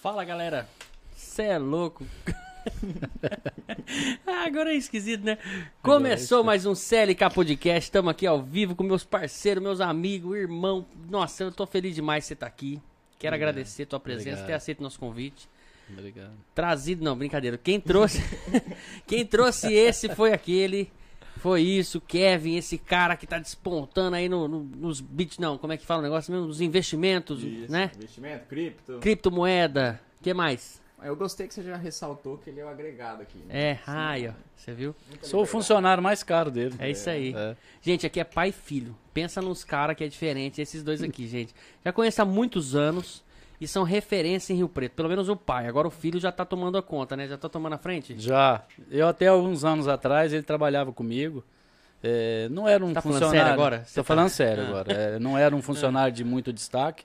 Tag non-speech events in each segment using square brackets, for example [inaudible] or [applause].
Fala galera, cê é louco. [laughs] Ah, Agora é esquisito, né? Começou mais um CLK Podcast, estamos aqui ao vivo com meus parceiros, meus amigos, irmão. Nossa, eu tô feliz demais de você estar aqui. Quero agradecer a tua presença, obrigado. ter aceito nosso convite. Obrigado. Trazido, não, brincadeira. Quem trouxe, [laughs] quem trouxe esse foi aquele. Foi isso, Kevin, esse cara que tá despontando aí no- no- nos bits, não, como é que fala o negócio mesmo? Nos investimentos, Isso, né? Investimento, cripto. Criptomoeda, que mais? Eu gostei que você já ressaltou que ele é o agregado aqui. né? É, raio, você viu? Sou o funcionário mais caro dele. É isso aí. É. Gente, aqui é pai e filho. Pensa nos caras que é diferente, esses dois aqui, [laughs] gente. Já conheço há muitos anos e são referência em Rio Preto. Pelo menos o pai. Agora o filho já tá tomando a conta, né? Já tá tomando a frente? Já. Eu até alguns anos atrás, ele trabalhava comigo. É, não era um Tá falando funcionário. sério agora? Você Tô tá- falando sério Ah. agora. É, não era um funcionário de muito destaque.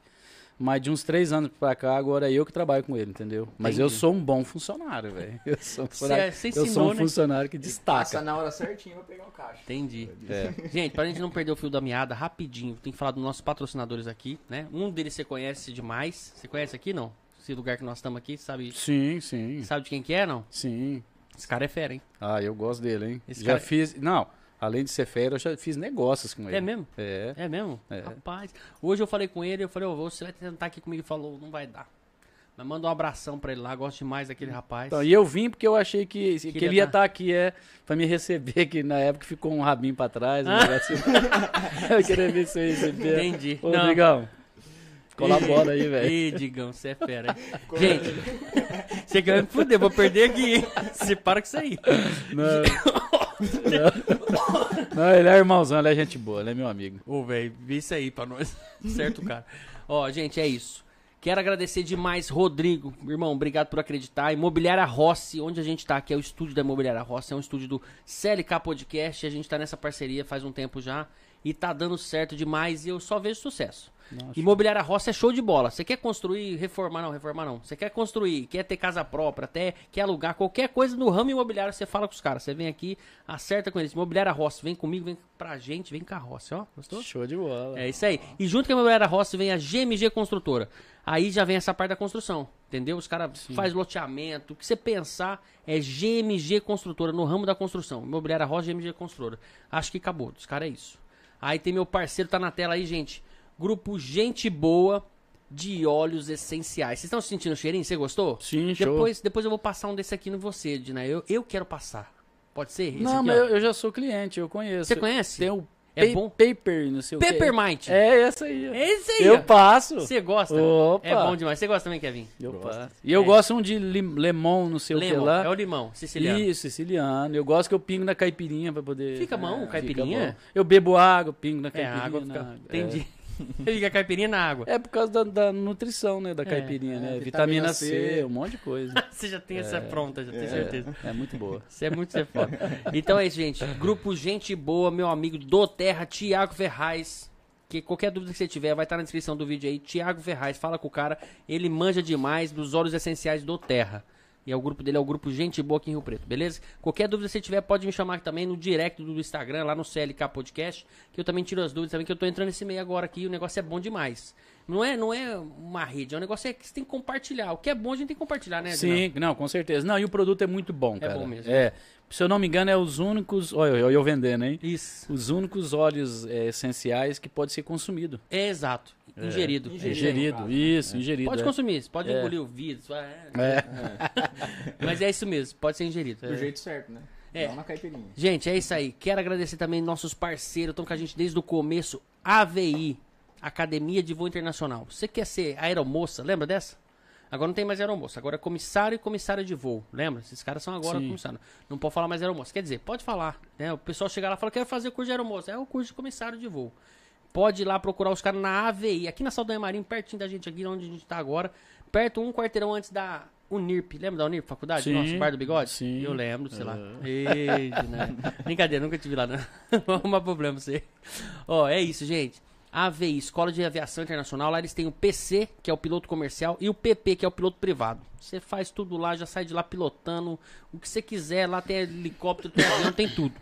Mas de uns três anos pra cá, agora é eu que trabalho com ele, entendeu? Mas eu Entendi. sou um bom funcionário, velho. Eu sou um funcionário, é- você eu sou ensinou, um né? funcionário que Passa destaca. na hora certinha pra pegar o caixa. Entendi. É. Gente, pra gente não perder o fio da meada, rapidinho, tem que falar dos nossos patrocinadores aqui, né? Um deles você conhece demais. Você conhece aqui, não? Esse lugar que nós estamos aqui, sabe, Sim, sim. sabe de quem que é, não? Sim. Esse cara é fera, hein? Ah, eu gosto dele, hein? Esse já cara- fiz. Não, além de ser fera, eu já fiz negócios com ele. É mesmo? É. É mesmo? É. Rapaz, hoje eu falei com ele, eu falei, ô, você vai tentar aqui comigo. Ele falou, não vai dar. Mas manda um abração pra ele lá, gosto demais daquele rapaz. Então, e eu vim porque eu achei que, que Queria ele ia tá- estar aqui, é, pra me receber, que na época ficou um rabinho pra trás, um negócio. [laughs] eu queria ver se eu ia receber. Ah. Entendi. é. Ô, Não. Digão, colabora aí, [laughs] velho. Ih, Digão, você é fera, hein? Gente, [laughs] você quer me fuder, vou perder aqui, hein? [laughs] Você para com isso aí. Não. Não. Não, ele é irmãozão, ele é gente boa, ele é meu amigo. Ô, velho, vê isso aí pra nós. [laughs] certo, cara? Ó, gente, é isso. Quero agradecer demais, Rodrigo. Irmão, obrigado por acreditar. Imobiliária Rossi, onde a gente tá aqui, é o estúdio da Imobiliária Rossi, é um estúdio do CLK Podcast. A gente tá nessa parceria faz um tempo já. E tá dando certo demais e eu só vejo sucesso. Imobiliária Rossi é show de bola. Você quer construir, reformar não, reformar não. Você quer construir, quer ter casa própria, até quer alugar qualquer coisa no ramo imobiliário, você fala com os caras. Você vem aqui, acerta com eles. Imobiliária Rossi, vem comigo, vem pra gente, vem com a Rossi, ó. Gostou? Show de bola. É isso aí. E junto com a Imobiliária Rossi vem a GMG Construtora. Aí já vem essa parte da construção, entendeu? Os caras fazem loteamento. O que você pensar é GMG Construtora, no ramo da construção. Imobiliária Rossi, GMG Construtora. Acho que acabou. Os caras é isso. Aí tem meu parceiro, tá na tela aí, gente. Grupo Gente Boa de Óleos Essenciais. Vocês estão sentindo o cheirinho? Você gostou? Sim, show. Depois, depois eu vou passar um desse aqui no você, Dina. Eu, eu quero passar. Pode ser? Esse Não, aqui, mas ó. eu, eu já sou cliente, eu conheço. Você conhece? Tem o É pa- bom? Paper, não sei o quê. Peppermint. um É, essa aí. ó. É esse aí. ó. Eu passo. Você gosta? Opa. É bom demais. Você gosta também, Kevin? Eu Gosto. passo. E eu É. gosto um de lim- lemon, não sei o que Lemon, lá. é o limão, siciliano. Isso, siciliano. Eu gosto que eu pingo na caipirinha pra poder. É, Fica bom, caipirinha? bom. Eu bebo água, pingo na É, caipirinha. a água fica... na- Entendi. [laughs] Ele fica caipirinha na água. É. É por causa da, da nutrição, né? Da É, caipirinha, é, né? Vitamina, vitamina C, C. um monte de coisa. Você já tem essa pronta, já tenho certeza. É, é muito boa. Você [laughs] é muito você é foda. Então é isso, gente. Grupo Gente Boa, meu amigo do Terra, Tiago Ferraz. Que qualquer dúvida que você tiver, vai estar na descrição do vídeo aí. Tiago Ferraz, fala com o cara. Ele manja demais dos óleos essenciais do Terra. E é o grupo dele, é o grupo Gente Boa aqui em Rio Preto, beleza? Qualquer dúvida que você tiver, pode me chamar aqui também no direct do Instagram, lá no CLK Podcast, que eu também tiro as dúvidas também, que eu tô entrando nesse meio agora aqui, e o negócio é bom demais. Não é, não é uma rede, é um negócio que você tem que compartilhar. O que é bom a gente tem que compartilhar, né, Adinaldo? Sim, não, com certeza. Não, e o produto é muito bom, cara. bom mesmo. É. Se eu não me engano, é os únicos. Olha, eu, eu vendendo, hein? Isso. Os únicos óleos é, essenciais que pode ser consumido. É É exato. Ingerido. Ah, Ingerido. Ingerido, isso, ingerido. Pode é. consumir isso, pode É. engolir o vidro. é. É. Mas é isso mesmo, pode ser ingerido. Do jeito certo, né? É. Não na caipirinha. Gente, é isso aí. Quero agradecer também nossos parceiros, estão com a gente desde o começo. AVI, Academia de Voo Internacional. Você quer ser aeromoça, lembra dessa? Agora não tem mais aeromoça, agora é comissário e comissária de voo, lembra? Esses caras são agora Sim. comissário. Não pode falar mais aeromoça. Quer dizer, pode falar, né? O pessoal chega lá e fala, quero fazer curso de aeromoça. É o curso de comissário de voo. Pode ir lá procurar os caras na AVI, aqui na Saldanha Marinho, pertinho da gente aqui, onde a gente tá agora. Perto, um quarteirão antes da Unirp. Lembra da Unirp, faculdade? Sim. Nossa, Bar do Bigode? Sim. É. Eu lembro, sei lá. [laughs] Ei, Dinah. Brincadeira, nunca tive lá, não. [laughs] Vou arrumar problema pra você. Ó, é isso, gente. AVI, Escola de Aviação Internacional, lá eles têm o PC, que é o piloto comercial, e o PP, que é o piloto privado. Você faz tudo lá, já sai de lá pilotando, o que você quiser, lá tem helicóptero, tem avião, tem tudo.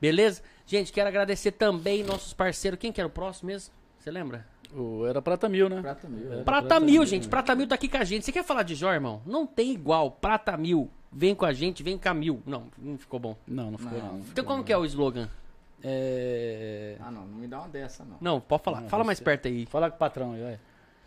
Beleza? Gente, quero agradecer também nossos parceiros. Quem que era o próximo mesmo? Você lembra? O- Era prata mil, né? Prata mil. É. Prata, Prata Mil, Mil, gente. né? Prata Mil tá aqui com a gente. Você quer falar de Jó, irmão? Não tem igual. Prata Mil. Vem com a gente, vem com a Mil. Não, não ficou bom. Não, não ficou Não. não. Então como que é o slogan? É... Ah, não, não me dá uma dessa, não. Não, pode falar. Não, Fala você- mais perto aí. Fala com o patrão aí, vai.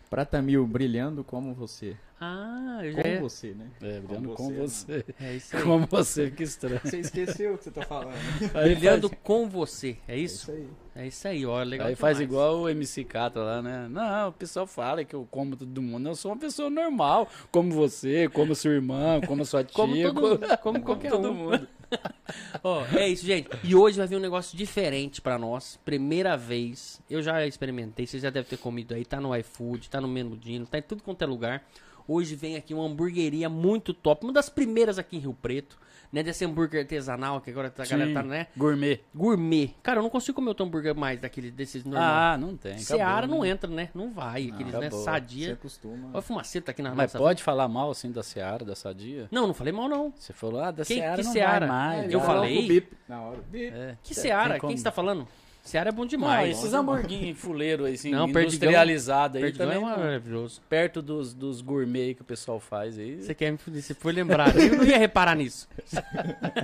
Prata mil brilhando como você. Ah, eu já... Como você, né? É, brilhando com Como você, você. né? É [laughs] isso aí. Como você, que estranho. Você esqueceu o que você tá [laughs] falando. É Aí Brilhando faz- com você. É isso isso? aí. É isso aí, ó. Legal Aí faz demais. igual o MC Catra lá, né? Não, o pessoal fala que eu como todo mundo. Eu sou uma pessoa normal, como você, como sua irmã, [laughs] como sua tia, Como todo co- mundo, como qualquer todo um. mundo. [laughs] Ó, é isso, gente. E hoje vai vir um negócio diferente pra nós. Primeira vez. Eu já experimentei, vocês já devem ter comido aí. Tá no iFood, tá no Menudino, tá em tudo quanto é lugar. Hoje vem aqui uma hamburgueria muito top. Uma das primeiras aqui em Rio Preto. Né, desse hambúrguer artesanal que agora a galera Sim, tá, né? Gourmet. Gourmet. Cara, eu não consigo comer outro hambúrguer mais daquele, desses normais. Ah, não tem. Seara acabou, não né? entra, né? Não vai. Aqueles, né? acabou. Você Sadia. acostuma. Olha a fumaceta aqui na Mas nossa. pode falar mal assim da Seara, da Sadia? Não, não falei mal, não. Você falou, ah, da Que- Seara que não Seara? vai mais. Eu Ah, falei? coloco o bip Na hora. Bip. É. Que Tem Seara? como. Quem que você tá falando? Seara é bom Não, demais. esses hamburguinhos fuleiros aí, assim, Não, Perdigão- industrializados aí Perdigão também, é não- maravilhoso. perto dos, dos gourmet aí que o pessoal faz aí. Você quer me fuder? Você foi lembrar. Eu não ia reparar nisso. [laughs]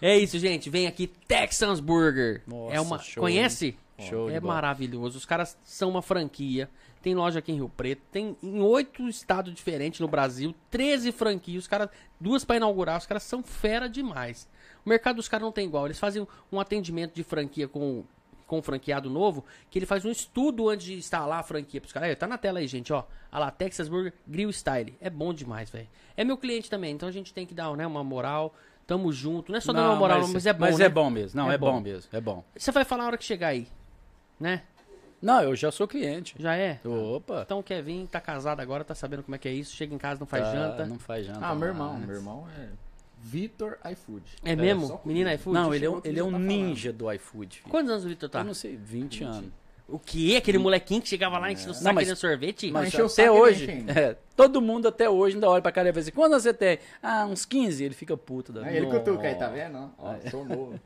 é isso, gente. Vem aqui Texans Burger. Nossa, é uma... show, Conhece? Show de é bola. maravilhoso. Os caras são uma franquia. Tem loja aqui em Rio Preto. Tem em oito estados diferentes no Brasil. 13 franquias. Os caras, duas pra inaugurar. Os caras são fera demais. O mercado dos caras não tem igual. Eles fazem um atendimento de franquia com com um franqueado novo, que ele faz um estudo antes de instalar a franquia pros caras. Aí, Tá na tela aí, gente, ó. A lá, Texas Burger Grill Style. É bom demais, velho. É meu cliente também, então a gente tem que dar né, uma moral. Tamo junto. Não é só dar uma moral, mas, é bom, Mas né? é bom mesmo. Não, É é, bom. bom. mesmo. É bom. Você vai falar a hora que chegar aí, né? Não, eu já sou cliente. Já é? Opa. Então quer vir, tá casado agora, tá sabendo como é que é isso, chega em casa, não faz Tá, janta. Não faz janta. né? Ah, meu mais. irmão. Meu irmão é Vitor iFood. É mesmo? só comida. Menina iFood? Não, ele é Chegou um, aqui, ele é já tá um falando. ninja do iFood. filho. Quantos anos o Vitor Eu tá? não sei, 20 anos. O quê? Aquele molequinho que chegava lá enchendo o saco É. mas- querendo sorvete? Mas Mas encheu o até saco, ele hoje, enche ainda. é, todo mundo até hoje ainda olha pra cara e vai assim, quando você tem? Ah, uns 15, ele fica puto da Aí ele Nossa. cutuca aí, tá vendo? Ó, sou novo.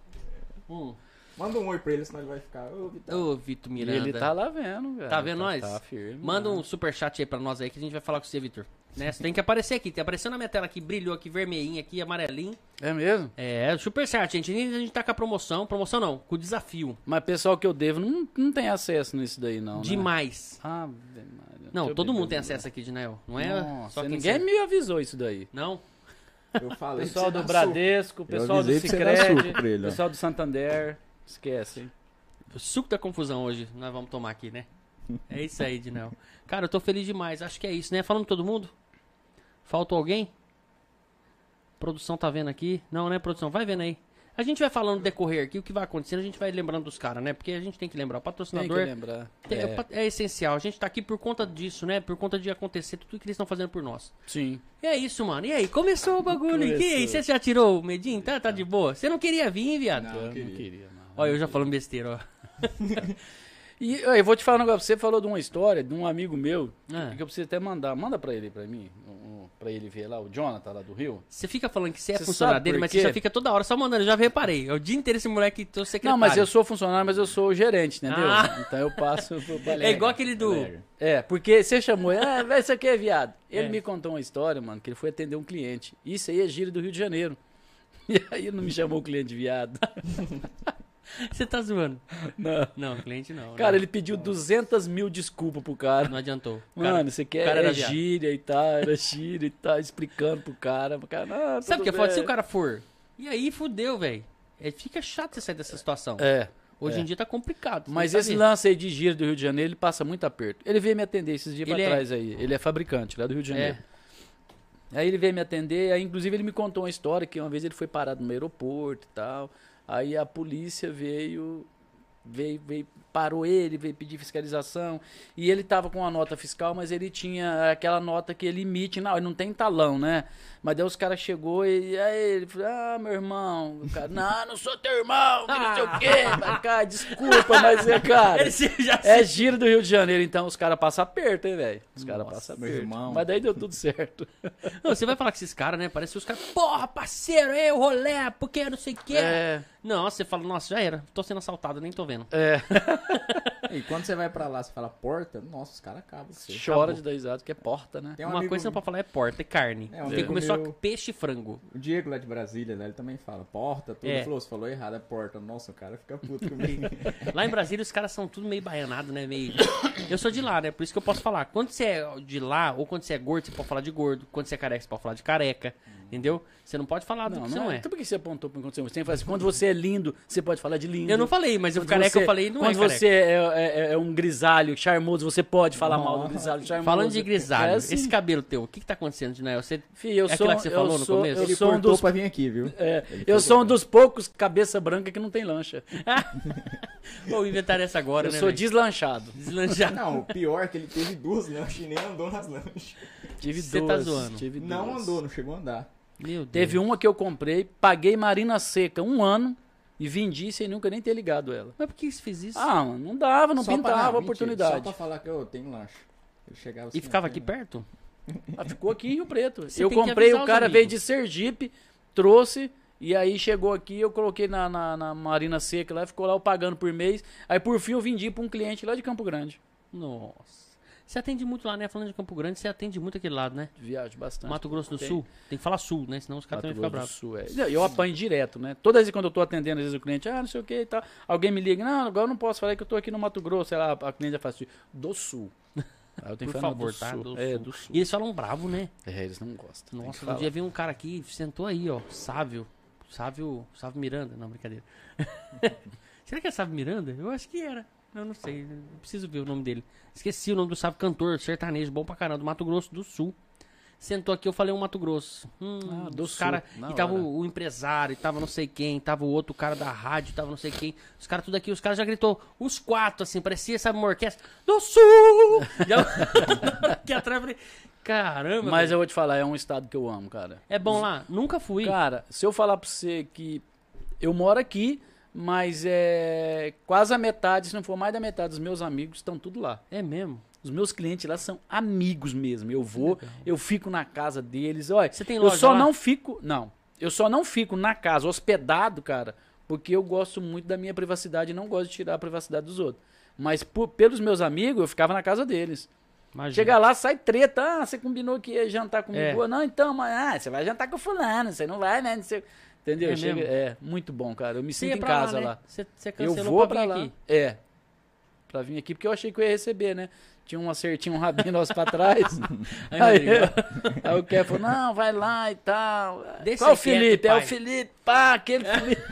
Hum. Manda um oi pra ele, senão ele vai ficar. Ô, Vitor. Ô, Vitor E Miranda. ele tá lá vendo, velho. Tá vendo tá, nós? Tá firme. Manda né? um superchat aí pra nós aí que a gente vai falar com você, Vitor. Né? Você tem que aparecer aqui. Tem apareceu na minha tela aqui, brilhou aqui, vermelhinho aqui, amarelinho. É mesmo? É, superchat, gente. A gente tá com a promoção. Promoção não, com o desafio. Mas pessoal que eu devo não, não tem acesso nisso daí, não. né? Demais. Ave Maria. Não, Deixa eu todo ver, mundo tem Deus. acesso aqui, Dinael. Não é Nossa, só quem ninguém sabe. me avisou isso daí. Não? Eu falei. Pessoal pra do você "Ah, dar soco. Bradesco, pessoal do avisei pra você dar Sicredi, suco pra ele, ó. pessoal do Santander, esquece. hein? O suco da confusão hoje nós vamos tomar aqui, né? É isso aí, Dinael. Cara, eu tô feliz demais. Acho que é isso, né? Falando todo mundo? Faltou alguém? Produção tá vendo aqui? Não, né, produção? Vai vendo aí. A gente vai falando no decorrer aqui o que vai acontecendo, a gente vai lembrando dos caras, né? Porque a gente tem que lembrar. O Tem que patrocinador lembrar. tem- é. pa- é essencial. A gente tá aqui por conta disso, né? Por conta de acontecer tudo que eles estão fazendo por nós. Sim. E é isso, mano. E aí, começou o bagulho. E aí, Começou. você já tirou o medinho? Tá, tá de boa? Você não queria vir, hein, viado? Ah, Não, Eu não queria. queria, não. Olha, eu já falando besteira, ó. E ó, eu vou te falar um negócio. Você falou de uma história de um amigo meu Ah. que eu preciso até mandar. Manda pra ele, pra mim, um, um, pra ele ver lá, o Jonathan lá do Rio. Você fica falando que você é Você funcionário sabe por dele, mas você quê? já fica toda hora só mandando. Eu já reparei. É o dia inteiro esse moleque, teu secretário. Não, mas eu sou funcionário, mas eu sou o gerente, entendeu? Ah. Então eu passo pro Balega. É igual aquele do... Galera. É, porque você chamou, ah, vai isso aqui é viado. Ele É. me contou uma história, mano, que ele foi atender um cliente. Isso aí é gíria do Rio de Janeiro. [laughs] E aí não me chamou o cliente de viado. [laughs] Você tá zoando. Não. Não, cliente não. Cara, não. ele pediu 200 mil desculpas pro cara. Não adiantou. Cara, Mano, você quer cara era é viado. gíria e tal, era gíria e tal, explicando pro cara. Pro cara não, tá sabe tudo o que é foda? bem. Se o cara for... E aí, fudeu, velho. É, fica chato você sair dessa situação. É. Hoje é. em dia tá complicado. você Mas não esse sabe. lance aí de giro do Rio de Janeiro, ele passa muito aperto. Ele veio me atender esses dias Ele pra é- trás aí. Ele é fabricante lá do Rio de Janeiro. Aí ele veio me atender, aí inclusive ele me contou uma história que uma vez ele foi parado no aeroporto e tal. Aí a polícia veio, veio, veio parou ele, veio pedir fiscalização. E ele tava com uma nota fiscal, mas ele tinha aquela nota que ele emite, não, ele não tem talão, né? Mas daí os caras chegou e aí ele falou: "Ah, meu irmão, o cara, não, não sou teu irmão, que não sei Ah, o quê". Mas, cara, desculpa, mas é, cara. Ele se- já É giro do Rio de Janeiro, então os caras passam aperto, hein, velho? Os caras Nossa, passam meu aperto. irmão. Mas daí deu tudo [laughs] certo. Não, você vai falar com esses caras, né? Parece os caras, porra, parceiro, é eu rolé, porque não sei o quê. É. Não, você fala, nossa, já era, tô sendo assaltado, nem tô vendo. É. E quando você vai pra lá, você fala porta, nossa, os caras acabam. com você. tá Chora de dar risada, porque é porta, né? Tem um Uma coisa que não meu- pode falar é porta, é carne. É, um Você tem amigo que comer só meu- peixe e frango. O Diego lá de Brasília, né, ele também fala porta, tudo. É. Ele falou, você falou errado, é porta. Nossa, o cara fica puto comigo. Lá em Brasília, os caras são tudo meio baianado, né? Meio... Eu sou de lá, né? Por isso que eu posso falar. Quando você é de lá, ou quando você é gordo, você pode falar de gordo. Quando você é careca, você pode falar de careca. Entendeu? Você não pode falar do Não, que você não é. Então por que você apontou pra mim quando você você fala assim, quando você é lindo, você pode falar de lindo. Eu não falei, mas o Quando careca você- eu falei não Quando é você careca. é, é- é um grisalho charmoso, você pode falar mal do grisalho charmoso. Falando de É grisalho, assim. esse cabelo teu, o que que tá acontecendo de Nael? Você... Fih, eu é sou, aquilo que você eu falou no sou- [laughs] começo? Eu Ele sou um cortou dos pra vir aqui, viu? É, eu sou um dos poucos cabeça branca que não tem lancha. Vou inventar essa agora, eu né? sou velho? deslanchado. Deslanchado. Não, o pior é que ele teve duas lanches e nem andou nas lanches. Tive Você tá duas, zoando. tive Não duas. andou, né? não chegou a andar. Meu Deus. Teve uma que eu comprei, paguei marina seca um ano e vendi sem nunca nem ter ligado ela. Mas por que você fez isso? Ah, mano, não dava, não Só pintava pra- a mentira, Só oportunidade. pra falar que eu tenho lanche. Ele chegava assim, e ficava assim, aqui perto? Ah, ficou aqui em Rio Preto. Você eu tem que comprei, avisar o os cara amigos. veio de Sergipe, trouxe, e aí chegou aqui, eu coloquei na, na, na Marina Seca lá, ficou lá eu pagando por mês. Aí por fim eu vendi pra um cliente lá de Campo Grande. Nossa. Você atende muito lá, né? Falando de Campo Grande, você atende muito aquele lado, né? Viajo bastante. Mato Grosso do Tem. Sul. Tem que falar sul, né? Senão os caras também Mato ficam Grosso do bravos. Sul, é. Não, Eu apanho direto, né? Todas as vezes quando eu tô atendendo, às vezes o cliente, ah, não sei o que e tal. Alguém me liga, não, agora eu não posso falar que eu tô aqui no Mato Grosso. Sei lá, a cliente já faz assim, do Sul. Aí eu tenho Por que falar, não, favor, do tá? Sul. Do É, sul. do Sul. E eles falam bravo, né? É, eles não gostam. tem que Nossa, um falar. dia veio um cara aqui, sentou aí, ó. Sávio. Sávio. Sávio Miranda. Não, brincadeira. [laughs] Será que é Sávio Miranda? Eu acho que era. Eu não sei. eu Preciso ver o nome dele. Esqueci o nome do Sávio cantor, sertanejo, bom pra caramba, do Mato Grosso do Sul. Sentou aqui, eu falei um Mato Grosso. Hum, Ah, do os Sul, cara, na E tava hora. o, o empresário, e tava não sei quem, tava o outro cara da rádio, tava não sei quem. Os caras tudo aqui, os caras já gritou, os quatro, assim, parecia, sabe, uma orquestra. Do Sul! [laughs] Já, aqui atrás, eu falei, caramba. velho. Mas eu vou te falar, é um estado que eu amo, cara. É bom lá? Nunca fui. Cara, se eu falar pra você que eu moro aqui, mas é quase a metade, se não for mais da metade dos meus amigos estão tudo lá. É mesmo. Os meus clientes lá são amigos mesmo. Eu vou, eu fico na casa deles. Olha, Você tem eu loja só lá? não fico, não. Eu só não fico na casa hospedado, cara, porque eu gosto muito da minha privacidade e não gosto de tirar a privacidade dos outros. Mas por- pelos meus amigos, eu ficava na casa deles. Imagina. Chega lá, sai treta. Ah, você combinou que ia jantar comigo. É. Não, então, mas ah, você vai jantar com fulano, você não vai, né? Não sei- Entendeu? É Chega- mesmo? é, muito bom, cara. Eu me Você sinto ia em pra casa né? lá. Você, você Eu cancelou vou pra pra vir lá. aqui. É. Pra vir aqui, porque eu achei que eu ia receber, né? Tinha um acertinho, um rabinho nosso pra [laughs] trás. Aí, aí, Rodrigo. [laughs] aí é. o Kevin falou, não, vai lá e tal. Deixa Qual o quieto, Felipe? é pai. o Felipe, pá, aquele [laughs] Felipe.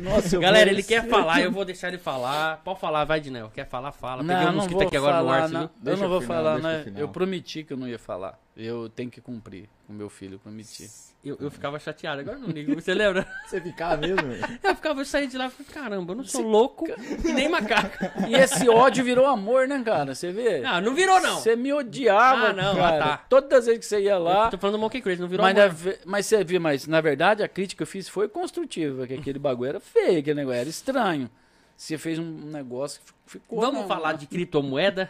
Nossa, eu Galera, vou- [laughs] ele quer falar, eu vou deixar ele falar. Pode falar, vai, Dinel. Quer falar, fala. Peguei Não, um não mosquito vou aqui agora no falar, ar, você não. viu? Eu Deixa não vou pro final, falar, deixa pro né? final. Eu prometi que eu não ia falar. Eu tenho que cumprir com meu filho, eu prometi. Eu, eu ficava chateado, agora eu não ligo. Você lembra? Você ficava mesmo? [laughs] Eu ficava, eu saí de lá e falei, caramba, eu não [laughs] sou louco e nem macaco. E esse ódio virou amor, né, cara? Você vê? Não, Ah, não virou, não. Você me odiava, Ah, não, cara. ah, tá. Todas as vezes que você ia lá... Eu tô falando do Monkey Crazy, não virou Mas, na, amor. ve- mas você viu, mas na verdade a crítica que eu fiz foi construtiva, que aquele bagulho era feio, aquele negócio era estranho. Você fez um negócio que fi- ficou. Vamos né, falar uma- de criptomoeda?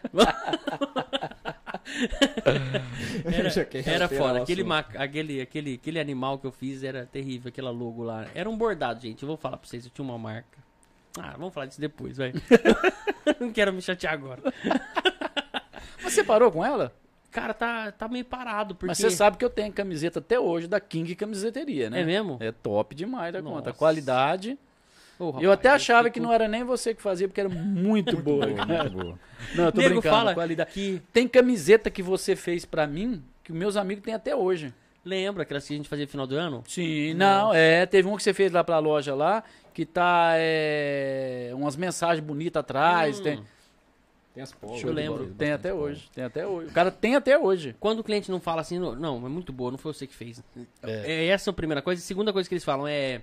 [laughs] Era, Já quer era alterar fora. o Aquele, assunto. maca- aquele, aquele, aquele animal que eu fiz era terrível, aquela logo lá. Era um bordado, gente. Eu vou falar pra vocês, eu tinha uma marca. Ah, vamos falar disso depois, [laughs] vai. [laughs] Não quero me chatear agora. Mas você parou com ela? Cara, tá, tá meio parado, porque... Mas você sabe que eu tenho camiseta até hoje da King Camiseteria, né? É mesmo? É top demais da conta. A Nossa. qualidade. Ô, rapaz, eu até achava fico- que não era nem você que fazia, porque era muito boa. cara. boa. Não, eu tô Nego brincando. fala a qualidade. que... Tem camiseta que você fez pra mim, que meus amigos têm até hoje. Lembra aquelas que a gente fazia no final do ano? Sim, não, é. Teve um que você fez lá pra loja lá, que tá é, umas mensagens bonitas atrás. Hum. Tem, Tem as polas. Eu lembro. tem até hoje. Tem até hoje. O cara tem até hoje. Quando o cliente não fala assim, não, não, é muito boa, não foi você que fez. É. essa é a primeira coisa. E segunda coisa que eles falam é,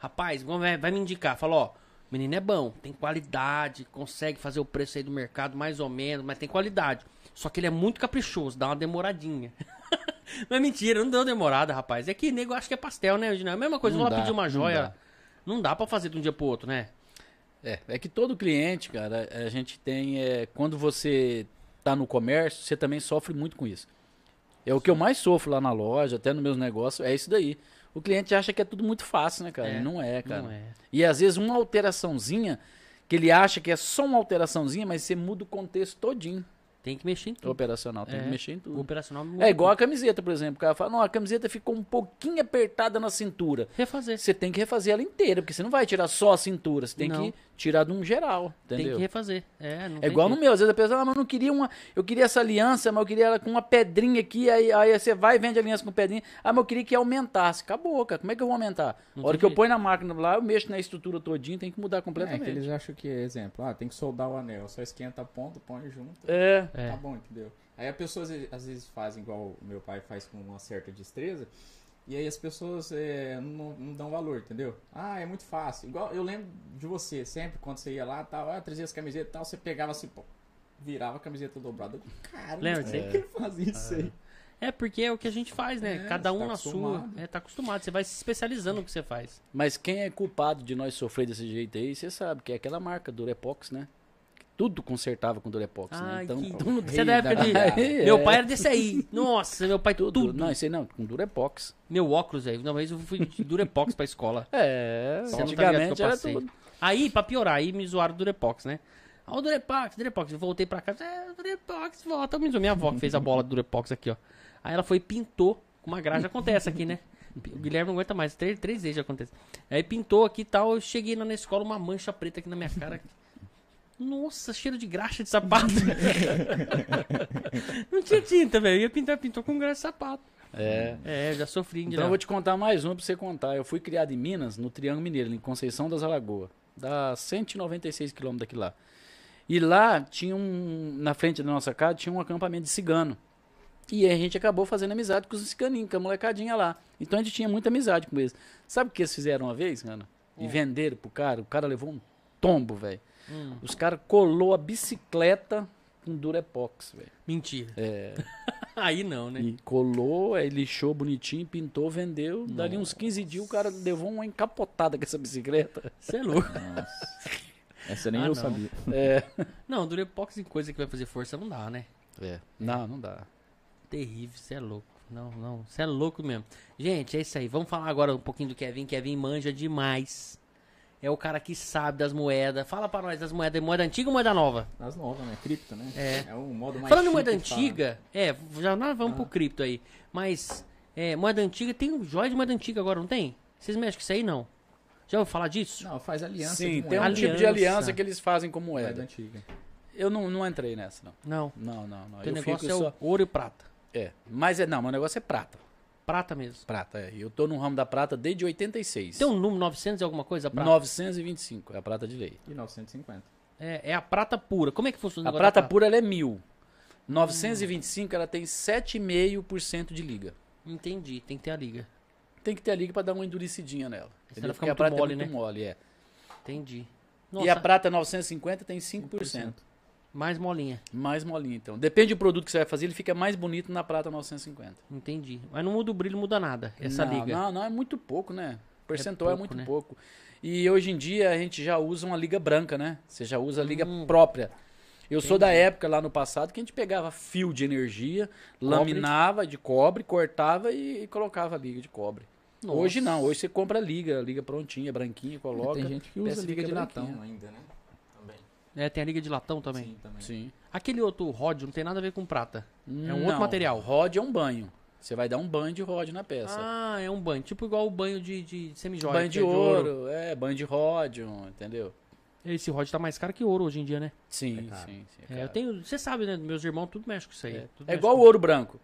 rapaz, vamos- vai, vai me indicar. Fala, ó, o menino é bom, tem qualidade, consegue fazer o preço aí do mercado mais ou menos, mas tem qualidade. Só que ele é muito caprichoso, dá uma demoradinha. [laughs] não é mentira, não deu demorada, rapaz. É que nego acha que é pastel, né, Reginaldo? É a mesma coisa, Não vamos lá dá, pedir uma não joia. dá. Não dá, pra fazer de um dia pro outro, né? É, é que todo cliente, cara, a gente tem. é, quando você tá no comércio, você também sofre muito com isso. É o que eu mais sofro lá na loja, até nos meus negócios, é isso daí. O cliente acha que é tudo muito fácil, né, cara? É, E não é, cara. Não é. E às vezes uma alteraçãozinha Que ele acha que é só uma alteraçãozinha, mas você muda o contexto todinho Tem que mexer em tudo. operacional. Tem É. que mexer em tudo. O operacional muda É igual a tudo. camiseta, por exemplo. O cara fala, não, a camiseta ficou um pouquinho apertada na cintura. refazer. Você tem que refazer ela inteira, porque você não vai tirar só a cintura. Você tem Não. que tirar de um geral, entendeu? Tem que refazer. É, não É tem igual no jeito. meu, às vezes a pessoa, ah, mas eu não queria uma. Eu queria essa aliança, mas eu queria ela com uma pedrinha aqui, aí, aí você vai e vende a aliança com pedrinha. Ah, mas eu queria que aumentasse. Acabou, cara. Como é que eu vou aumentar? Não a hora tem que eu jeito. ponho na máquina lá, eu mexo na estrutura todinha, tem que mudar É que completamente. eles acham que, exemplo, ah, tem que soldar o anel, só esquenta a ponta, põe junto. É. É. Tá bom, entendeu? Aí as pessoas às vezes fazem igual o meu pai faz com uma certa destreza. E aí as pessoas é, não, não dão valor, entendeu? Ah, é muito fácil. Igual eu lembro de você, sempre quando você ia lá, tal, ah, trazia as camisetas e tal, você pegava assim, pô, virava a camiseta dobrada. Eu, Caramba, Lembra como disso é que ele fazia isso aí? É, porque é o que a gente faz, né? É, Cada você um tá na acostumado. sua. É, tá acostumado. Você vai se especializando no que você faz. Mas quem é culpado de nós sofrer desse jeito aí, você sabe, que é aquela marca Durepox, né? Que Tudo consertava com Durepox, né? Ai, Então, que o tudo. rei Você é da época da de. piada. [laughs] Meu pai era desse aí. Nossa, meu pai tudo. tudo. Não, isso aí não, com Durepox. Meu óculos, velho. Uma vez eu fui de Durepox pra escola. É, Você não tá ligado antigamente que eu era passei. tudo. Aí, pra piorar, aí me zoaram do Durepox, né? Ah, o Durepox, Durepox. Eu voltei pra casa, é, Durepox, volta. Me zoou. Minha avó que fez a bola do Durepox aqui, ó. Aí ela foi e pintou com uma graxa. Acontece aqui, né? O Guilherme não aguenta mais, três, três vezes já acontece. Aí pintou aqui e tal, eu cheguei lá na escola, uma mancha preta aqui na minha cara. Nossa, cheiro de graxa de sapato. não tinha tinta, velho. Eu Ia pintar, pintou com graxa de sapato. É. É, eu já sofri. Então eu né? vou te contar mais uma pra você contar. Eu fui criado em Minas, no Triângulo Mineiro, em Conceição das Alagoas. Dá 196 quilômetros daqui lá. E lá tinha um. Na frente da nossa casa tinha um acampamento de cigano. E aí a gente acabou fazendo amizade com os ciganinhos, com a molecadinha lá. Então a gente tinha muita amizade com eles. Sabe o que eles fizeram uma vez, Ana? E venderam pro cara. O cara levou um tombo, velho. Os caras colou a bicicleta com durepox, velho. Mentira. [laughs] Aí não, né? E colou, aí lixou bonitinho, pintou, vendeu. Dali uns 15 dias o cara levou uma encapotada com essa bicicleta. Você é louco. Essa nem Ah, eu não. sabia. É. Não, Durepox em coisa que vai fazer força não dá, né? Não, não dá. Terrível, você é louco. Não, não, você é louco mesmo. Gente, é isso aí. Vamos falar agora um pouquinho do Kevin. Kevin manja demais. É o cara que sabe das moedas. Fala pra nós das moedas. Moeda antiga ou moeda nova? Nas novas, né? Cripto, né? É. É um modo mais Falando em chique moeda de falar. antiga, é, já nós Ah. vamos pro cripto aí. Mas, é, moeda antiga, tem um joia de moeda antiga agora, não tem? Vocês mexem com isso aí, não? Já ouviu falar disso? Não, faz aliança Sim, de tem um moeda. tipo de Aliança. aliança que eles fazem com moeda moeda. antiga. Eu não, não entrei nessa, não. Não. Não, não, não. Teu Eu fico negócio é só... o ouro e prata. É. Mas é, não, meu negócio é prata. Prata mesmo. Prata, é. Eu tô no ramo da prata desde 86. Tem um número 900 e alguma coisa? a Prata? 925, é a prata de lei. E 950. É, é a prata pura. Como é que funciona A o negócio prata da pura, ela é mil. 925, ela tem 7,5% de liga. Entendi, tem que ter a liga. tem que ter a liga pra dar uma endurecidinha nela. Senão Entendeu? ela fica Porque a prata muito mole, é muito né? mole, é. Entendi. E a Nossa, prata 950 tem 5%. mais molinha. Mais molinha, então. Depende do produto que você vai fazer, ele fica mais bonito na prata 950. Entendi. Mas não muda o brilho, muda nada. Essa não, liga. Não, não, é muito pouco, né? O percentual é, pouco, muito né? pouco. E hoje em dia a gente já usa uma liga branca, né? Você já usa a liga Hum. própria. Eu sou da época lá no passado que a gente pegava fio de energia, laminava de cobre, cortava e, e colocava a liga de cobre. Nossa. Hoje não, hoje você compra a liga, a liga prontinha, branquinha, coloca. Tem gente que usa peça liga fica de branquinha. latão ainda, né? Também. É, tem a liga de latão também. Sim, né? também. Sim. Aquele outro ródio não tem nada a ver com prata. É um Não, outro material. Rod é um banho. Você vai dar um banho de rod na peça. Ah, é um banho. Tipo igual o banho de, de semijóia. banho que de, é ouro, é, banho de ródio, entendeu? Esse ródio tá mais caro que ouro hoje em dia, né? Sim, caro. sim, sim. É, eu caro. tenho. Você sabe, né? Meus irmãos tudo mexe com isso aí. É, Tudo É mexe igual o com- ouro branco.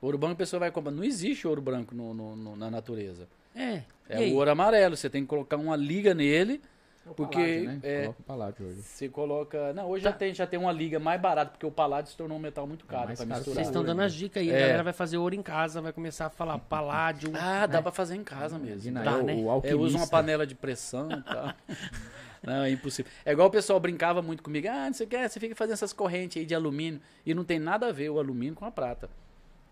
Ouro branco a pessoa vai comprar. Não existe ouro branco no- no- no- na natureza. É. É E aí? o ouro amarelo. Você tem que colocar uma liga nele. É o Porque, paládio, né? é- Coloca o paládio hoje. Você coloca. Não, Tá. hoje já, tem, já tem uma liga mais barata, porque o paládio se tornou um metal muito É caro mais pra caro. misturar. Vocês estão dando as dicas aí. A É. galera vai fazer ouro em casa, vai começar [laughs] a falar paládio. Ah, dá pra fazer em casa mesmo. Guiné, Tá, É. o, né? o É, alquimista. usa uma panela de pressão e [laughs] tal. Não, é impossível. É igual o pessoal brincava muito comigo. Ah, não sei o que, você fica fazendo essas correntes aí de alumínio. E não tem nada a ver o alumínio com a prata.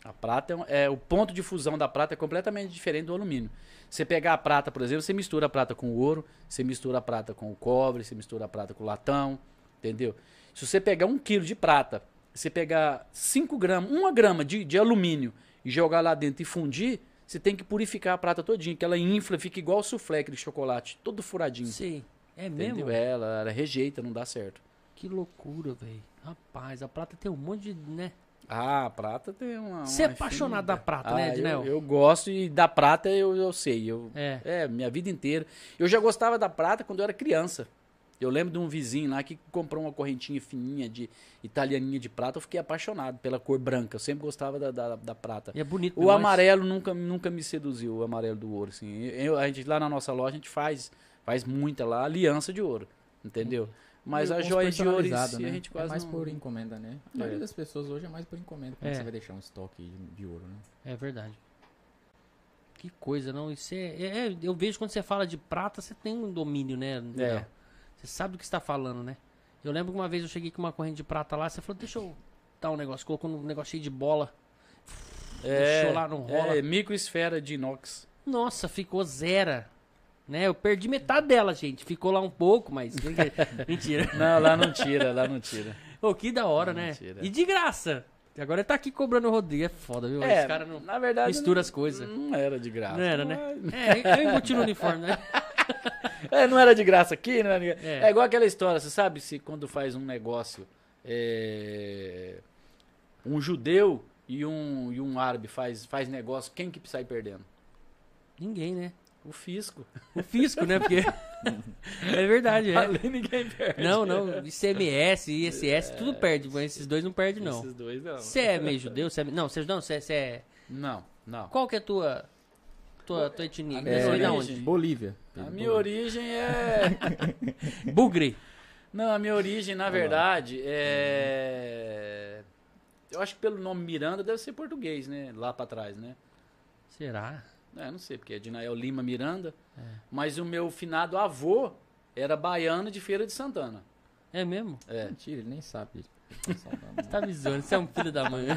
A prata é um- é, O ponto de fusão da prata é completamente diferente do alumínio. Você pegar a prata, por exemplo, você mistura a prata com o ouro, você mistura a prata com o cobre, você mistura a prata com o latão, entendeu? Se você pegar um quilo de prata, você pegar 5 gramas, uma grama de, de alumínio e jogar lá dentro e fundir, você tem que purificar a prata todinha, que ela infla, fica igual o soufflé, aquele chocolate, todo furadinho. Sim. É Entendeu? mesmo? É, ela, ela rejeita, não dá certo. Que loucura, velho. Rapaz, a prata tem um monte de, né? Ah, a prata tem uma. Ah, Você é apaixonado da prata, né, Ednel? Eu, eu gosto e da prata eu, eu sei. Eu, É. é. minha vida inteira. Eu já gostava da prata quando eu era criança. Eu lembro de um vizinho lá que comprou uma correntinha fininha de italianinha de prata. Eu fiquei apaixonado pela cor branca. Eu sempre gostava da, da, da prata. E é bonito. O demais. amarelo nunca, nunca me seduziu, o amarelo do ouro, assim. Eu- a gente lá na nossa loja, a gente faz, faz muita lá, aliança de ouro, entendeu? Mas a Uns joia de ouro em personalizado, si, né? a gente é quase mais não... por encomenda, né? A É. maioria das pessoas hoje é mais por encomenda. Como É. você vai deixar um estoque de, de ouro, né? É verdade. Que coisa, não? Isso é, é- é- Eu vejo quando você fala de prata, você tem um domínio, É. né? Daniel? Você sabe do que está falando, né? Eu lembro que uma vez eu cheguei com uma corrente de prata lá, você falou, deixa eu dar um negócio. Colocou um negócio cheio de bola. Deixou lá, não rola. É, microesfera de inox. Nossa, ficou zera. Né? Eu perdi metade dela, gente. Ficou lá um pouco, mas. [laughs] Mentira. Não, lá não tira, lá não [laughs] tira. Ô, que da hora, né? Mentira. E de graça. E agora ele tá aqui cobrando o Rodrigo. É foda, viu? Esse cara não. na verdade, mistura não- as coisas. Não era de graça. Não era, né? Mas- É, eu emboti no uniforme, né? É, não era de graça aqui, não era de graça. É. É. igual aquela história, você sabe se quando faz um negócio, é, um judeu e um, e um árabe faz, faz negócio, quem que sai perdendo? Ninguém, né? O fisco. O fisco, né? Porque. [laughs] é verdade, [laughs] é. Ali ninguém perde. [laughs] Não, não. ICMS, ISS, tudo perde. Mas É, esses dois não perde, não. Esses dois não. Você é meio judeu? Você é... Não, você não, você é- você é. Não, não. Qual que é a tua. Tua, tua etnia? minha Você é da origem. onde? Bolívia. A Pedro, minha Bolívia. origem [laughs] é... Bugre. Não, a minha origem, na verdade, é... Eu acho que pelo nome Miranda deve ser português, né? Lá pra trás, né? Será? É, não sei, porque é Dinael Lima Miranda. Mas o meu finado avô era baiano de Feira de Santana. É mesmo? É. Mentira, ele nem sabe. [laughs] né? Tá me zoando, você é um filho da [laughs] mãe.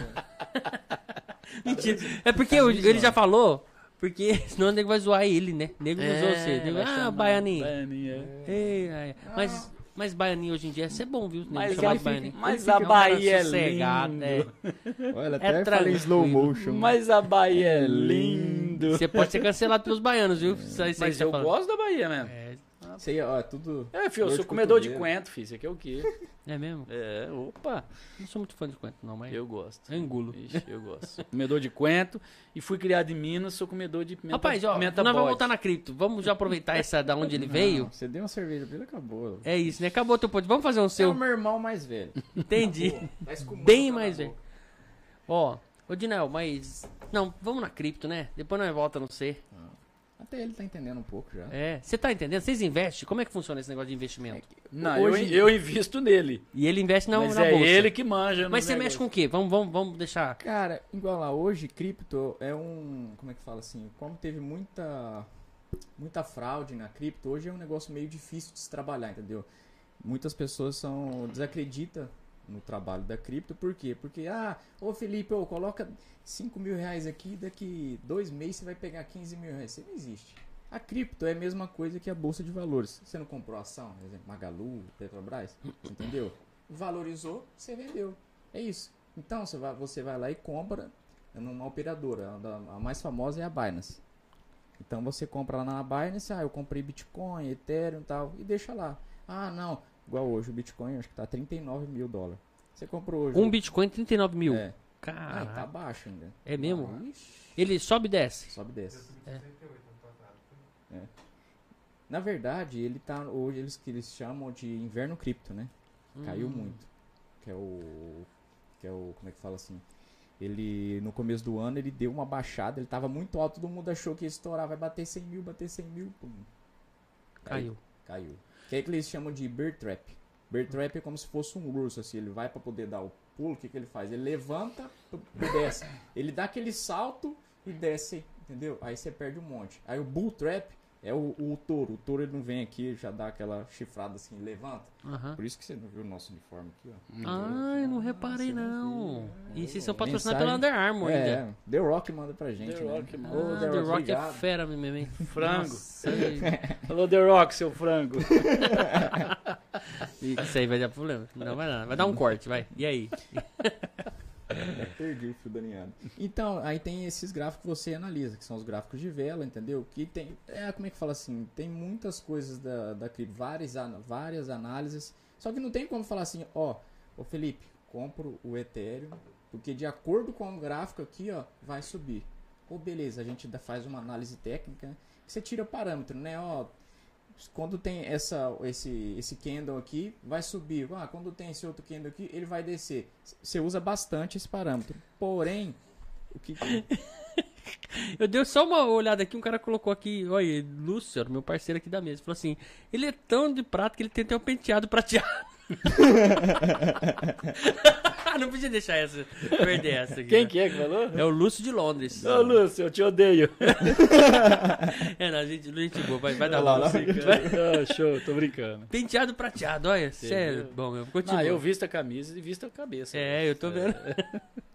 Mentira. É porque eu- ele já falou, porque [laughs] senão o nego vai zoar ele, né? O nego não zoou você. O nego, ah, É. baianinho. Baianinho. Ei, ai, Mas, mas baianinho hoje em dia, isso é bom, viu? Mas Chamar ele de fica- baianinho. mas Ele fica a um cara Bahia é sossegado, lindo. é. Olha, até falei tranquilo. slow né? motion. Mas a Bahia é lindo. Você pode ser cancelado pelos baianos, viu? Isso aí, isso aí Mas que você tá eu fala. gosto da Bahia mesmo. É, Isso aí, ó, é tudo. É, filho, eu Dor de sou comedor de cotovelo. quento, filho. Isso aqui é o quê? é mesmo? É, opa. Não sou muito fã de quanto, não, mas eu, Eu gosto. engulo. Ixi, eu gosto. [laughs] Comedor de quento. E fui criado em Minas, sou comedor de pimenta Rapaz, ó, nós pimenta vamos bode. voltar na cripto. Vamos já aproveitar essa da onde ele veio. Você deu uma cerveja pra ele acabou. É isso, né? Acabou teu ponto. Vamos fazer um Você é seu. o meu irmão mais velho. Entendi. Tá escumando, Bem tá na mais boca. Ó, ô Dinel, mas. Não, vamos na cripto, né? Depois nós volta no C. Até ele tá entendendo um pouco já. É. Você tá entendendo? Vocês investem? Como é que funciona esse negócio de investimento? Não, Hoje- eu, eu invisto nele. E ele investe na, mas na é bolsa. ele que manja. Mas você mexe com o quê? Vamos, vamos, vamos deixar. Cara, igual lá, hoje cripto é um. Como é que fala assim? Como teve muita. Muita fraude na cripto, hoje é um negócio meio difícil de se trabalhar, entendeu? Muitas pessoas são. desacreditam no trabalho da cripto, por quê? Porque, ah, ô Felipe, ô, coloca 5 mil reais aqui, daqui dois meses você vai pegar 15 mil reais. Isso não existe. A cripto é a mesma coisa que a bolsa de valores. Você não comprou ação, por exemplo, Magalu, Petrobras, entendeu? Valorizou, você vendeu. É isso. Então você vai, você vai lá e compra numa operadora. A, da- a mais famosa é a Binance. Então você compra lá na Binance, ah, eu comprei Bitcoin, Ethereum e tal, e deixa lá. Ah, não, igual hoje o Bitcoin, acho que tá 39 mil dólares. Você comprou hoje. Um Bitcoin, 39 mil. É. Ah, tá Caraca. baixo ainda. É mesmo? Ah, Ele sobe e desce. Sobe e desce. É. Na verdade, ele tá hoje eles que eles chamam de inverno cripto, né? Caiu muito. Que é o que é o como é que fala assim? Ele no começo do ano ele deu uma baixada, ele tava muito alto, todo mundo achou que ia estourar, vai bater 100 mil, bater 100 mil, pum, Caiu. caiu. Que é que eles chamam de bear trap. Bear trap é como se fosse um urso, assim, ele vai pra poder dar o pulo, o que, que ele faz? Ele levanta pum, e desce. Ele dá aquele salto e desce, entendeu? Aí você perde um monte. Aí o bull trap é o, o touro. O touro ele não vem aqui, ele já dá aquela chifrada assim, levanta. Aham. Por isso que você não viu o nosso uniforme aqui, ó. Ah, eu não reparei, você não. E vocês são patrocinados Mensagem- pela Under Armour ainda. É, The Rock manda pra gente, The né? Rock manda. Ô, Ah, The Rock é obrigado. fera mesmo, hein? Frango. Nossa, aí- Alô, The Rock, seu [laughs] frango. Isso aí vai dar problema. Não vai dar. Vai dar um corte, vai. E aí? Ainda [laughs] perdi o fio da meada. Então, aí tem esses gráficos que você analisa, que são os gráficos de vela, entendeu? Que tem. É, como é que fala assim? Tem muitas coisas da, da cripto, várias, ana- várias análises. Só que não tem como falar assim, ó, ô Felipe, compro o Ethereum, porque de acordo com o gráfico aqui, ó, vai subir. Pô, beleza, a gente dá- faz uma análise técnica, né? você tira parâmetro, né? Ó, quando tem essa, esse, esse candle aqui, vai subir. Ah, quando tem esse outro candle aqui, ele vai descer. C- Você usa bastante esse parâmetro. Porém, o que. Eu dei só uma olhada aqui, um cara colocou aqui, olha, aí, Lúcio, era meu parceiro aqui da mesa, falou assim: ele é tão de prato que ele tem até um penteado prateado. [laughs] Não podia deixar essa, perder essa aqui. Quem né? que é que falou? É o Lúcio de Londres. Ô, Lúcio, eu te odeio. [laughs] É, não, gente, gente boa, vai, vai dar Olha lá, lá. Lúcio. Vai- [laughs] Ah, show, tô brincando. Penteado prateado, olha, sério. Entendeu? Bom, meu, continua. Ah, eu visto a camisa e visto a cabeça. É, eu tô vendo.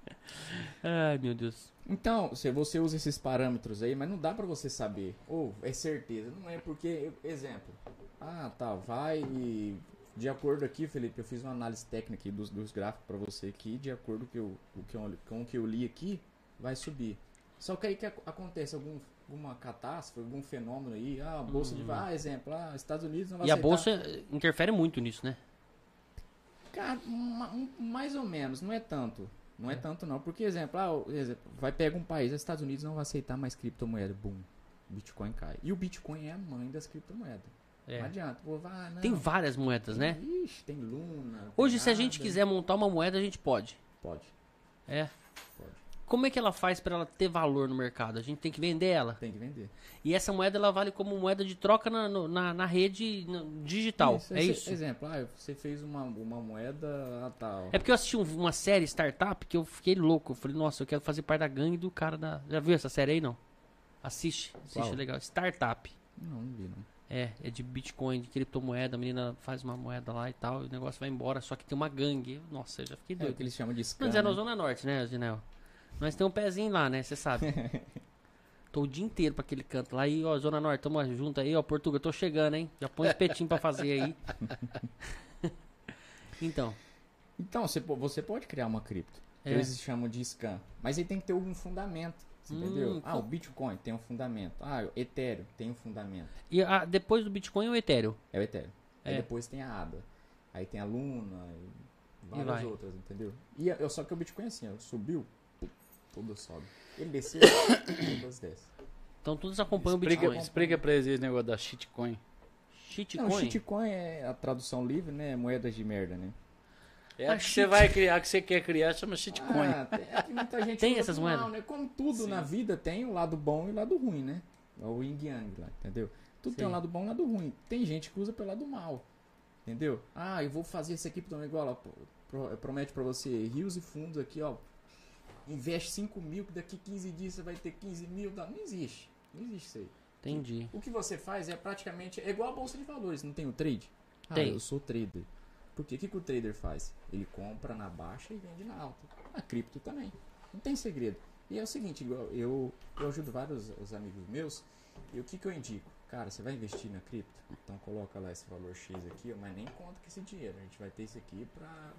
[laughs] Ai, meu Deus. Então, se você usa esses parâmetros aí, mas não dá pra você saber. Ou é certeza. Não é porque, exemplo. Ah, tá, vai e. De acordo aqui, Felipe, eu fiz uma análise técnica aqui dos, dos gráficos pra você aqui. De acordo que eu, o que eu, com o que eu li aqui, vai subir. Só que aí que ac- acontece algum, alguma catástrofe, algum fenômeno aí. Ah, a bolsa de. Ah, exemplo, ah, Estados Unidos não vai Hum. E a aceitar. bolsa interfere muito nisso, né? Cara, ma- um- mais ou menos, não é tanto. Não é tanto não, porque exemplo, ah, o- exemplo, vai pega um país, os Estados Unidos não vai aceitar mais criptomoeda, boom, Bitcoin cai. E o Bitcoin é a mãe das criptomoedas. É. Não adianta, pô, vá, não. Tem várias moedas, né? Ixi, tem Luna. tem Hoje, se a gente nada. quiser montar uma moeda, a gente pode. pode, É. pode. Como é que ela faz pra ela ter valor no mercado? A gente tem que vender ela. Tem que vender. E essa moeda ela vale como moeda de troca na, no- na, na rede no- digital. é esse- isso. Exemplo, ah, você fez uma, uma moeda ah, tal. É porque eu assisti um- uma série startup que eu fiquei louco. Eu falei, nossa, eu quero fazer parte da gangue do cara da. Já viu essa série aí não? Assiste, assiste, Qual? é legal. Startup. Não, não vi não. É, é de Bitcoin, de criptomoeda, a menina faz uma moeda lá e tal, e o negócio vai embora, só que tem uma gangue. Nossa, eu já fiquei É o doido. que eles chamam de scam. Mas é na né? Zona Norte, né, Ginel? Nós tem um pezinho lá, né? [laughs] Você sabe. tô o dia inteiro pra aquele canto lá. Aí, ó, Zona Norte, tamo junto aí, ó, Portugal, tô chegando, hein? Já [laughs] põe um espetinho pra fazer aí. [laughs] então, Então, você, po- você pode criar uma cripto. que É. Eles chamam de scam. Mas aí tem que ter algum fundamento. você Hum, entendeu? Ah, co- o Bitcoin tem um fundamento. Ah, o Ethereum tem um fundamento. e a- depois do Bitcoin, o Ethereum. É o Ethereum. Aí É. depois tem a ADA. Aí tem a Luna e várias vai. outras, entendeu? E eu, só que o Bitcoin é assim, ó, subiu, pum, tudo sobe. Ele desceu, [coughs] todas desce. Então, todos acompanham o Explica, Bitcoin. explica pra eles esse negócio da shitcoin. Shitcoin? Não, shitcoin é a tradução livre, né? Moedas de merda, né? É A a que você vai criar, a que você quer criar, chama shitcoin. Ah, tem, é que muita gente [laughs] Tem usa essas pro mal, moedas? né? Como tudo na vida tem o lado bom e o lado ruim, né? É o yin yang lá, entendeu? Tudo tem um Sim. lado bom e um lado ruim. Tem gente que usa pelo lado mal, entendeu? Ah, eu vou fazer isso aqui pra igual, ó, pro- promete pra você rios e fundos aqui, ó. Investe 5 mil, que daqui 15 dias você vai ter 15 mil. Não, não existe. Não existe isso aí. Entendi. O que você faz é praticamente é igual a bolsa de valores, não tem o trade? Ah, Tem. eu sou trader. Porque o que, que o trader faz? Ele compra na baixa e vende na alta. A cripto também. Não tem segredo. E é o seguinte, igual eu, eu ajudo vários os amigos meus, e o que, que eu indico? Cara, você vai investir na cripto? Então coloca lá esse valor X aqui, ó, mas nem conta com esse dinheiro. A gente vai ter isso aqui pra,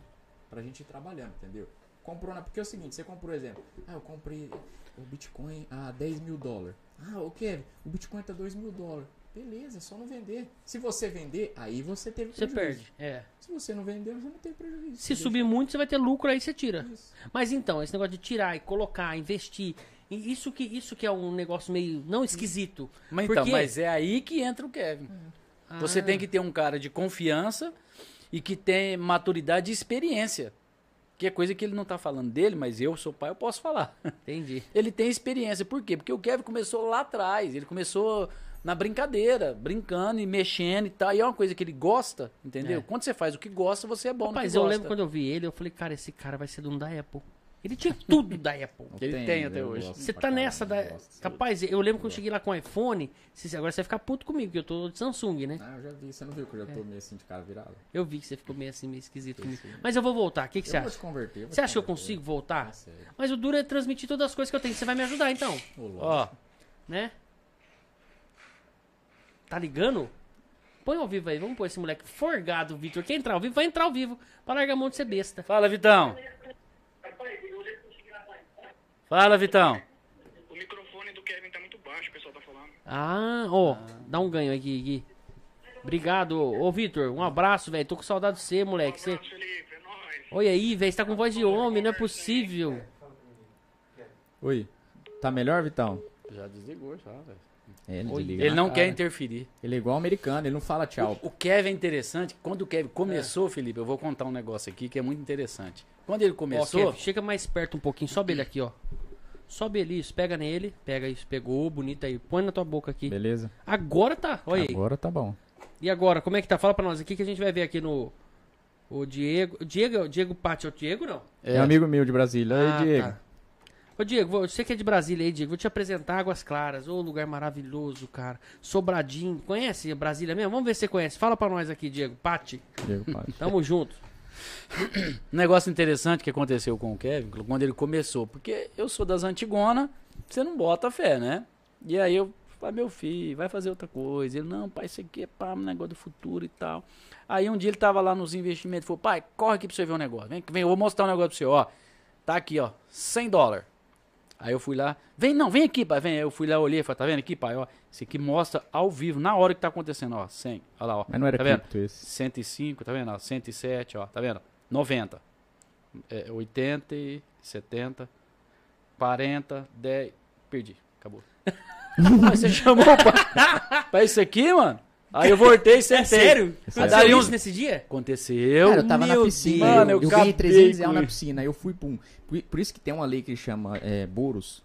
pra gente ir trabalhando, entendeu? Comprou na. Porque é o seguinte, você comprou, exemplo, ah, eu comprei o Bitcoin a 10 mil dólares. Ah, o Kevin, o Bitcoin tá 2 mil dólares. Beleza, é só não vender. Se você vender, aí você teve Você prejuízo. perde. É. Se você não vender, você não tem prejuízo. é Se Você subir muito, você vai ter lucro, aí você tira. deixa isso. Mas então, esse negócio de tirar e colocar, investir, e isso que, isso que é um negócio meio não esquisito. Mas, Por então, quê? mas é aí que entra o Kevin. Você Ah. tem que ter um cara de confiança e que tem maturidade e experiência. Que é coisa que ele não tá falando dele, mas eu sou pai, eu posso falar. [laughs] Entendi. Ele tem experiência. Por quê? Porque o Kevin começou lá atrás. Ele começou na brincadeira, brincando e mexendo e tal. E é uma coisa que ele gosta, entendeu? É. Quando você faz o que gosta, você é bom Rapaz, no eu que lembro gosta. quando eu vi ele, eu falei, cara, esse cara vai ser dono da Apple. Ele tinha tudo da [laughs] Apple. Eu Ele tenho, tem até eu hoje. gosto Você pra tá caralho, nessa eu da. gosto. Capaz, eu lembro quando eu cheguei lá com o iPhone. se- Agora você vai ficar puto comigo, que eu tô de Samsung, né? Ah, eu já vi. Você não viu que É. eu já tô meio assim de cara virado? Eu vi que você ficou meio assim, meio esquisito comigo. Mas eu vou voltar. O que, que você eu vou né? te acha? converter. vou Você te acha que eu converter. consigo voltar? Consegue. Mas o duro é transmitir todas as coisas que eu tenho. Você vai me ajudar então, Ô, louco. Ó, né? Tá ligando? Põe ao vivo aí, vamos pôr esse moleque forgado, Vitor. Quem entrar ao vivo, vai entrar ao vivo. Pra largar a mão de ser besta. fala, Vitão. Fala, Vitão. O microfone do Kevin tá muito baixo, o pessoal tá falando. Ah, ó, dá um ganho aqui, Gui. Obrigado, ô Vitor, um abraço, velho. Tô com saudade de você, moleque. Você... Abraço, Felipe, é nóis. Olha aí, velho, você tá com voz de homem, não é possível. Oi. Tá melhor, Vitão? Já desligou, já, velho. É, Ele, Oi. desliga Ele na não cara. quer interferir. Ele é igual americano, ele não fala tchau. O Kevin é interessante. Quando o Kevin começou, Felipe, eu vou contar um negócio aqui que é muito interessante. Quando ele começou, É. Ó, Kef, chega mais perto um pouquinho, sobe ele aqui, ó. Sobe ele, isso, pega nele, pega isso, pegou, bonito aí, põe na tua boca aqui. Beleza? Agora tá, olha aí. Agora tá bom. E agora, como é que tá? Fala pra nós aqui que a gente vai ver aqui no. O Diego. O Diego, o Diego Pátio, é o Diego não? É, amigo meu de Brasília. Oi, Ah, Diego. tá. Ô, Diego, vou- você que é de Brasília aí, Diego, vou te apresentar Águas Claras. Ô, lugar maravilhoso, cara. Sobradinho. Conhece Brasília mesmo? Vamos ver se você conhece. Fala pra nós aqui, Diego. Pati, Diego Paz. tamo junto. um negócio interessante que aconteceu com o Kevin, quando ele começou, porque eu sou das antigona, você não bota fé, né? E aí eu falei, meu filho, vai fazer outra coisa. Ele, não, pai, isso aqui é pá, um negócio do futuro e tal. Aí um dia ele tava lá nos investimentos, falou, pai, corre aqui pra você ver um negócio. Vem, vem, eu vou mostrar um negócio pra você, ó. Tá aqui, ó, 100 dólares. Aí eu fui lá, vem, não, vem aqui, pai, vem. Aí eu fui lá, olhei, falei, tá vendo aqui, pai, ó, isso aqui mostra ao vivo, na hora que tá acontecendo, ó, 100, olha lá, ó. Mas não era tá vendo? cripto esse. 105, tá vendo? ó? 107, ó, tá vendo? 90. É, 80, e 70, 40, 10. Perdi, acabou. [laughs] Mas você chamou pra, pra isso aqui, mano? Aí eu voltei e sentei. Aí Daria daí uns uns... nesse dia? Aconteceu. É Cara, eu tava Meu na piscina. Deus. Mano, eu eu, eu ganhei acabei 300 com reais na isso. piscina. Aí eu fui pum. Por, por isso que tem uma lei que chama é, Boros.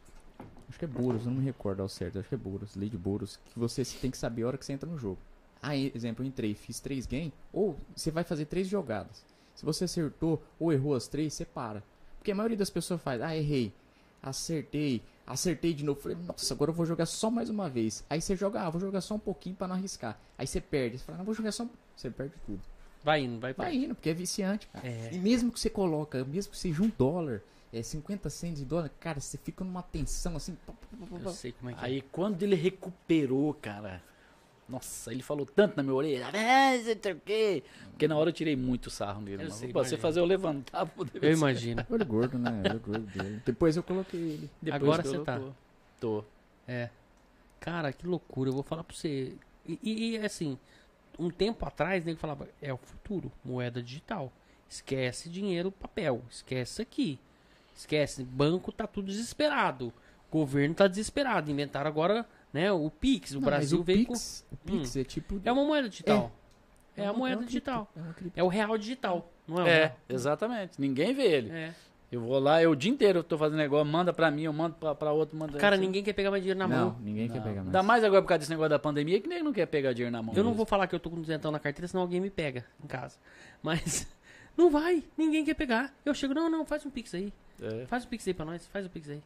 Acho que é Boros, eu não me recordo ao certo. Acho que é Boros, lei de Boros. Que você tem que saber a hora que você entra no jogo. Aí, exemplo, eu entrei, fiz três games. Ou você vai fazer três jogadas. Se você acertou ou errou as três, você para. Porque a maioria das pessoas faz, ah, errei. Acertei, acertei de novo. Falei, nossa, agora eu vou jogar só mais uma vez. Aí você joga, ah, vou jogar só um pouquinho pra não arriscar. Aí você perde. Você fala, não, vou jogar só um. Você perde tudo. Vai indo, vai pra Vai indo, porque é viciante, cara. É. E mesmo que você coloca, mesmo que seja um dólar, é 50 centos de dólar, cara, você fica numa tensão assim. pá, pá, pá, pá, Eu pá. sei como é que é. Aí quando ele recuperou, cara. Nossa, ele falou tanto na minha orelha. "Ah, não sei o quê." Porque na hora eu tirei muito sarro nele. Eu mano. sei, Pô, você imagino. fazer eu levantar. pô, deve Eu ser- imagino. Olho gordo, né? Olho gordo dele. Depois eu coloquei ele. Depois Agora que você eu tá. tô- Tô. É. Cara, que loucura, eu vou falar pra você. E, e- e, assim, um tempo atrás, nego falava, é o futuro, moeda digital. Esquece dinheiro papel, esquece isso aqui. Esquece, banco tá tudo desesperado. Governo tá desesperado. Inventaram agora, né, o Pix. O Não, mas Brasil o veio Pix, o Pix é tipo. com. É uma moeda digital. É, uma- a moeda uma cripto, digital. É uma cripto. É o real digital, não é? o É, real? exatamente. Ninguém vê ele. É. Eu vou lá, eu o dia inteiro eu tô fazendo negócio, manda pra mim, eu mando pra, pra outro, É. manda. Cara, Assim. ninguém quer pegar mais dinheiro na não, mão. ninguém quer pegar mais. Ainda mais agora por causa desse negócio da pandemia, que nem não quer pegar dinheiro na mão. Eu não mesmo. vou falar que eu tô com duzentão na carteira, senão alguém me pega em casa. Mas [laughs] não vai, ninguém quer pegar. Eu chego, não, não, faz um pix aí. É. Faz um pix aí pra nós, faz um pix aí.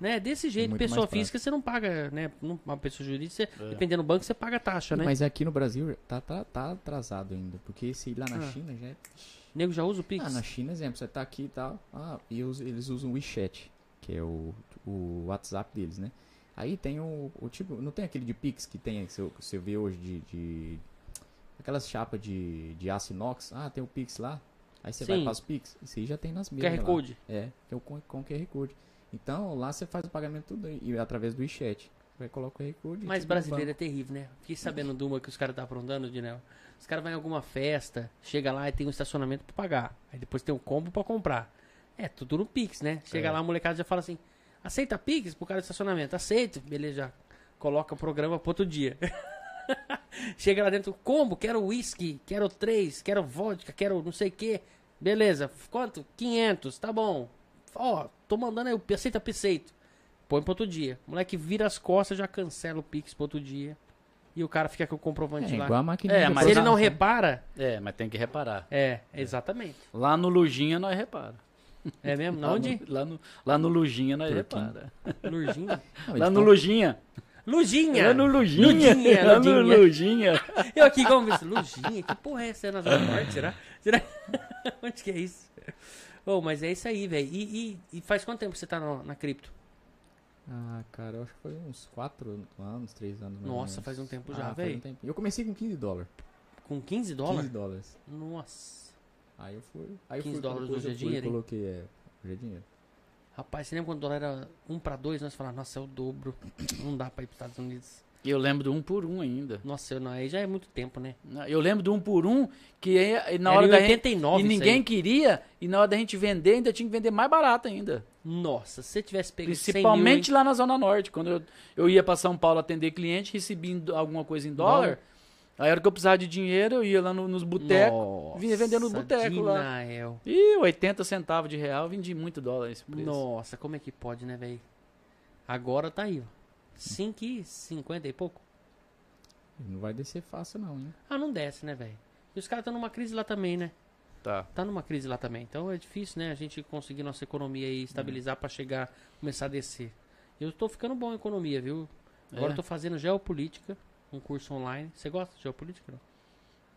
Né? Desse jeito, Muito pessoa mais prático. É. física você não paga, né? Não- Uma pessoa jurídica, você- dependendo do banco, você paga taxa, né? Mas aqui no Brasil tá, tá, tá atrasado ainda. Porque esse lá Ah. na China já é. O nego já usa o pix. Ah, na China, exemplo, você tá aqui e tal. Ah, e os- eles usam o WeChat, que é o, o WhatsApp deles, né? Aí tem o, o tipo. Não tem aquele de Pix que tem, que você, que você vê hoje de. de- aquelas chapas de, de aço inox. Ah, tem o Pix lá. Aí você vai Sim. para os Pix. Isso aí já tem nas mesmas. QR lá. Code. É, que é o com, com QR Code. Então lá você faz o pagamento tudo e, através do WeChat. Vai colocar o QR Code. e Mas tudo no brasileiro é banco. terrível, né? Fiquei sabendo de uma que os caras tá aprontando, Dinel. Os caras vão em alguma festa, chega lá e tem um estacionamento pra pagar. Aí depois tem um combo pra comprar. É, tudo no Pix, né? Chega lá, a molecada já fala assim: aceita Pix pro cara do estacionamento? Aceito, beleza. já Coloca o programa pro outro dia. chega lá dentro, combo, quero whisky, quero três, quero vodka, quero não sei o quê. Beleza, quanto? 500, tá bom. Ó, tô mandando aí, o- aceita Pixeito. Põe pro outro dia. O moleque vira as costas, já cancela o Pix pro outro dia. E o cara fica com o comprovante É, lá. igual a máquina. É, mas Se ele lá- não repara, É, mas tem que reparar. é, exatamente. Lá no Lujinha nós repara. É mesmo? Na Lá [laughs] onde? No, lá, no, lá no Lujinha nós Turquinho. repara. Lurginha. Lá tá? no Lujinha. Lujinha! Lá no Lujinha. Ludinha, Lá no Ludinha. Lujinha. Eu aqui como isso. Lujinha, que porra é essa? É na Zona Norte, será? será? [laughs] onde que é isso? Oh, mas é isso aí, velho. E, e- e faz quanto tempo você tá no- na cripto? Ah, cara, eu acho que foi uns 4 anos, 3 anos. mais ou Nossa, menos. faz um tempo já, Ah, faz véi. um tempo. Eu comecei com 15 dólares. Com 15 dólares? 15 dólares. Nossa. Aí eu fui. Aí eu 15 fui, dólares depois hoje é eu fui e dinheiro, hein? Coloquei, é, hoje é dinheiro. Rapaz, você lembra quando o dólar era 1 pra 2? Nós falávamos, nossa, é o dobro. Não dá pra ir pros Estados Unidos. Eu lembro do um por um ainda. Nossa, eu não, aí já é muito tempo, né? Eu lembro do um por um, que aí, na Era hora em da 89 gente, e isso ninguém aí. queria, e na hora da gente vender, ainda tinha que vender mais barato ainda. Nossa, se você tivesse pego 100 mil, Principalmente hein? lá na Zona Norte. Quando eu, eu ia pra São Paulo atender cliente, recebia em do- alguma coisa em dólar. Dólar? Aí a hora que eu precisava de dinheiro, eu ia lá no- nos botecos, Nossa, vinha vendendo nos botecos lá. Dinael. E 80 centavos de real, vendi muito dólar esse preço. Nossa, como é que pode, né, velho? Agora tá aí, ó. 5,50 e pouco. Não vai descer fácil, não, hein? Ah, não desce, né, velho? E os caras estão numa crise lá também, né? Tá. Tá numa crise lá também. Então é difícil, né? A gente conseguir nossa economia aí estabilizar pra chegar, começar a descer. Eu tô ficando bom em economia, viu? Agora É? eu tô fazendo geopolítica, um curso online. Você gosta de geopolítica? Não?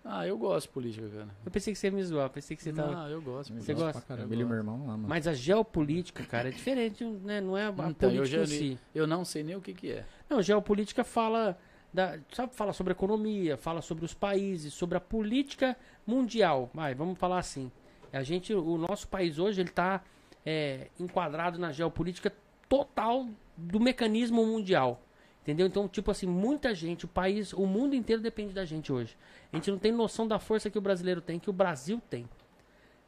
Ah, eu gosto de política, cara. Eu pensei que você ia me zoar, pensei que você tava. Ah, eu gosto. Você Eu gosta? gosto pra caramba. Eu Ele e meu gosto. irmão lá, mano. Mas a geopolítica, cara, é diferente, né? Não é a a Então, eu política já em li- si. Eu não sei nem o que que é. Não, geopolítica fala. Da, sabe, fala sobre economia, fala sobre os países, sobre a política mundial. Vai, vamos falar assim. A gente, o nosso país hoje, ele está enquadrado na geopolítica total do mecanismo mundial. Entendeu? Então, tipo assim, muita gente, o país, o mundo inteiro depende da gente hoje. A gente não tem noção da força que o brasileiro tem, que o Brasil tem.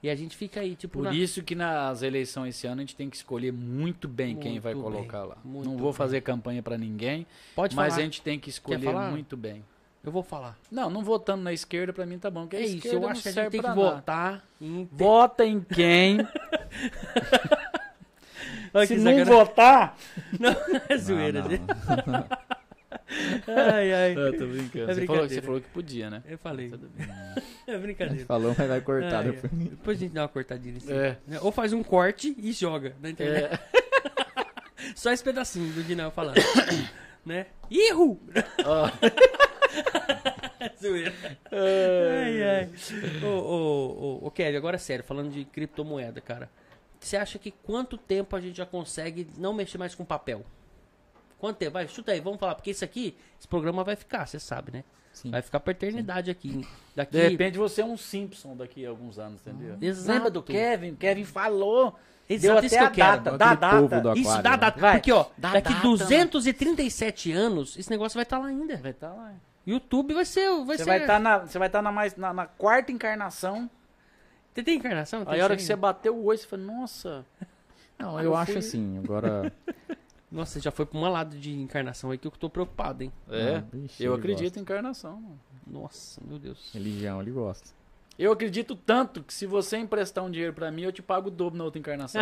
E a gente fica aí, tipo, Por na- isso que nas eleições esse ano a gente tem que escolher muito bem quem Muito vai bem, colocar lá. muito Não vou bem. fazer campanha pra ninguém, Pode mas falar. a gente tem que escolher falar? muito bem. Eu vou falar. Não, não votando na esquerda pra mim tá bom. Porque É a isso, esquerda eu não acho que a gente serve tem que pra nada. votar em Vota em quem? [laughs] Olha Se que não sacanagem. [laughs] votar. É zoeira, Ah, não, né? não. [laughs] Ai, ai. Eu Ah, tô brincando. É você, falou, você brincadeira. falou que podia, né? Eu falei. Tudo bem. [laughs] É brincadeira. Falou, mas vai cortar [laughs] Ai, ai. depois. Depois a gente dá uma cortadinha nisso. É. Né? Ou faz um corte e joga na internet. [laughs] É. Só esse pedacinho do Dinal falando. [coughs] né? [laughs] Erro! Ó, É Zoeira. ai, É. ai. Ô, ô, ô, ô, Kevin, agora é sério, falando de criptomoeda, cara. Você acha que quanto tempo a gente já consegue não mexer mais com papel? Quanto tempo? Vai, chuta aí, vamos falar. Porque isso aqui, esse programa vai ficar, você sabe, né? Sim. Vai ficar pra eternidade aqui. Daqui... de repente você é um Simpson daqui a alguns anos, entendeu? Exato. Lembra do Kevin? Kevin falou. Exato, deu isso até que a eu quero. data. Igual aquele Dá a povo data. do Isso Aquário, dá né? data. Vai. Porque, ó, Dá daqui data, 237 anos, esse negócio vai estar lá ainda. Vai tá lá. YouTube vai ser. Vai Você ser... vai estar na, você vai tá na, mais, na, na quarta encarnação. Você tem encarnação? Aí a hora que você bateu o oi, você fala, nossa. Não, eu acho assim, agora. [laughs] Nossa, já foi pra um lado de encarnação aí que eu tô preocupado, hein? É, Ah, vixe, eu ele acredito gosta. em encarnação. mano. Nossa, [laughs] meu Deus. Religião, ele gosta. Eu acredito tanto que se você emprestar um dinheiro pra mim, eu te pago o dobro na outra encarnação.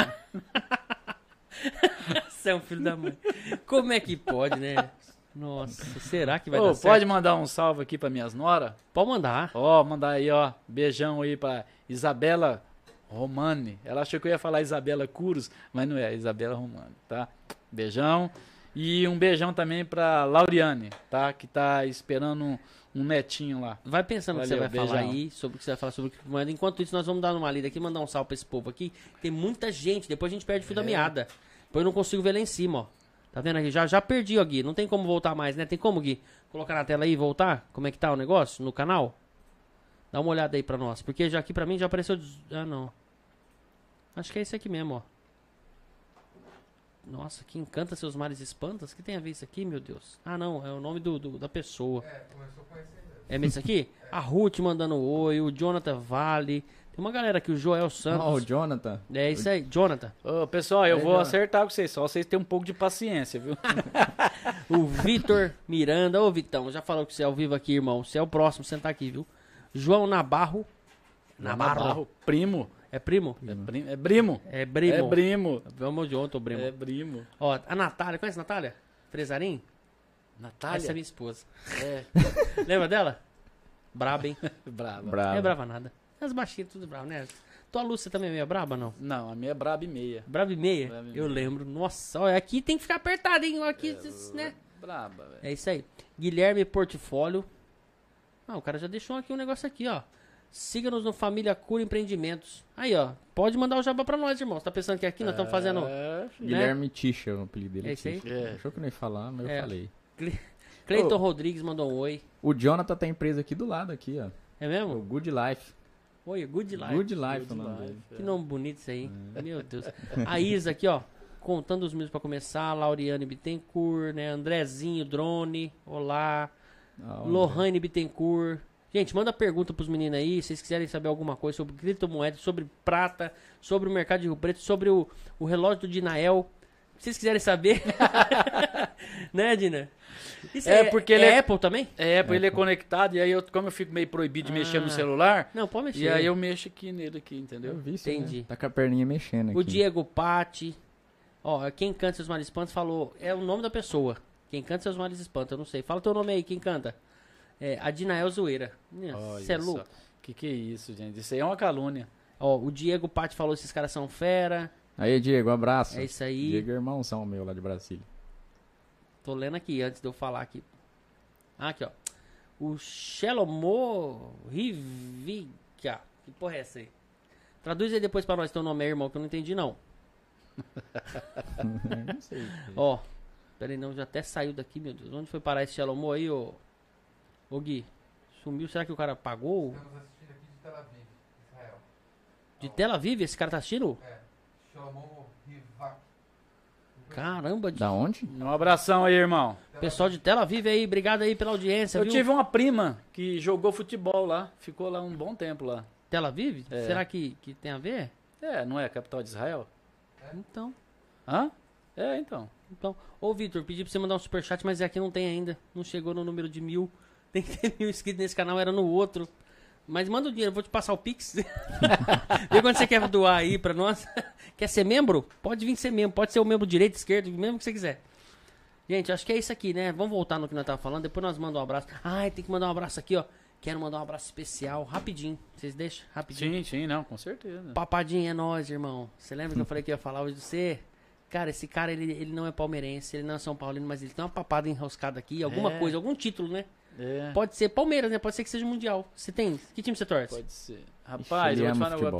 Você é um filho da mãe. Como é que pode, né? Nossa, será que vai Ô, dar certo? pode mandar um salve aqui pra minhas nora? Pode mandar. Ó, mandar aí, ó. Beijão aí pra Isabela Romani. Ela achou que eu ia falar Isabela Curos, mas não é, é Isabela Romani, tá? Beijão. E um beijão também pra Lauriane, tá? Que tá esperando um, um netinho lá. Vai pensando o que você vai Valeu, falar beijão. aí, sobre o que você vai falar sobre o criptomoeda. Enquanto isso, nós vamos dar uma lida aqui, mandar um salve pra esse povo aqui. Tem muita gente, depois a gente perde o É. fio da meada. Depois eu não consigo ver lá em cima, ó. Tá vendo aqui? Já, já perdi, ó, Gui. Não tem como voltar mais, né? Tem como, Gui? Colocar na tela aí e voltar? Como é que tá o negócio no canal? Dá uma olhada aí pra nós. Porque já aqui pra mim já apareceu... des- Ah, não. Acho que é esse aqui mesmo, ó. Nossa, que encanta seus mares espantas? que tem a ver isso aqui, meu Deus? Ah, não. É o nome do, do- da pessoa. [laughs] É mesmo isso aqui? A Ruth mandando oi, o Jonathan Vale. Tem uma galera aqui, o Joel Ó, o Santos. Jonathan. é isso aí, Jonathan. Ô, pessoal, eu vou Melhor. acertar com vocês, só vocês têm um pouco de paciência, viu? O Vitor Miranda. Ô, Vitão, já falou que você é ao vivo aqui, irmão. Você é o próximo, sentar aqui, viu? João Nabarro. Navarro, Primo. É primo? É primo. É brimo. É primo. É brimo. Vamos um de ontem, primo. É brimo. Ó, a Natália, conhece a Natália? Fresarim? Essa é Natália. minha esposa. É. Lembra dela? [laughs] Braba, hein? brava. Bravo. É brava nada. As baixinhas tudo brava, né? Tua Lúcia também é meio braba, não? Não, a minha é braba e meia. É, Brava e meia? Brava e Eu lembro. Nossa, olha, aqui tem que ficar apertado, hein? Aqui, né? Braba, velho. É isso aí. Guilherme Portfólio. Ah, o cara já deixou aqui um negócio aqui, ó. Siga-nos no Família Cura Empreendimentos. Aí, ó. Pode mandar o jabá pra nós, irmão. Você tá pensando que aqui nós estamos fazendo... É, filho. Guilherme Tisha é o apelido dele. É isso né? aí? Tisha. Achou que eu não ia falar, mas É. eu falei. Cleiton Ô. Rodrigues mandou um oi. O Jonathan tem empresa aqui do lado, aqui, ó. É O mesmo? Good Life. Oi, good life. Good Life, é o nome Life, dele. Que nome bonito isso aí, hein? Meu Deus. A Isa aqui, ó. contando os minutos pra começar. Lauriane Bittencourt, né? Andrezinho Drone, olá. Ah, Lohane Bittencourt. Gente, manda pergunta pros meninos aí, se vocês quiserem saber alguma coisa sobre criptomoedas, sobre prata, sobre o mercado de Rio Preto, sobre o, o relógio do Dinael. Se vocês quiserem saber. [laughs] né, Dina? Isso É, porque ele é- Apple também? É, porque ele é conectado, e aí eu, como eu fico meio proibido de mexer Ah. no celular, Não, pode mexer. e aí eu mexo aqui nele aqui, Eu entendeu? vi isso, Entendi. Né? Tá com a perninha mexendo aqui. O Diego Patti. Ó, quem canta seus males espantos falou. É o nome da pessoa. Quem canta seus males espantos, eu não sei. Fala teu nome aí, quem canta? É, a Dinael Zoeira. Olha Você é só. louco. Que que é isso, gente? Isso aí é uma calúnia. Ó, o Diego Patti falou: esses caras são fera. Aí, Diego, abraço. É isso aí. Diego é irmãozão meu lá de [laughs] Brasília. Tô lendo aqui antes de eu falar aqui. Ah, aqui, ó. O Shelomo Rivica. Que porra é essa aí? Traduz aí depois pra nós teu nome aí, irmão, que eu não entendi, não. não sei. É. Ó, peraí, não, já até saiu daqui, meu Deus. Onde foi parar esse Shalomô aí, ô? Ô Gui, sumiu. Será que o cara pagou? Estamos assistindo aqui de Tel Aviv, Israel. De tela viva? Esse cara tá assistindo? É. Shalom Rivak. Caramba, de... Da É onde? Um abração aí, irmão. pessoal de tela viva aí, obrigado aí pela audiência, eu viu? tive uma prima que jogou futebol lá, ficou lá um bom tempo lá. Tela viva? É. Será que, que tem a ver? É, não é a capital de Israel? Então, Hã? É, então. então. Ô Vitor, pedi pra você mandar um superchat, mas aqui não tem ainda. Não chegou no número de mil. [laughs] Tem que ter mil inscritos nesse canal, era no outro. Mas manda o dinheiro, eu vou te passar o Pix. [laughs] Vê quando você quer doar aí pra nós. [laughs] Quer ser membro? Pode vir ser membro. Pode ser o membro direito, esquerdo, mesmo que você quiser. Gente, acho que é isso aqui, né? Vamos voltar no que nós tava falando. Depois nós mandamos um abraço. Ai, tem que mandar um abraço aqui, ó. Quero mandar um abraço especial, rapidinho. Vocês deixam? Rapidinho. Sim, sim, não, com certeza. Papadinho é nós, irmão. Você lembra que eu falei que eu ia falar hoje do você? Cara, esse cara, ele, ele não é palmeirense, ele não é São Paulino, mas ele tem uma papada enroscada aqui, alguma É. coisa, algum título, né? É, Pode ser Palmeiras, né? Pode ser que seja Mundial. Você tem? Que time você torce? pode ser. Rapaz, Ixi, ele eu vou te ama falar um negócio futebol. pra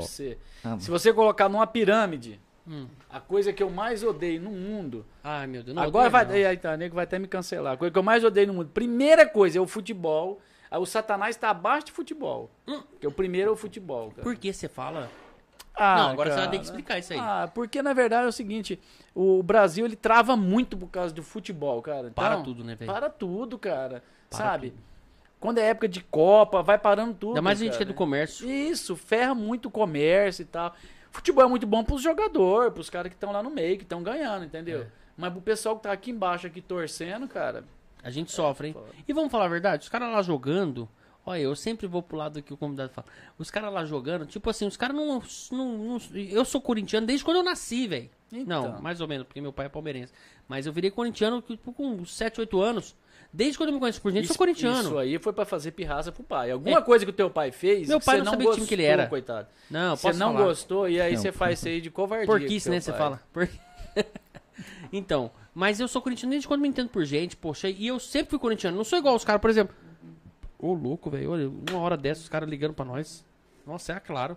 você. Ama. Se você colocar numa pirâmide, Hum. a coisa que eu mais odeio no mundo. Ai, meu Deus. agora vai. odeio, Ei, aí tá, nego vai até me cancelar. A coisa que eu mais odeio no mundo. Primeira coisa é o futebol. Aí o Satanás tá abaixo de futebol. Porque o primeiro é o futebol, cara. Hum. Por que você fala? Ah, não, agora você cara. vai ter que explicar isso aí. Ah, porque na verdade é o seguinte, o Brasil ele trava muito por causa do futebol, cara. Para Então, tudo, né, velho? Para tudo, cara. Para sabe? Quando é época de Copa, vai parando tudo. Ainda mais a gente que é cara. do comércio. Isso, ferra muito o comércio e tal. Futebol é muito bom pros jogadores, pros caras que estão lá no meio, que estão ganhando, É. entendeu? Mas pro pessoal que tá aqui embaixo, aqui torcendo, cara. A gente sofre, É, hein? E vamos falar a verdade, os caras lá jogando. Olha, eu sempre vou pro lado que o convidado fala. Os caras lá jogando, tipo assim, os caras não, não, não- Eu sou corintiano desde quando eu nasci, velho. Então. Não, mais ou menos, porque meu pai é palmeirense. Mas eu virei corintiano tipo, com 7, 8 anos. Desde quando eu me conheço por gente, eu sou corintiano. É. Isso aí foi pra fazer pirraça pro pai. Alguma coisa que o teu pai fez. Meu que pai você não sabia que time que ele gostou, era. Coitado. Não, Você posso não falar. gostou e aí Não. você faz isso aí de covardia. Porquice, com né? teu Você pai. fala. Por- [laughs] então, mas eu sou corintiano desde quando me entendo por gente, poxa. E eu sempre fui corintiano. Não sou igual os caras, por exemplo. Ô, louco, velho. Olha, uma hora dessa, os caras ligando pra nós. Nossa, é a Claro.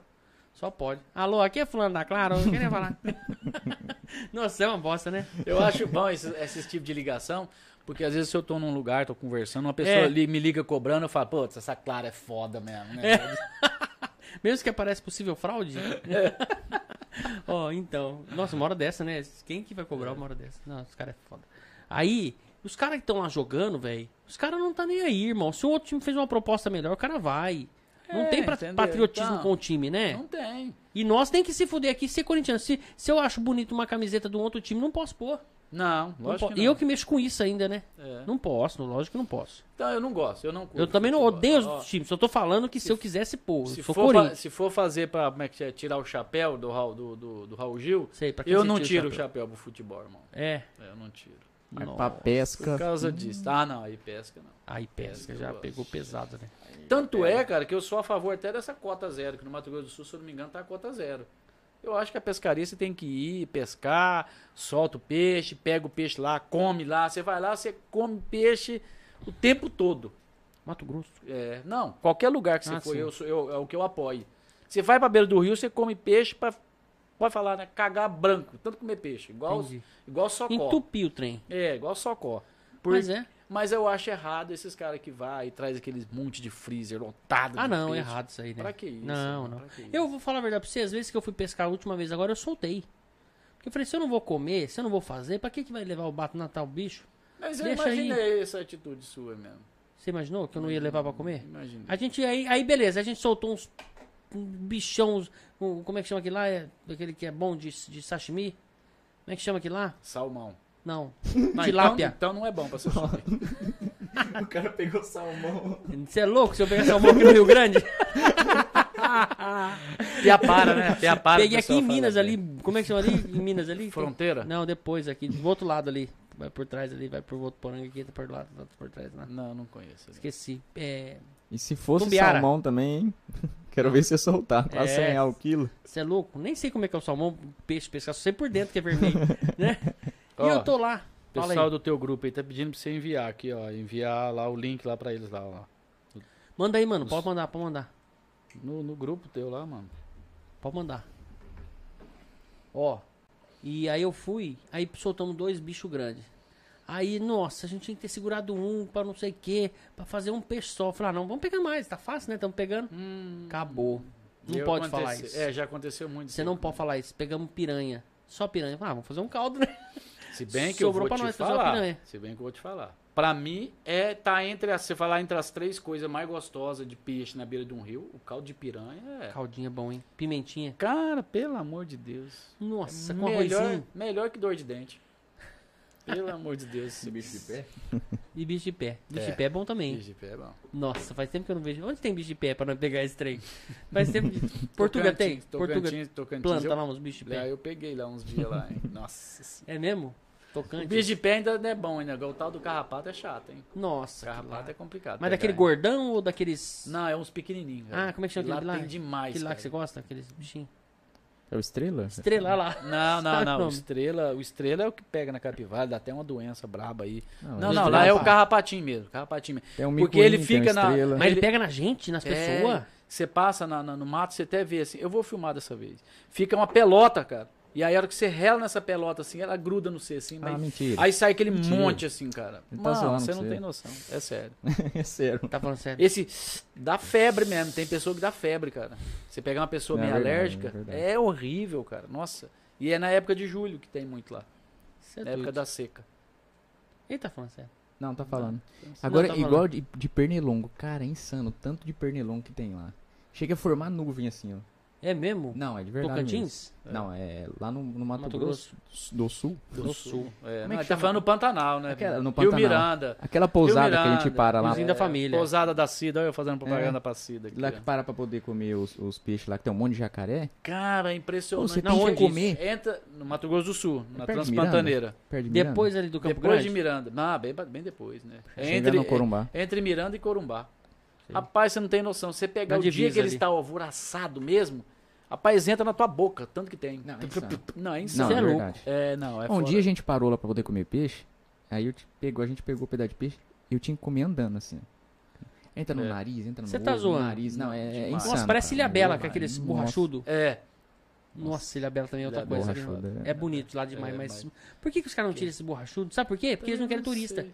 Só pode. Alô, aqui é fulano da Claro. Eu queria falar. [laughs] Nossa, é uma bosta, né? Eu acho bom esse, esse tipo de ligação, porque às vezes se eu tô num lugar, tô conversando, uma pessoa É. ali me liga cobrando, eu falo, putz, essa Clara é foda mesmo, né? É. Mesmo que apareça possível É. fraude. [laughs] Ó, então. Nossa, uma hora dessa, né? Quem que vai cobrar uma hora dessa? Não, os caras é foda. Aí, os caras que estão lá jogando, velho, os caras não tá nem aí, irmão. Se o outro time fez uma proposta melhor, o cara vai. Não É, tem pra- entendeu? patriotismo Então, com o time, né? Não tem. E nós tem que se fuder aqui ser corintiano. Se, se eu acho bonito uma camiseta de um outro time, não posso pôr. Não, Não lógico po- que E não. eu que mexo com isso ainda, né? É. Não posso, não, lógico que não posso. Então eu não gosto, eu não curto Eu também não futebol. odeio Ó, os times, só tô falando que se, eu quisesse pôr, se eu sou for, fa- corintiano. se for fazer pra como é que é, tirar o chapéu do, Raul- do, do, do Raul Gil, Sei, pra quem eu você não tira o tiro o chapéu? chapéu pro futebol, irmão. É. É, Eu não tiro. Mas Nossa. pra pesca. Por causa disso. Ah, não, aí pesca não. Aí pesca, Pesca, já eu pegou gosto. pesado, né? Tanto é, cara, que eu sou a favor até dessa cota zero, que no Mato Grosso do Sul, se eu não me engano, tá a cota zero. Eu acho que a pescaria você tem que ir, pescar, solta o peixe, pega o peixe lá, come lá, você vai lá, você come peixe o tempo todo. Mato Grosso. É, não, qualquer lugar que você Ah, for, sim. eu, sou- eu- é o que eu apoio. Você vai pra beira do rio, você come peixe pra, pode falar, né, cagar branco, tanto comer peixe, igual, Entendi. igual socó. Entupiu o trem. É, igual socó. Pois é. Mas eu acho errado esses caras que vai e traz aqueles monte de freezer lotado. Ah, de não, peixe. errado isso aí, né? Pra que isso? Não, mano? não. Pra que isso? Eu vou falar a verdade pra você, às vezes que eu fui pescar a última vez agora, eu soltei. Porque Eu falei, se eu não vou comer, se eu não vou fazer, pra que, que vai levar o bato Natal bicho? Mas eu Deixa imaginei essa atitude sua mesmo. Você imaginou que eu não ia levar pra comer? Imagina. A gente, aí, aí beleza, a gente soltou uns um bichão, uns- um- como é que chama aquele lá? É, aquele que é bom de, de sashimi? Como é que chama aquele lá? Salmão. [laughs] Não. Não, Tilápia. Então, então não é bom pra ser O cara pegou salmão. Você é louco se eu pegar salmão aqui no Rio Grande? [laughs] Piapara, né? Piapara. Peguei aqui em Minas assim. ali, como é que chama ali? Em [laughs] Minas ali? Fronteira? Não, depois aqui, do outro lado ali. Vai por trás ali, vai por outro poranga aqui, tá por lá, tá por trás lá. Não, não conheço. né? Esqueci. É, E se fosse Tumbiara. salmão também, hein? [laughs] Quero ver você soltar. Quase É. 100 reais o quilo. Você é louco? Nem sei como é que é o salmão, peixe, pescado, só sei por dentro que é vermelho, [laughs] né? E Ó, eu tô lá. Fala aí. Pessoal do teu grupo aí tá pedindo pra você enviar aqui, ó. Enviar lá o link lá pra eles lá, ó. Manda aí, mano. Pode mandar, pode mandar. No, no grupo teu lá, mano. Pode mandar. Ó, E aí eu fui, aí soltamos dois bichos grandes. Aí, nossa, a gente tinha que ter segurado um pra não sei o quê, pra fazer um peixe só. Eu Falei, ah, não, vamos pegar mais, tá fácil, né? Estamos pegando. Acabou. Não eu pode acontece- falar isso. É, já aconteceu muito. Você não pode falar isso. Pegamos piranha. Só piranha. Eu falei, Ah, vamos fazer um caldo, né? Se bem que eu vou Sobrou pra te nós fazer uma falar. piranha. Se bem que eu vou te falar. Pra mim, é tá entre as, você falar entre as três coisas mais gostosas de peixe na beira de um rio, o caldo de piranha é. Caldinha é bom, hein? Pimentinha. Cara, pelo amor de Deus. Nossa, com É melhor, arrozinho melhor que dor de dente. [laughs] Pelo amor de Deus. Esse bicho de pé. e bicho de pé. Bicho É. de pé é bom também. hein? Bicho de pé é bom. Nossa, faz tempo que eu não vejo. Onde tem bicho de pé pra não pegar esse trem? Faz tempo. [laughs] Portuga tem? Tocantins, Portuga Tocantins, Tocantins. planta eu, lá uns bichos de lá pé. eu peguei lá uns dias lá, hein. Nossa senhora. É mesmo? O Tocante? bicho de pé ainda não é bom ainda. agora O tal do carrapato é chato, hein. Nossa. que lá. Carrapato é complicado. Mas pegar, daquele hein. gordão ou daqueles. Não, é uns pequenininhos. Ah, como é que chama E lá? aquele lá? Tem demais. aquele lá que você cara. gosta? Aqueles bichinhos. É o estrela? Estrela olha lá. Não, não, Sabe o não. O nome? estrela, o estrela é o que pega na capivara, dá até uma doença braba aí. Não, o não, estrela lá é o pá. carrapatinho mesmo. Carrapatinho mesmo. Tem um Porque ele micuim, tem um fica na- estrela. Mas ele Ele- pega na gente, nas É, pessoas. Você passa na- na- no mato, você até vê assim. Eu vou filmar dessa vez. Fica uma pelota, cara. E aí a hora que você rela nessa pelota assim, ela gruda no C assim. Ah, mas- mentira. Aí sai aquele Mentira. monte assim, cara. Ele tá Mano, zoando você com não você. tem noção. É sério. [laughs] é sério. Tá falando sério. Esse dá febre mesmo. Tem pessoa que dá febre, cara. Você pegar uma pessoa É meio verdade, é alérgica, verdade. é, horrível, cara. Nossa. E é na época de julho que tem muito lá. Tá Você é Na época doido. da seca. Ele tá falando sério. Não, tá falando. Não, Agora, tá falando. igual de, de pernilongo. Cara, é insano o tanto de pernilongo que tem lá. Chega a formar nuvem assim, ó. É mesmo? Não, é de verdade mesmo. Tocantins? Não, é lá no, no Mato, Mato Grosso, do Sul. Do Sul. É, Como é não, que ele tá chama? falando no Pantanal, né? Aquela, no Rio Pantanal. Miranda. Aquela pousada Rio que a gente Miranda, para lá. Cozinha da família. Pousada da Cida, olha eu fazendo propaganda É. pra Cida aqui. Lá ó. que para pra poder comer os, os peixes lá, que tem um monte de jacaré. Cara, é Pô, impressionante. você Na tem que onde comer? É isso? Entra no Mato Grosso do Sul, na perto de Transpantaneira. Perto de Miranda. Depois ali do Campo Depois de Grande. Miranda. Não, bem, bem depois, né? Chegando no Corumbá. entre Miranda e Corumbá. Rapaz, você não tem noção. Você pegar Na o dia divisa que ele ali. está alvoraçado mesmo, rapaz, entra na tua boca, tanto que tem. Não, é insano. Não, é Não, insano. Você é é louco. verdade. É, não, é Bom, um foda. dia a gente parou lá pra poder comer peixe. Aí eu te pegou, a gente pegou o pedaço de peixe e eu tinha que comer andando assim. Entra no É. nariz, entra no Você ovo, tá no zoando. nariz. Não, é, é Nossa, insano. Nossa, parece cara. Ilha Bela, Nossa. com aqueles borrachudos. É, Nossa, Ilha Bela também é outra Ilha coisa. Bela. né? Borrachuda, É bonito lá demais, É, mas... mas- Por que, que os caras não tiram esses borrachudos? Sabe por quê? Porque eles não querem Também turista. sei.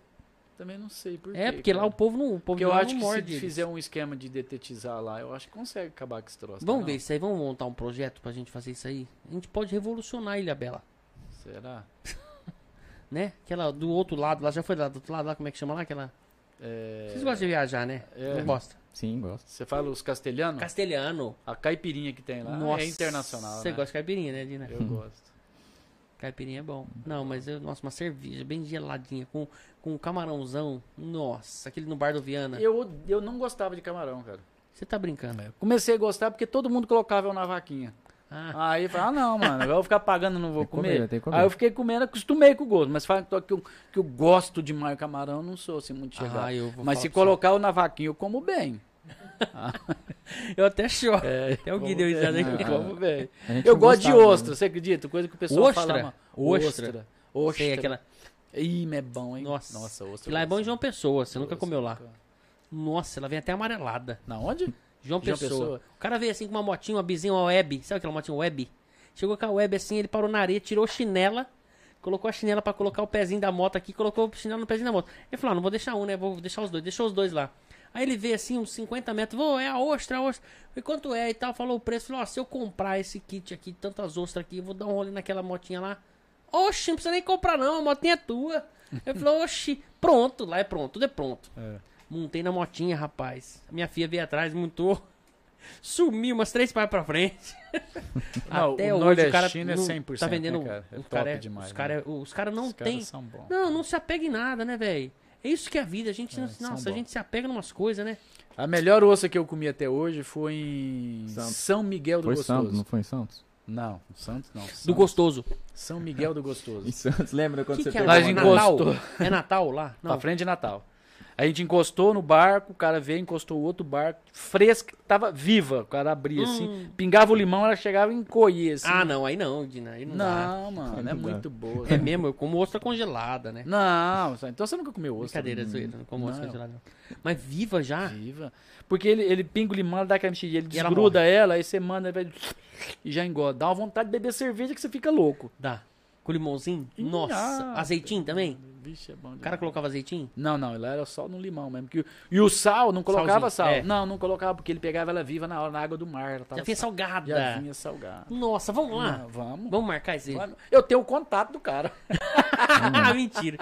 Também não sei por É, quê, porque lá cara. o povo não, o povo Porque de eu lá acho não que morde se eles. fizer um esquema de detetizar lá, eu acho que consegue acabar com esse troço. Vamos não? é ver isso aí, vamos montar um projeto pra gente fazer isso aí. A gente pode revolucionar a Ilha Bela, Será? né? Aquela do outro lado, lá já foi lá do outro lado, lá como é que chama lá aquela? É, Vocês gostam de viajar, né? É. Não gosta. Sim, gosto. Você fala os castelhanos? Castelhano. A caipirinha que tem lá é internacional. Você né? gosta de caipirinha, né, Dina? Eu gosto. Caipirinha é bom. Não, mas eu, nossa, uma cerveja bem geladinha com com um camarãozão. Nossa, aquele no bar do Viana. Eu, É. eu não gostava de camarão, cara. Você tá brincando? Comecei a gostar porque todo mundo colocava eu na vaquinha. Ah, Aí eu falei, ah não, mano, agora eu vou ficar pagando, não vou Tem que comer, comer. tem que comer. Aí eu fiquei comendo, acostumei com o gosto. Mas fala que eu, que eu- que eu gosto demais de camarão, eu não sou assim muito chegado. Ah, eu vou mas se falar pra você. colocar eu na vaquinha, eu como bem. eu até choro. É, Até o Gui deu risada aqui. Eu como bem. A gente Eu não gosto de gostava, ostra, você acredita? Coisa que o pessoal fala. Ostra? mano. Ostra. Ostra. Sei, Ostra. aquela... Ih, mas é bom, hein? Nossa. ostra. Que lá é bom em gosto. João Pessoa, você nunca Ostra, comeu lá. cara. Nossa, ela vem até amarelada. Na onde? João João Pessoa. Pessoa. O cara veio assim com uma motinha, uma bizinha, uma web. Sabe aquela motinha web? Chegou com a web assim, ele parou na areia, tirou a chinela, colocou a chinela pra colocar o pezinho da moto aqui, colocou o chinelo no pezinho da moto. Ele falou: ah, não vou deixar um, né? Vou deixar os dois, deixou os dois lá. Aí ele veio assim, uns 50 metros, vou, é a ostra, a ostra. Falei, quanto é e tal? Falou o preço. Falou, ó, se eu comprar esse kit aqui, tantas ostras aqui, eu vou dar um rolê naquela motinha lá. Oxi, não precisa nem comprar não, a motinha é tua. Ele falou, oxi, pronto, lá é pronto, tudo é pronto. Montei na motinha, rapaz. Minha filha veio atrás, montou. [laughs] Sumiu umas três pás [laughs] pra frente. Não, Até o hoje o cara nordestino é não 100%, tá vendendo. né, cara? É os top caras demais, os cara, é, né? os cara não Os caras tem. são bons. Não, não se apega em nada, né, velho? É isso que é a vida. A gente, não- são nossa, a bons. gente se apega em umas coisas, né? A melhor ossa que eu comi até hoje foi em Santos. São Miguel do Foi Gostoso. Santos, não foi em Santos? Não, Santos não. Do São- gostoso. São Miguel do Gostoso. Em Santos, lembra quando Que você que é pegou lá? Nós Natal? uma- encostou. É Natal lá? [laughs] Pra Não. frente de Natal. A gente encostou no barco, o cara veio, encostou o outro barco, fresca, tava viva. O cara abria assim, pingava o limão, ela chegava e encolhia assim. Ah, não, aí não, Dina. Aí não, dá. não, mano, é Não dá. muito boa. É mesmo, eu como ostra congelada, né? Não, só- então você nunca comeu osso. Brincadeira, zoeira. Não como ostra Não. congelada, não. Mas viva já? Viva. Porque ele, ele pinga o limão, ela dá aquela mexidinha, ele E ela desgruda ela, aí você manda ele vai- e já engorda. Dá uma vontade de beber cerveja que você fica louco. Dá. Com limãozinho? Ih, Nossa. ah, azeitinho também? Vixe, é bom O cara demais. colocava azeitinho? Não, não, ela era só no limão mesmo. que o- E o sal, não colocava Salzinho, sal. é. Não, não colocava, porque ele pegava ela viva na, hora, na água do mar. Ela tava Já Ah. vinha sal- salgada. Já vinha salgada. Nossa, vamos lá. Não, vamos. Vamos marcar esse. Vamos. Eu tenho o contato do cara. Ah, [laughs] mentira.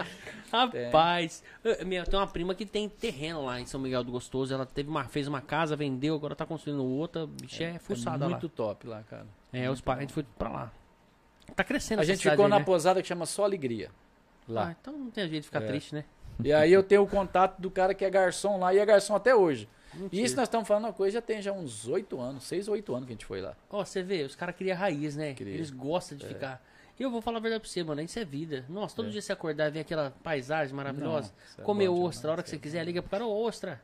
Rapaz, eu- minha, tem uma prima que tem terreno lá em São Miguel do Gostoso. Ela teve uma, fez uma casa, vendeu, agora tá construindo outra. Bicho, é, fuçada é lá. muito top lá, cara. É, os parentes foram pra lá. Tá crescendo A essa gente cidade ficou aí, na né? posada que chama Só Alegria. Ah, Lá. então não tem jeito de ficar É. triste, né? E aí eu tenho o contato do cara que é garçom lá e é garçom até hoje. E Mentira. isso nós estamos falando uma coisa já tem já uns oito anos, seis ou oito anos que a gente foi lá. Ó, você vê, os caras criam raiz, né? Cria. É. Eles gostam de ficar. E eu vou falar a verdade pra você, mano. Isso é vida. Nossa, todo dia você acordar e ver aquela paisagem maravilhosa. Não, isso é comer bom Ah, é? demais, ostra, a hora que você quiser, liga pro cara, ô, ostra.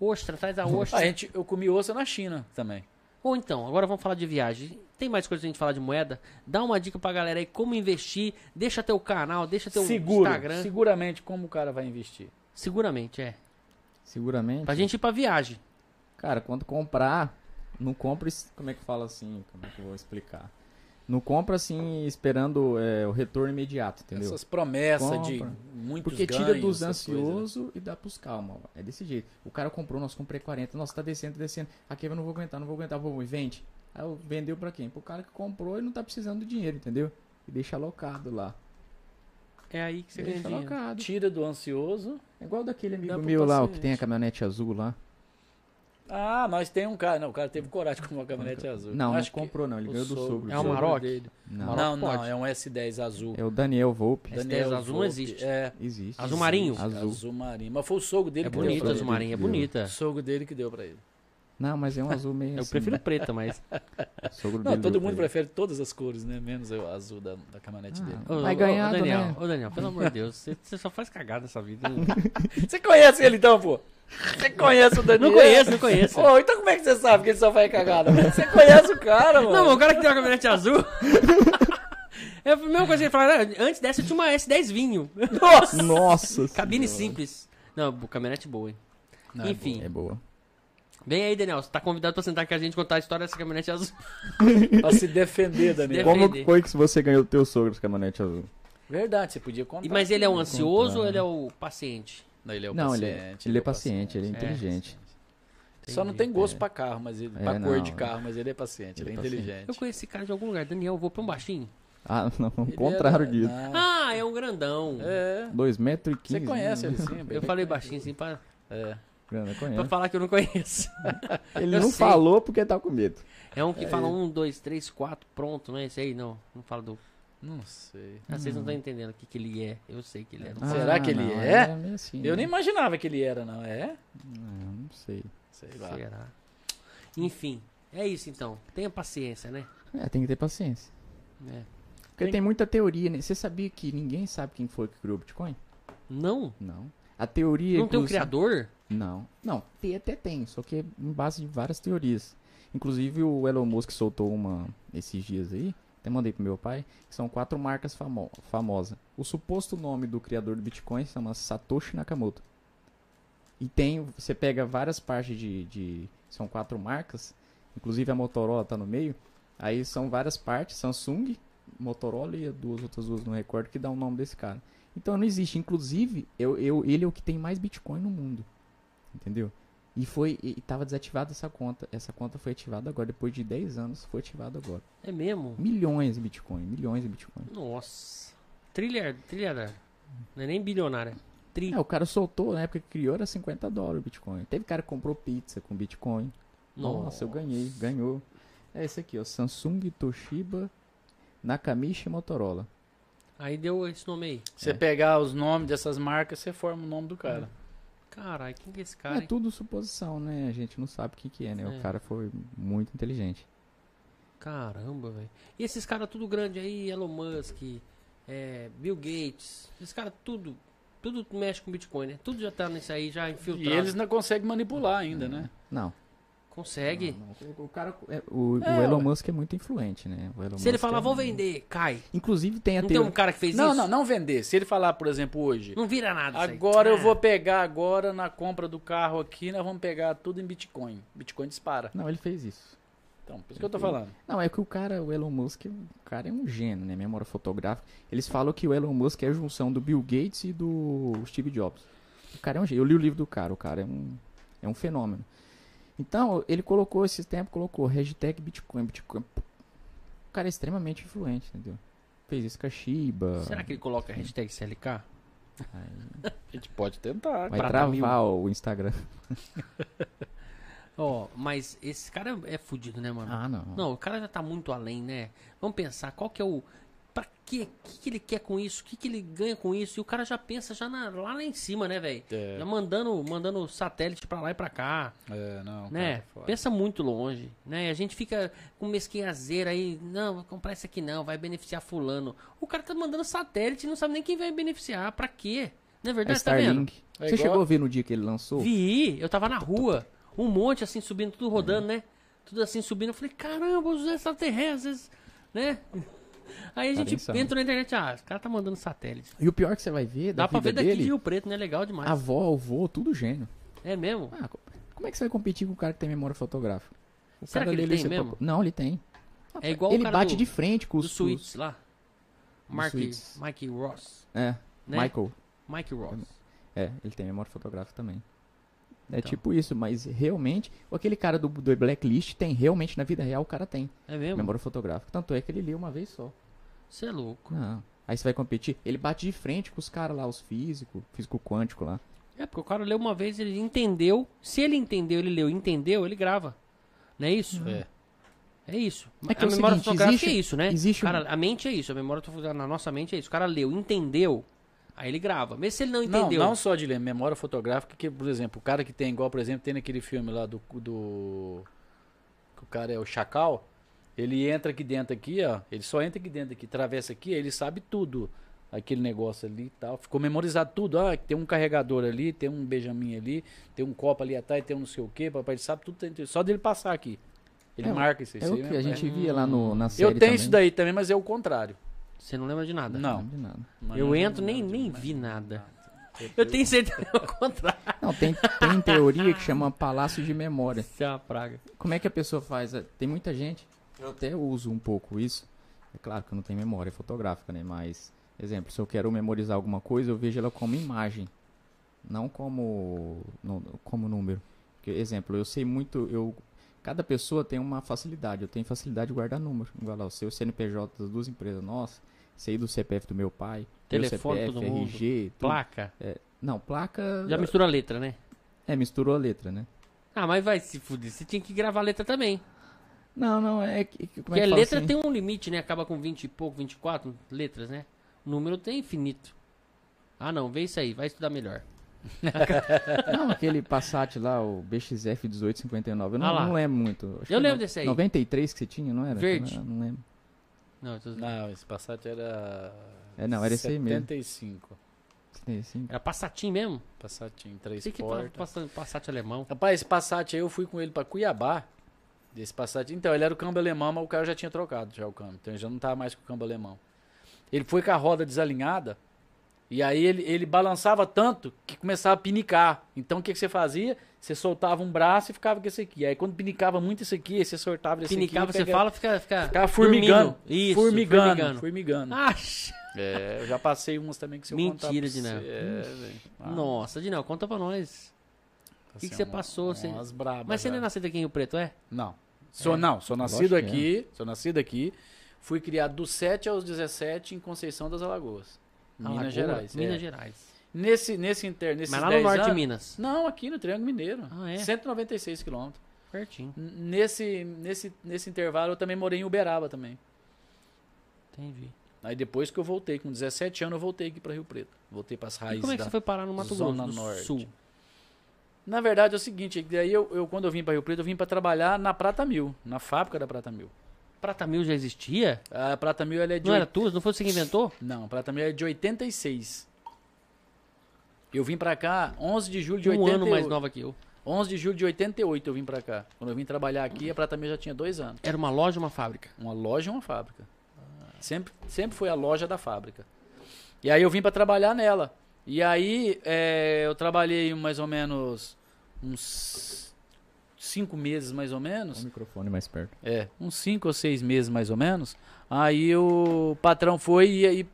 Ostra, [laughs] traz a A ostra. gente, eu comi osso na China também. Ou então, agora vamos falar de viagem. Tem mais coisa pra gente falar de moeda? Dá uma dica pra galera aí como investir. Deixa teu canal, deixa teu Seguro, Então, Instagram. seguramente como o cara vai investir. Seguramente, é. Seguramente. Pra gente ir pra viagem. Cara, quando comprar, não compra. es- Como é que fala assim? Como é que eu vou explicar? Não compra assim, esperando é, o retorno imediato, entendeu? Essas promessas Compra. de muitos Porque ganhos, tira dos essas coisas, né? ansiosos e dá pros calma. ó. É desse jeito. O cara comprou, nós comprei 40. Nossa, tá descendo, descendo. Aqui eu não vou aguentar, não vou aguentar, vou e vende. Aí eu- vendeu pra quem? Pro cara que comprou e não tá precisando do dinheiro, entendeu? E deixa alocado lá. É aí que você ganha Deixa dinheiro. alocado. Tira do ansioso. É igual daquele amigo Dá pro meu lá, o que paciente. tem a caminhonete azul lá. Ah, mas tem um cara. Não, o cara teve coragem de comprar uma caminhonete azul. Não, Acho não que comprou não, ele o ganhou do sogro- um sogro. um É uma o sogro sogro- Maroc? dele. Não, Maroc Não, não, pode. é um S10 azul. é o Daniel Volpe. S10 azul não Volpe, existe. É, Existe. Azul marinho? Azul. azul marinho. Mas foi o sogro dele É que deu pra bonita, ele. Azul Marinho, é Viu? bonita. O sogro dele que deu pra ele. Não, mas é um azul meio Eu assim, prefiro né? preta, mas. O sogro Não, dele é um todo deu mundo pra ele. prefere todas as cores, né? Menos o azul da, da caminhonete Ah, dele. Vai ganhar, ô, Daniel. né? Ô, Daniel, pelo amor de Deus. Você, você só faz cagada nessa vida. hein? Você conhece ele então, pô? Você conhece o Daniel? não conheço, não conheço. Pô, então como é que você sabe que ele só faz cagada? mano? Você conhece o cara, mano? [laughs] Não, mas o cara que tem uma caminhonete [laughs] azul. é a mesma coisa que ele falava. "Ah, Antes dessa eu tinha uma S10 vinho. Nossa! Nossa [laughs] Cabine senhora. simples. Não, caminhonete boa, hein? Não, é Enfim. É boa. Vem aí, Daniel. Você tá convidado pra sentar aqui com a gente contar a história dessa caminhonete azul. Pra se defender, Daniel. Defender. Como que foi que você ganhou do teu sogro essa caminhonete azul? Verdade, você podia contar. E, mas ele é um ansioso contar, ou né? ele é o paciente? Não, ele é o não, ele paciente. é, ele é paciente, ele é inteligente. Só não tem gosto pra carro, mas ele. pra É, cor não, de carro, mas ele é paciente, ele, Ele é é paciente. inteligente. Eu conheci esse cara de algum lugar. Daniel, vou pra um baixinho. Ah, [laughs] não, o Ele é contrário era- disso. não, Ah, é um grandão. É. 2,15 metros e Você 15. conhece né? ele sim, bem. Eu falei baixinho assim pra, É. Grana, pra conhece. falar que eu não conheço. Ele eu não sei. falou porque tá com medo. É um que fala um, dois, três, quatro, pronto, não é esse aí? Não, não fala do. Não sei. Ah, vocês não estão entendendo o que, que ele é. Eu sei que ele é. do- Será que ele Ah, não, é? ele meio assim, Eu né? nem imaginava que ele era, não. É? Não, não sei. Sei lá. Será? Enfim, é isso então. Tenha paciência, né? É, tem que ter paciência. É. Porque tem, muita teoria, né? Você sabia que ninguém sabe quem foi que criou o Bitcoin? Não? Não. A teoria. não tem um inclusive- criador? Não. Não, tem, até tem, só que é em base de várias teorias. Inclusive o Elon Musk soltou uma esses dias aí, até mandei pro meu pai, que são quatro marcas famo famosas. O suposto nome do criador do Bitcoin se chama Satoshi Nakamoto. E tem, você pega várias partes de, de- são quatro marcas, inclusive a Motorola tá no meio. Aí são várias partes, Samsung, Motorola e as duas outras duas, não recordo, que dá o nome desse cara. Então não existe. Inclusive, eu, eu, ele é o que tem mais Bitcoin no mundo. Entendeu? E foi e e tava desativada essa conta. Essa conta foi ativada agora, depois de 10 anos, foi ativada agora. É mesmo? Milhões em Bitcoin, milhões em Bitcoin. Nossa. Trilhar, trilhar. Não é nem bilionária. Tri. É, o cara soltou, na época que criou era 50 dólares o Bitcoin. Teve cara que comprou pizza com Bitcoin. Nossa, eu ganhei, ganhou. É esse aqui, ó, Samsung, Toshiba, Nakamichi e Motorola. Aí deu esse nome aí. Você pegar os nomes dessas marcas, você forma o nome do cara. Caralho, quem que é esse é cara, hein? tudo suposição, né? A gente não sabe o que que é, né? É. O cara foi muito inteligente. Caramba, velho. E esses caras tudo grande aí, Elon Musk, é, Bill Gates, esses caras tudo, tudo mexe com Bitcoin, né? Tudo já tá nisso aí, já E infiltrado. eles não conseguem manipular ainda, né? Não. Consegue. não, O, cara, é, o, o É, Elon ué. Musk é muito influente, né? O Elon Se ele Musk falar, é vou um- vender, cai. Inclusive tem a Não tem teoria- um cara que fez É Não, isso? não, não vender. Se ele falar, por exemplo, hoje, Não vira nada isso aí. agora eu Ah, vou pegar agora na compra do carro aqui, nós vamos pegar tudo em Bitcoin. Bitcoin dispara. Não, ele fez isso. Então, por isso que eu tô falando. Não, é que o cara, o Elon Musk, o cara é um gênio, né? Memória fotográfica. Eles falam que o Elon Musk é a junção do Bill Gates e do Steve Jobs. O cara é um gênio. Eu li o livro do cara, o cara é um, é um fenômeno. Então, ele colocou esse tempo, colocou hashtag Bitcoin, Bitcoin. O cara é extremamente influente, entendeu? Fez isso com a Shiba. Será que ele coloca a hashtag CLK? A gente pode tentar. Vai Prata travar mil. o Instagram. Ó, mas esse cara é fudido, né, mano? Ah, não. Não, o cara já tá muito além, né? Vamos pensar, qual que é o. Pra quê? O que, que ele quer com isso? O que, que ele ganha com isso? E o cara já pensa já na- lá, lá em cima, né, velho? É. Já mandando, mandando satélite pra lá e pra cá, É, não. né? cara, foda. pensa muito longe, né? E A gente fica com mesquinhazeira aí, não, vou comprar esse aqui não, vai beneficiar fulano. O cara tá mandando satélite e não sabe nem quem vai beneficiar, pra quê? Não é É verdade? Tá vendo? Starlink. É Você igual- chegou a ver no dia que ele lançou? Vi, eu tava na rua, um monte assim subindo, tudo rodando, né? Tudo assim subindo, eu falei, caramba, os extraterrestres, né? [laughs] Aí a gente insano. entra na internet, ah, o cara tá mandando satélite. E o pior que você vai ver, da Dá pra vida ver daqui de dele, Rio Preto, né? Legal demais. a avó, o avô, tudo gênio. É mesmo? Ah, co- como é que você vai competir com um cara que tem memória fotográfica? O Será que ele ali, tem você mesmo? pô- Não, ele tem. É igual ele o cara bate do, de frente com do os... com os- Suits lá. Mark, Suits. Mike Ross. É, Né? Michael. Mike Ross. É, ele tem memória fotográfica também. É Então. tipo isso, mas realmente, aquele cara do, do Blacklist tem, realmente, na vida real, o cara tem É mesmo? memória fotográfica. Tanto é que ele lê uma vez só. Você é louco. Não. Aí você vai competir, ele bate de frente com os caras lá, os físicos, físico quântico lá. É, porque o cara leu uma vez, ele entendeu. Se ele entendeu, ele leu e entendeu, ele grava. Não é isso? É. É isso. É que a é o memória seguinte, fotográfica existe- é isso, né? existe um- Cara, a mente é isso, a memória fotográfica na nossa mente é isso. O cara leu, entendeu, aí ele grava. Mesmo se ele não Não, entendeu. não só de ler, memória fotográfica, que, por exemplo, o cara que tem igual, por exemplo, tem naquele filme lá do. do que o cara é o Chacal, ele entra aqui dentro aqui, ó. Ele só entra aqui dentro aqui, atravessa aqui, ele sabe tudo. Aquele negócio ali e tal. Ficou memorizado tudo. Ah, tem um carregador ali, tem um Benjamin ali, tem um copo ali atrás, tem um não sei o quê, papai, ele sabe tudo. Só dele passar aqui. Ele É, marca isso aí. É você o que lembra? a gente via lá no, na série Eu tenho também. isso daí também, mas é o contrário. Você não lembra de nada. Não. Não, de nada. Eu entro, nem, nem vi nada. Eu tenho certeza ao contrário. Não, tem, tem teoria que chama Palácio de Memória. Isso é uma praga. Como é que a pessoa faz? Eh, Tem muita gente, eu até uso um pouco isso. É claro que eu não tenho memória fotográfica, né? Mas, exemplo, se eu quero memorizar alguma coisa, eu vejo ela como imagem, não como, não, como número. Porque, exemplo, eu sei muito, eu cada pessoa tem uma facilidade. Eu tenho facilidade de guardar número. Igual lá, eu sei o CNPJ das duas empresas, nossa, sei do CPF do meu pai, meu Telefone, CPF, todo mundo. RG, tudo. Placa. Não, placa. Já mistura a letra, né? É, misturou a letra, né? Ah, mas vai se fuder. Você tinha que gravar a letra também. Não, não, é que. que- Como Porque é que a fala letra assim? tem um limite, né? Acaba com 20 e pouco, 24 letras, né? O número tem infinito. Ah, não. Vê isso aí. Vai estudar melhor. Não, aquele Passat lá, o BXF 1859. Eu não, Ah lá. não lembro muito. Acho Eu que lembro no- desse aí. 93 que você tinha, não era? Verde. Não, não lembro. Não, eu tô... Não, esse Passat era. Uhum. É, não, era esse aí mesmo. 75. 75. Era passatinho mesmo? Passatinho, três Sei que pa- portas. passa- Passat alemão. Rapaz, esse Passat aí eu fui com ele pra Cuiabá. Desse Passat. Então, ele era o câmbio alemão, mas o cara já tinha trocado já o câmbio. Então, ele já não tava mais com o câmbio alemão. Ele foi com a roda desalinhada. E aí ele, ele balançava tanto que começava a pinicar. Então o que, que você fazia? Você soltava um braço e ficava com esse aqui. Aí quando pinicava muito esse aqui, aí você soltava esse Pinicava, aqui. você e pegava- fala, fica. Fica, Ficava formigando. dormindo. Isso. formigando. formigando. Formigando. Acha! É, eu já passei umas também que se eu Mentira, contar pra Dinão. você- É, velho. Ah, Nossa, Dinal, conta pra nós. O que, que você passou? Você- Assim, Umas brabas, Mas você não é velho. nascido aqui em Rio Preto, é? Não. Sou, Não, sou nascido Lógico que aqui. Sou nascido aqui. Fui criado dos 7 aos 17 em Conceição das Alagoas. Alagoa, Minas Gerais. Minas é. Gerais. Nesse, nesse inter, nesses Mas lá no 10 norte de anos- Minas. Não, aqui no Triângulo Mineiro. Ah, é? 196 quilômetros. Pertinho. N- Nesse, nesse, nesse intervalo eu também morei em Uberaba também. Entendi. Aí depois que eu voltei, com 17 anos, eu voltei aqui pra Rio Preto. Voltei pras e raízes como é que da- você foi parar no Mato Grosso Zona do Norte. Sul? Na verdade é o seguinte, é que daí eu, eu, quando eu vim pra Rio Preto, eu vim pra trabalhar na Prata Mil, na fábrica da Prata Mil. Prata Mil já existia? A Prata Mil ela é de Não era tua? Não foi você que inventou? Não, Prata Mil é de 86. Eu vim pra cá 11 de julho de um 88. ano mais nova que eu. 11 de julho de 88 eu vim pra cá. Quando eu vim trabalhar aqui, a Prata Mil já tinha dois anos. Era uma loja, uma fábrica. Uma loja e uma fábrica. Sempre, sempre foi a loja da fábrica. E aí eu vim pra trabalhar nela. E aí é, eu trabalhei mais ou menos uns cinco meses mais ou O menos. microfone mais perto. É, uns cinco ou seis meses mais ou menos. Aí o patrão foi e aí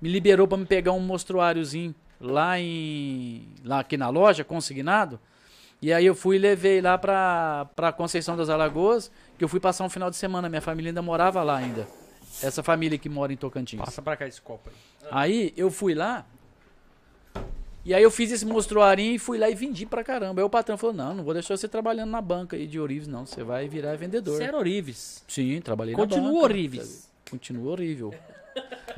me liberou pra me pegar um mostruáriozinho lá em lá aqui na loja consignado. E aí eu fui e levei lá pra, pra Conceição das Alagoas, que eu fui passar um final de semana, minha família ainda morava lá ainda. Essa família que mora em Tocantins. pra cá esse copo aí. Aí eu fui lá. E aí eu fiz esse mostruarinho e fui lá e vendi pra caramba. Aí o patrão falou: "Não, não vou deixar você trabalhando na banca aí de Orives não, você vai virar vendedor". Você era Orives. Sim, trabalhei na Continua banca. Orives. Continua horrível.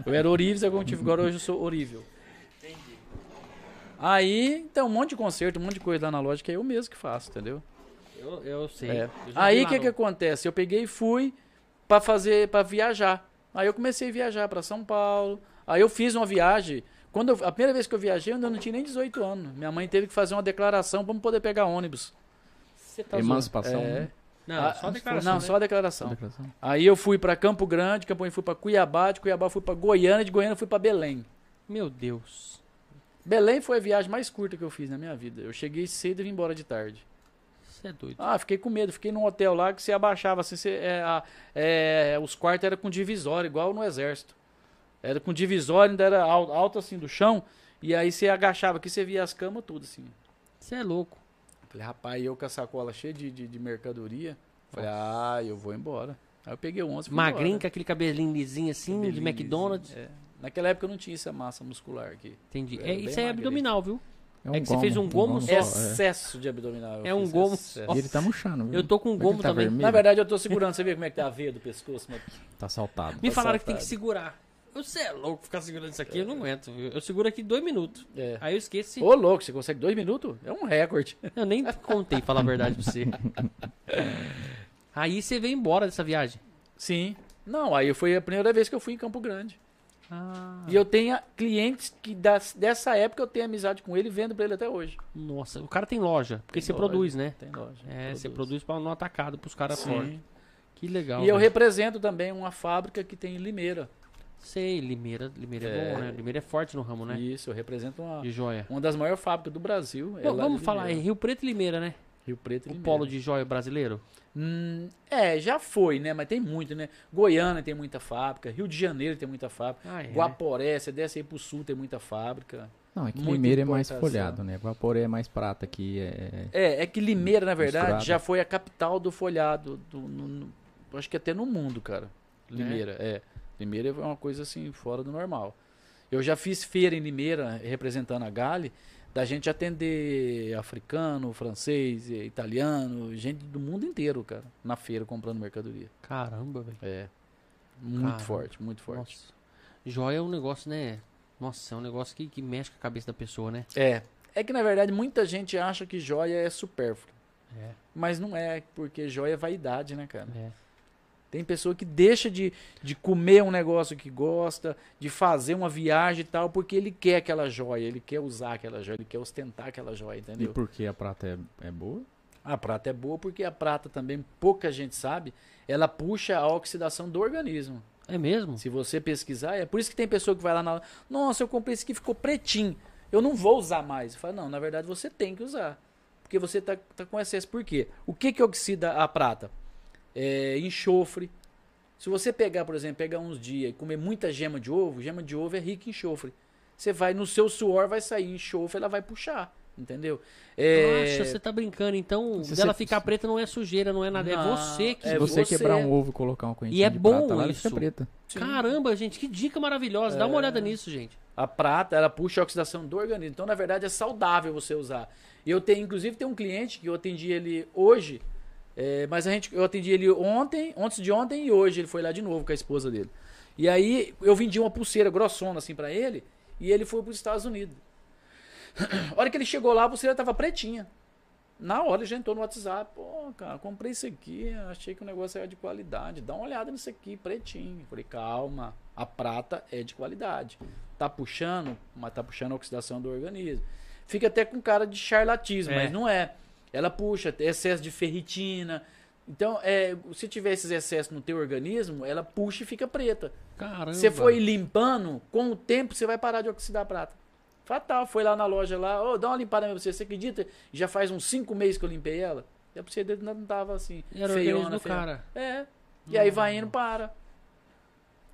Eu era Orives, agora eu tive- agora hoje eu sou horrível. Aí, então, um monte de concerto, um monte de coisa lá na loja que é eu mesmo que faço, entendeu? Eu, eu sei. É. Eu já vi Aí, o lá que no- que acontece? Eu peguei e fui pra fazer, para viajar. Aí eu comecei a viajar pra São Paulo. Aí eu fiz uma viagem. Quando eu- a primeira vez que eu viajei, eu ainda não tinha nem 18 anos. Minha mãe teve que fazer uma declaração pra eu poder pegar ônibus. Você tá zoando. Emancipação. É. né? Não, Ah, só declaração. Não, né? só a declaração. Declaração. Aí eu fui pra Campo Grande, Campo Grande fui pra Cuiabá, de Cuiabá fui pra Goiânia, de Goiânia fui pra Belém. Meu Deus. Belém foi a viagem mais curta que eu fiz na minha vida. Eu cheguei cedo e vim embora de tarde. Você é doido. Ah, fiquei com medo, fiquei num hotel lá que você abaixava assim, você- é, a- é, os quartos eram com divisório, igual no exército. Era com divisório, ainda era al- alto assim do chão, e aí você agachava aqui, você via as camas tudo assim. Você é louco. Falei, rapaz, eu com a sacola cheia de, de, de mercadoria. Falei, ah, eu vou embora. Aí eu peguei o 11 e fui Magrinho, embora. com aquele cabelinho lisinho assim, Belize, de McDonald's. é. Naquela época eu não tinha essa massa muscular aqui. Entendi. Era É, bem isso aí é magrinho. abdominal, viu? um É que você fez um gomo só, é. excesso de abdominal. eu É um fiz gomo excesso. só. E ele tá murchando. viu? Eu tô com um Como é que gomo ele tá também. vermelho? Na verdade, eu tô segurando. Você vê como é que tá a veia do pescoço? mano? Tá saltado. Me Tá falaram que tem que saltado. segurar. Você é louco ficar segurando isso aqui, eu não aguento. viu? Eu seguro aqui dois minutos. É. Aí eu esqueci. Ô, louco, você consegue dois minutos? É um [laughs] recorde. Eu nem contei, falar a verdade pra [laughs] você. Aí você veio embora dessa viagem. Sim. Não, aí foi a primeira vez que eu fui em Campo Grande. Ah, E eu tenho clientes que das- dessa época eu tenho amizade com ele e vendo pra ele até hoje. nossa, o cara tem loja, porque Tem você loja. produz, né? Tem loja. É, você produz então, né? pra no atacado pros caras Sim. fortes. Que legal. E eu velho. represento também uma fábrica que tem em Limeira. Sei, Limeira, Limeira é, É. bom, né? Limeira é forte no ramo, né? Isso, eu represento uma, De joia. uma das maiores fábricas do Brasil. é Bom, lá vamos de falar, é Limeira. Rio Preto e Limeira, né? Rio Preto e O Limeira. polo de joia brasileiro. Hum, é, já foi, né? Mas tem muito, né? Goiânia tem muita fábrica, Rio de Janeiro tem muita fábrica, Ah, é, né? Guaporé, você desce aí pro sul, tem muita fábrica. Não, é que Muita Limeira é mais importação. folhado, né? Guaporé é mais prata aqui. É... É, é que Limeira, na verdade, Misturado. já foi a capital do folhado, do, no- no- acho que até no mundo, cara. Limeira, é. Limeira é uma coisa assim, fora do normal. Eu já fiz feira em Limeira, representando a Gale, da gente atender africano, francês, eh, italiano, gente do mundo inteiro, cara, na feira comprando mercadoria. Caramba, velho. É. Muito Caramba. forte, muito forte. Nossa. Joia é um negócio, né? Nossa, é um negócio que, que mexe com a cabeça da pessoa, né? É. É que na verdade muita gente acha que joia é supérfluo. É. Mas não é, porque joia é vaidade, né, cara? É. Tem pessoa que deixa de, de comer um negócio que gosta, de fazer uma viagem e tal, porque ele quer aquela joia, ele quer usar aquela joia, ele quer ostentar aquela joia, E entendeu? por que a prata é, é boa? A prata é boa porque a prata também, pouca gente sabe, ela puxa a oxidação do organismo. É mesmo? Se você pesquisar, é por isso que tem pessoa que vai lá na. Nossa, eu comprei esse que ficou pretinho. Eu não vou usar mais. Eu falo, não, na verdade você tem que usar. Porque você tá, tá com excesso. Por quê? O que, que oxida a prata? É, enxofre. Se você pegar, por exemplo, pegar uns dias e comer muita gema de ovo, gema de ovo é rica em enxofre. Você vai, no seu suor vai sair enxofre, ela vai puxar. Entendeu? É, Nossa, você tá brincando. Então, Se dela você- ficar preta não é sujeira, não é nada. é Não, você que. É Se você você. quebrar um ovo e colocar uma correntinha E é de bom prata lá, ela fica isso. preta. Caramba, gente, que dica maravilhosa. É. Dá uma olhada nisso, gente. A prata, ela puxa a oxidação do organismo. Então, na verdade, é saudável você usar. E Eu tenho, inclusive, tem um cliente que eu atendi ele hoje, é, mas a gente, eu atendi ele ontem, antes de ontem e hoje ele foi lá de novo com a esposa dele. E aí eu vendi uma pulseira grossona assim pra ele e ele foi para os Estados Unidos. [clears throat] a hora que ele chegou lá, a pulseira tava pretinha. Na hora ele já entrou no WhatsApp, pô, cara, comprei isso aqui, achei que o negócio era de qualidade. Dá uma olhada nisso aqui, pretinho. Eu Falei, calma, a prata é de qualidade. Tá puxando, mas tá puxando a oxidação do organismo. Fica até com cara de charlatismo, É. mas não é. Ela puxa, tem excesso de ferritina. Então, é, se tiver esses excessos no teu organismo, ela puxa e fica preta. Caramba. Você foi limpando, com o tempo você vai parar de oxidar a prata. Fatal, foi lá na loja lá, ô, dá uma limpada pra você, você acredita? Já faz uns cinco meses que eu limpei ela. é E a pulseira dele não tava assim, Era o organismo do cara. É, e aí vai indo, para.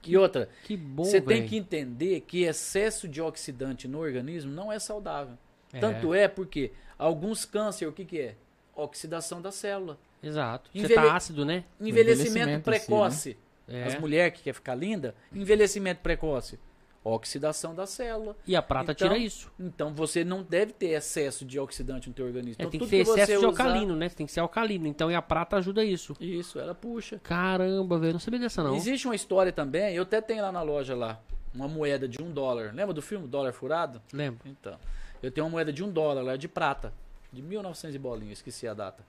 E outra, Que bom, você tem velho. que entender que excesso de oxidante no organismo não é saudável. É. Tanto é porque alguns câncer, o que que é? Oxidação da célula. Exato. Você Envelhe- tá ácido, né? Envelhecimento, Envelhecimento em si, precoce. É. As mulheres que quer ficar linda, envelhecimento precoce, oxidação da célula. E a prata Então, tá, tira isso. Então você não deve ter excesso de oxidante no teu organismo. É, Então, tem que tudo ter você excesso de usar- alcalino, né? Tem que ser alcalino. Então, e a prata ajuda isso. Isso, ela puxa. Caramba, velho. Não sabia dessa, não. Existe uma história também, eu até tenho lá na loja lá, uma moeda de um dólar. Lembra do filme Dólar Furado? Lembra? Então, eu tenho uma moeda de um dólar, ela é de prata, de 1900 e bolinha, esqueci a data.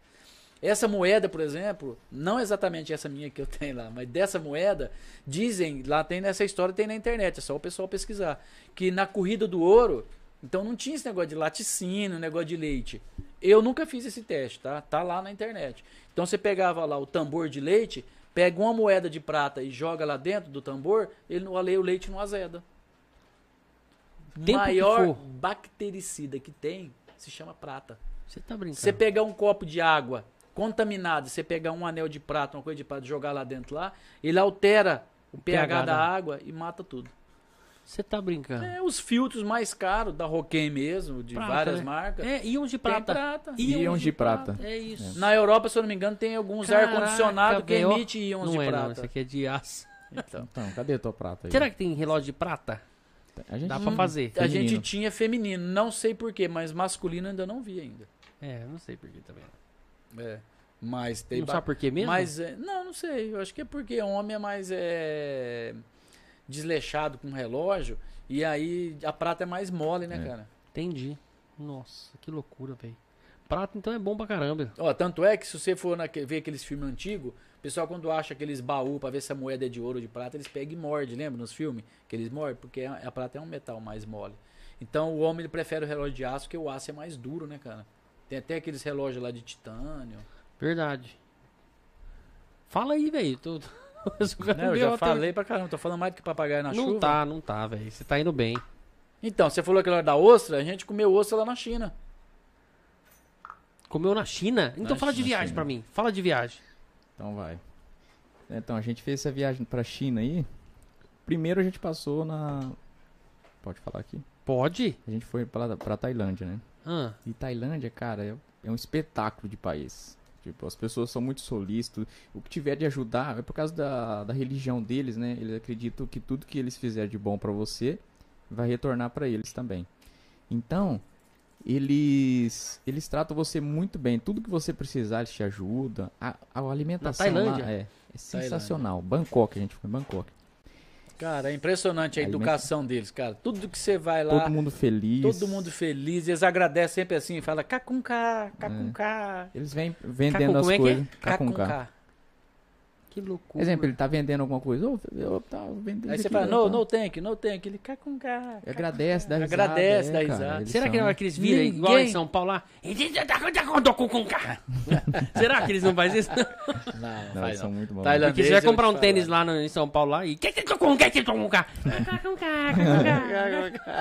Essa moeda, por exemplo, não exatamente essa minha que eu [laughs] tenho lá, mas dessa moeda, dizem, lá tem nessa história, tem na internet, é só o pessoal pesquisar, que na corrida do ouro, então não tinha esse negócio de laticínio, negócio de leite. Eu nunca fiz esse teste, tá? Tá lá na internet. Então você pegava lá o tambor de leite, pega uma moeda de prata e joga lá dentro do tambor, ele não o leite não azeda. Tempo que maior for. bactericida que tem se chama prata. Você tá brincando. Você pegar um copo de água contaminado, você pegar um anel de prata, uma coisa de prata, jogar lá dentro lá, ele altera o pH, pH né? da da- água e mata tudo. Você tá brincando. É, os filtros mais caros da Roquem mesmo, de Prata, várias né? marcas. É, íons de tem prata. prata. Íons um de prata. É isso. Na Europa, se eu não me engano, tem alguns Caraca, ar-condicionado que velho, ó. emite íons não de é, Não, prata. isso aqui é de aço. Então, Então, cadê a tua prata aí? Será que tem relógio de prata? A gente Dá pra fazer. a Feminino. gente tinha feminino, não sei porquê, mas masculino eu ainda não vi ainda. É, não sei por que também. É. Mas tem Não ba- sabe por que mesmo? Mas, é, não, não sei. Eu acho que é porque homem é mais é, desleixado com um relógio. E aí a prata é mais mole, né, É. cara? Entendi. Nossa, que loucura, velho. Prata, então, é bom pra caramba. Ó, tanto é que se você for naque- ver aqueles filmes antigos, o pessoal quando acha aqueles baú pra ver se a moeda é de ouro ou de prata, eles pegam e mordem, lembra nos filmes? Que eles mordem, porque a, a prata é um metal mais mole. Então o homem ele prefere o relógio de aço, porque o aço é mais duro, né, cara? Tem até aqueles relógios lá de titânio. Verdade. Fala aí, velho. [laughs] Tô... Né, eu já falei pra caramba, tô falando mais do que papagaio na Não chuva. tá, não tá, velho. Você tá indo bem. Então, você falou aquela hora da ostra, a gente comeu ostra lá na China. Comeu na China? Então Na fala de China. viagem pra mim. Fala de viagem. Então vai. Então, a gente fez essa viagem pra China aí. Primeiro a gente passou na... Pode falar aqui? Pode? A gente foi pra, pra Tailândia, né? Ah, E Tailândia, cara, é, é um espetáculo de país. Tipo, as pessoas são muito solícitas. O que tiver de ajudar é por causa da, da religião deles, né? Eles acreditam que tudo que eles fizerem de bom pra você vai retornar pra eles também. Então, eles eles tratam você muito bem. Tudo que você precisar, eles te ajudam. A, a alimentação Tailândia? lá é, é sensacional. Bangkok, a gente foi em Bangkok. Cara, é impressionante a Alimenta- educação deles, cara. Tudo que você vai lá, Todo mundo é feliz. todo mundo feliz, eles agradecem sempre assim, fala cacunca, cacunca, Eles vêm vendendo Cacu- como é as que coisas. Cacunca. cacunca. que loucura. Exemplo, ele tá vendendo alguma coisa. Ô, eu tava vendendo. Aí isso você aqui, fala, eu É no, tava." no thank, no thank, ele cacunca. Agradece, dá risada. Agradece, dá é, cara, risada. eles Será que na são- hora que eles viram igual Ninguém- em São Paulo lá? [laughs] Será que eles não fazem isso? Não, não Não, faz eles são não. Tá muito bons. Tailândia. Porque você vai eu vou comprar te um falar. um tênis lá no- em São Paulo lá e. um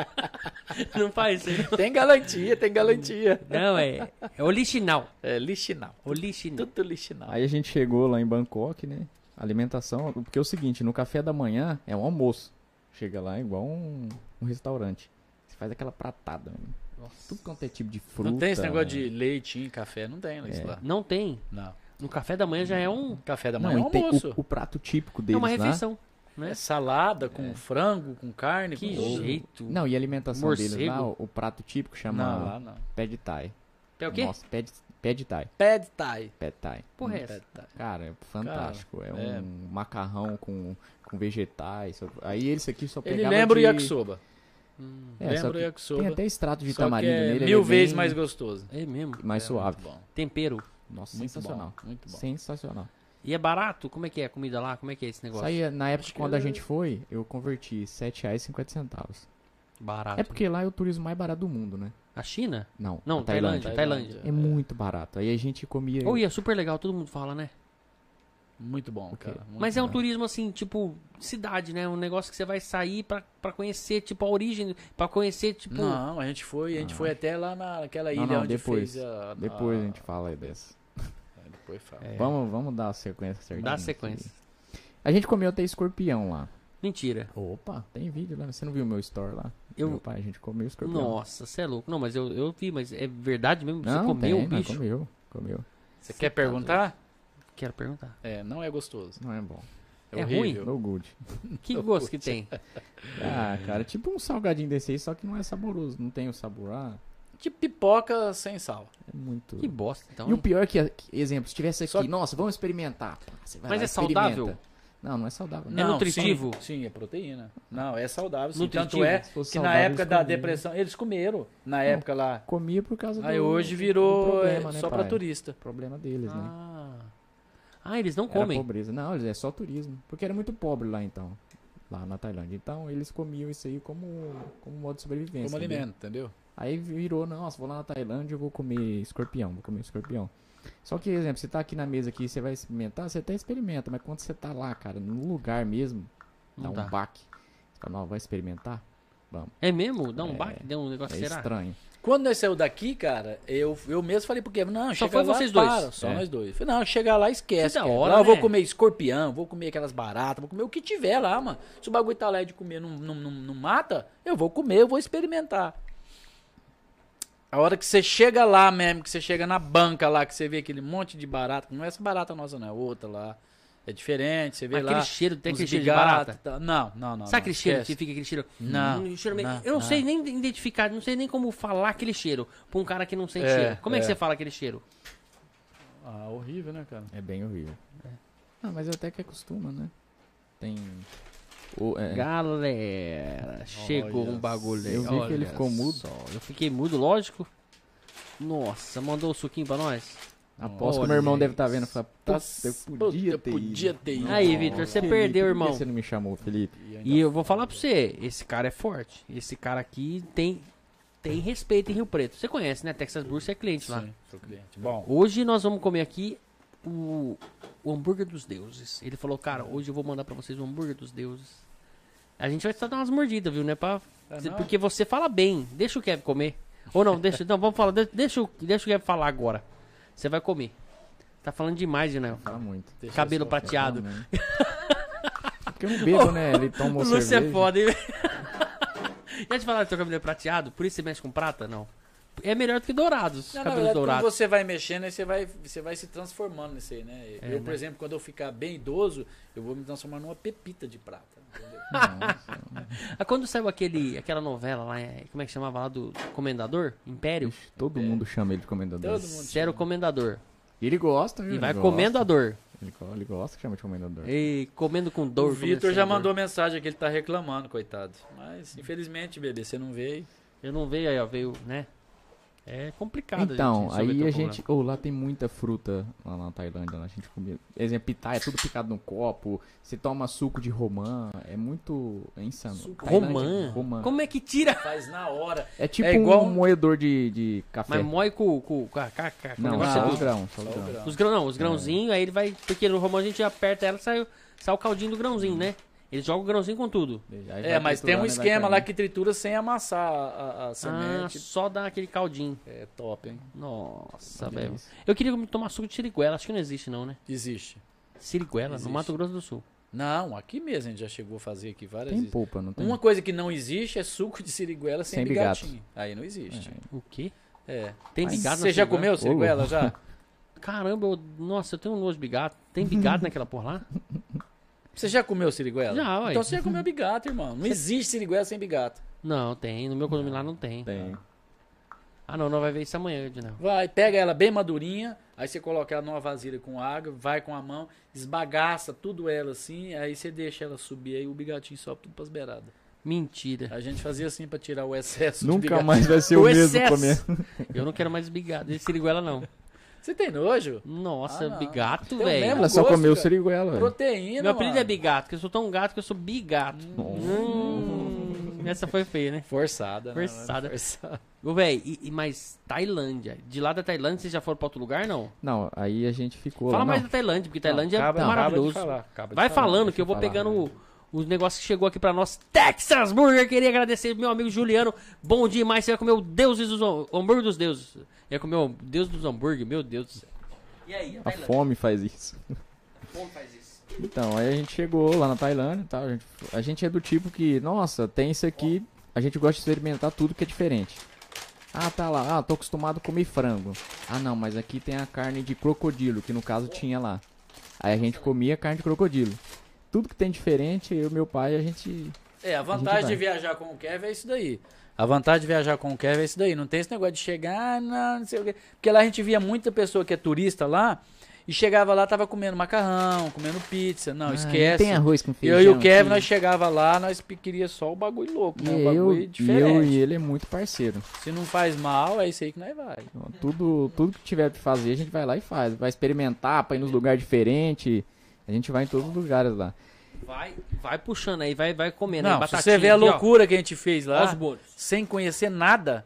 [laughs] Não faz isso. aí. Tem garantia, tem garantia. Não, é. É original. É lixinal, Hum. Original. tudo lixinal. Aí a gente chegou lá em Bangkok, né? Alimentação, porque é o seguinte, no café da manhã é um almoço. Chega lá igual um, um restaurante. Você faz aquela pratada. né? Tudo quanto é tipo de fruta. né? É. Não tem esse negócio de leitinho, café, não tem isso lá. Não tem. Não. No café da manhã já é um. Café da manhã é Não, um e tem almoço. o, o prato típico É deles uma lá. refeição. né? É salada com frango, com carne, Que com ovo. jeito. Não, e a alimentação deles lá, Morcego. o, o prato típico chama Não, lá não. pad thai. É o quê? Nossa, pad, pad thai. Pad thai. Pad thai. Porra, é essa. Pad thai. Cara, é fantástico. é é. um macarrão com, com vegetais. só- Aí eles aqui só Ele pegavam lembra de... o yakisoba. É, só lembra o que yakisoba. Tem até extrato de Só que tamarindo é nele. ele mil é vezes bem- mais gostoso. É mesmo. mais É suave. Muito bom. Tempero. Nossa, Muito sensacional. bom, muito bom. Sensacional. E é barato? Como é que é a comida lá? Como é que é esse negócio? Saía, na época Acho que é quando a era- gente foi, eu converti R$ 7,50. Barato. É porque lá é o turismo mais barato do mundo, né? A China? Não, Não, na Tailândia. Tailândia. Tailândia. É muito barato. Aí a gente comia. Oh, Ou é super legal, todo mundo fala, né? Muito bom, Ok. cara. muito Mas é um bom. turismo assim, tipo, cidade, né? Um negócio que você vai sair pra, pra conhecer, tipo, a origem, pra conhecer, tipo. Não, a gente foi, a gente foi até lá naquela ilha Ah. não, não, onde depois. fez a, a- Depois a gente fala aí dessa. Ah. É, Depois fala. Vamos, vamos dar a sequência certinho. Dá aqui. sequência. A gente comeu até escorpião lá. Mentira. Opa, tem vídeo lá. Você não viu o meu store lá? Eu- Meu pai, a gente comeu escorpião. Nossa, você é louco. Não, mas eu, eu vi, mas é verdade mesmo? Você Não, comeu tem, o não, bicho? Comeu, comeu. Você quer perguntar? Quero [laughs] perguntar. É, não é gostoso. Não é bom. É, É ruim? horrível. No good. Que gosto que tem? É. Ah, cara, tipo um salgadinho desse aí, só que não é saboroso. Não tem o sabor. Ah, Tipo pipoca sem sal. é muito. Que bosta, então. E o pior é que, que, exemplo, se tivesse aqui, Só- nossa, vamos experimentar. Pá, você vai Mas lá, é saudável? experimenta. Não, não é saudável. É nutritivo? Sim, sim, é proteína. Não, é saudável. Sim. Nutritivo. Tanto é Se fosse que na saudável, época eles da comiam. depressão, eles comeram. Na época lá. Comia por causa do. Aí hoje do virou problema, é, né, só pai? pra turista. Problema deles, né? Ah. Ah, eles não Era comem. pobreza. Não, eles- é só turismo. Porque era muito pobre lá então. Lá na Tailândia. Então eles comiam isso aí como, como modo de sobrevivência. Como entendeu? alimento, entendeu? Aí virou, nossa, vou lá na Tailândia e vou comer escorpião, vou comer escorpião. Só que, exemplo, você tá aqui na mesa aqui, você vai experimentar, você até experimenta, mas quando você tá lá, cara, no lugar mesmo, dá Não um dá. baque. Você fala, não, vai experimentar? É mesmo? Dá um É. baque? Deu um negócio, É será? estranho. Quando nós saímos daqui, cara, eu, eu mesmo falei pro Kevin, não, Só chega foi lá, vocês dois? para, só É. nós dois. Eu Falei, não, chega lá, esquece. Que da cara. hora, lá eu vou né? comer escorpião, vou comer aquelas baratas, vou comer o que tiver lá, mano. Se o bagulho tá lá e de comer não, não, não, não mata, eu vou comer, eu vou experimentar. A hora que você chega lá mesmo, que você chega na banca lá, que você vê aquele monte de barata, não é essa barata nossa, não, é outra lá. É diferente, você vê Aquele lá. cheiro, tem uns aquele cheiro de bigato barata? e tal. Não, não, não. Sabe não, aquele cheiro que esquece. fica aquele cheiro? Não, Hum, cheiro meio- não, eu não, não. sei nem identificar, não sei nem como falar aquele cheiro pra um cara que não sente É, cheiro. Como é. que é. você fala aquele cheiro? Ah, horrível, né, cara? É bem horrível. Ah, mas até que acostuma, né? Tem. O, é, Galera, chegou um bagulho aí. eu vi que ele Olha ficou mudo. só, Eu fiquei mudo, lógico. Nossa, mandou o suquinho pra nós. Aposto que Olha meu irmão deve isso. estar vendo. Fala, Tá- "Puta, eu podia puta, ter eu podia ido." ter ido. Aí, Vitor, você Felipe, perdeu, Por irmão. que você não me chamou, Felipe? E eu vou falar pra você, esse cara é forte. Esse cara aqui tem, tem respeito em Rio Preto. Você conhece, né? Texas Burger, você é cliente lá. Sim, sou cliente. Bom, Hoje nós vamos comer aqui o, o hambúrguer dos deuses. Ele falou, cara, Hum. hoje eu vou mandar pra vocês o hambúrguer dos deuses. A gente vai só dar umas mordidas, viu, né? Pra, Ah, não? porque você fala bem. Deixa o Kevin comer. Ou não, deixa. Não, vamos falar. de- Deixa, o- deixa o Kevin falar agora. Você vai comer. Tá falando demais, né? Fala muito. deixa eu Cabelo só- prateado. Fala muito. [laughs] Porque eu não bebo, né? Ele toma [laughs] O uma Lúcio é cerveja. foda, hein? Já te falaram que teu cabelo é prateado? Por isso você mexe com prata? Não. É melhor do que dourados. Não, na cabelos verdade, quando dourados. você vai mexendo, aí você vai, você vai se transformando nisso aí, né? É, eu, por exemplo, quando eu ficar bem idoso, eu vou me transformar numa pepita de prata. [laughs] entendeu? Hum, Ah, quando saiu aquele, aquela novela lá, é, como é que chamava lá do Comendador? Império? Ixi, Todo mundo chama ele de comendador. É. Todo mundo. Você era o Comendador. E ele gosta, viu? E vai Ele gosta. comendo a dor. Ele, go- ele gosta que chama de comendador. E comendo com dor. O Vitor comendo já né? sem dor. mandou mensagem que ele tá reclamando, coitado. Mas, infelizmente, bebê, você não veio. Eu não veio aí, ó, veio, né? É complicado. gente, Então, resolver aí teu a problema. gente. Ou lá tem muita fruta lá na Tailândia. Lá a gente comia. Exemplo, pitá é tudo picado num copo. Você toma suco de romã. É muito. É insano. Suco- Tailândia, Romã? romã. Como é que tira? Faz na hora. É tipo É igual- um moedor de, de café. Mas mói com, com, com a caca. Com o Não, negócio é só do- os grãos. Só os Só o grãos. grão. Os grão, não, os grãozinhos, aí ele vai. Porque no romão a gente aperta ela e sai, sai o caldinho do grãozinho, né? Ele joga o grãozinho com tudo. Aí É, vai mas tem triturando um e vai esquema lá caindo. que tritura sem amassar a, a- a Ah, semente. só dá aquele caldinho. É top, hein? Nossa, Uma velho. delícia. Eu queria tomar suco de siriguela, acho que não existe, não, né? Existe. Siriguela, no Existe. Mato Grosso do Sul. Não, aqui mesmo a gente já chegou a fazer aqui várias Tem vezes. polpa, não tem? Uma coisa que não existe é suco de siriguela sem, Sem bigato. bigatinho. Aí não existe. O quê? É. Tem bigado na Você já siriguela? comeu siriguela louco. [laughs] já? Caramba, eu- nossa, eu tenho um nojo de bigato. [laughs] Tem bigato naquela porra lá? Você já comeu siriguela? Já, ué. Então você já comeu bigato, irmão. Não existe siriguela sem bigato. Não, tem. No meu condomínio lá não tem. É, Tem. Ah, não, não vai ver isso amanhã, Ednel. Vai, pega ela bem madurinha, aí você coloca ela numa vasilha com água, vai com a mão, esbagaça tudo ela assim, aí você deixa ela subir, aí o bigatinho sobe tudo pras beiradas. Mentira. A gente fazia assim pra tirar o excesso de Nunca bigatinho. mais vai ser o, O mesmo excesso. comendo. Eu não quero mais bigato. De siriguela, [laughs] não. Você tem nojo? Nossa, Ah, não. bigato, Tem o mesmo velho. Ela só é um gosto, comeu cara. siriguela, velho. Proteína, Meu apelido mano. é bigato, que eu sou tão gato que eu sou bigato. Hum, essa foi feia, né? Forçada, né, Forçada. mano? Forçada. Ô, velho, e, e- mas Tailândia. De lá da Tailândia, vocês já foram pra outro lugar, não? Não, aí a gente ficou Fala lá. mais não. da Tailândia, porque Tailândia Acaba- é acaba de maravilhoso. falar, acaba de Vai falar. falando que eu vou falar, pegando né? o- os negócios que chegou aqui pra nós. Texas Burger, queria agradecer meu amigo Juliano. Bom dia, mais. Você vai comer o deuses dos hambú- hambúrguer dos deuses. Ia comer o deus dos hambúrguer, meu Deus do céu. E aí, Tá a A Tailândia? fome faz isso. Como faz isso? Então, aí a gente chegou lá na Tailândia e tal. A gente, a gente é do tipo que, nossa, tem isso aqui. A gente gosta de experimentar tudo que é diferente. Ah, tá lá. Ah, tô acostumado a comer frango. Ah, não, mas aqui tem a carne de crocodilo, que no caso tinha lá. Aí a gente comia carne de crocodilo. Tudo que tem diferente, eu e meu pai, a gente. É, a A vantagem gente de viajar com o Kevin é isso daí. A vantagem de viajar com o Kevin é isso daí. Não tem esse negócio de chegar, ah, não, não sei o quê. Porque lá a gente via muita pessoa que é turista lá e chegava lá, tava comendo macarrão, comendo pizza. Não, Ah, esquece. Tem arroz com eu feijão. e o Kevin, aqui. nós chegava lá, nós pe- queria só o bagulho louco, E né? O eu, bagulho e diferente. eu e ele é muito parceiro. Se não faz mal, é isso aí que nós vai. Então, Tudo, tudo que tiver pra fazer, a gente vai lá e faz. Vai experimentar, pra ir nos lugares diferentes. A gente vai em todos os lugares lá. Vai, vai puxando aí, vai, vai comendo. aí, Não, se batatinha você vê a aqui, ó. loucura tá? que a gente fez Ó os lá, bolos. sem conhecer nada,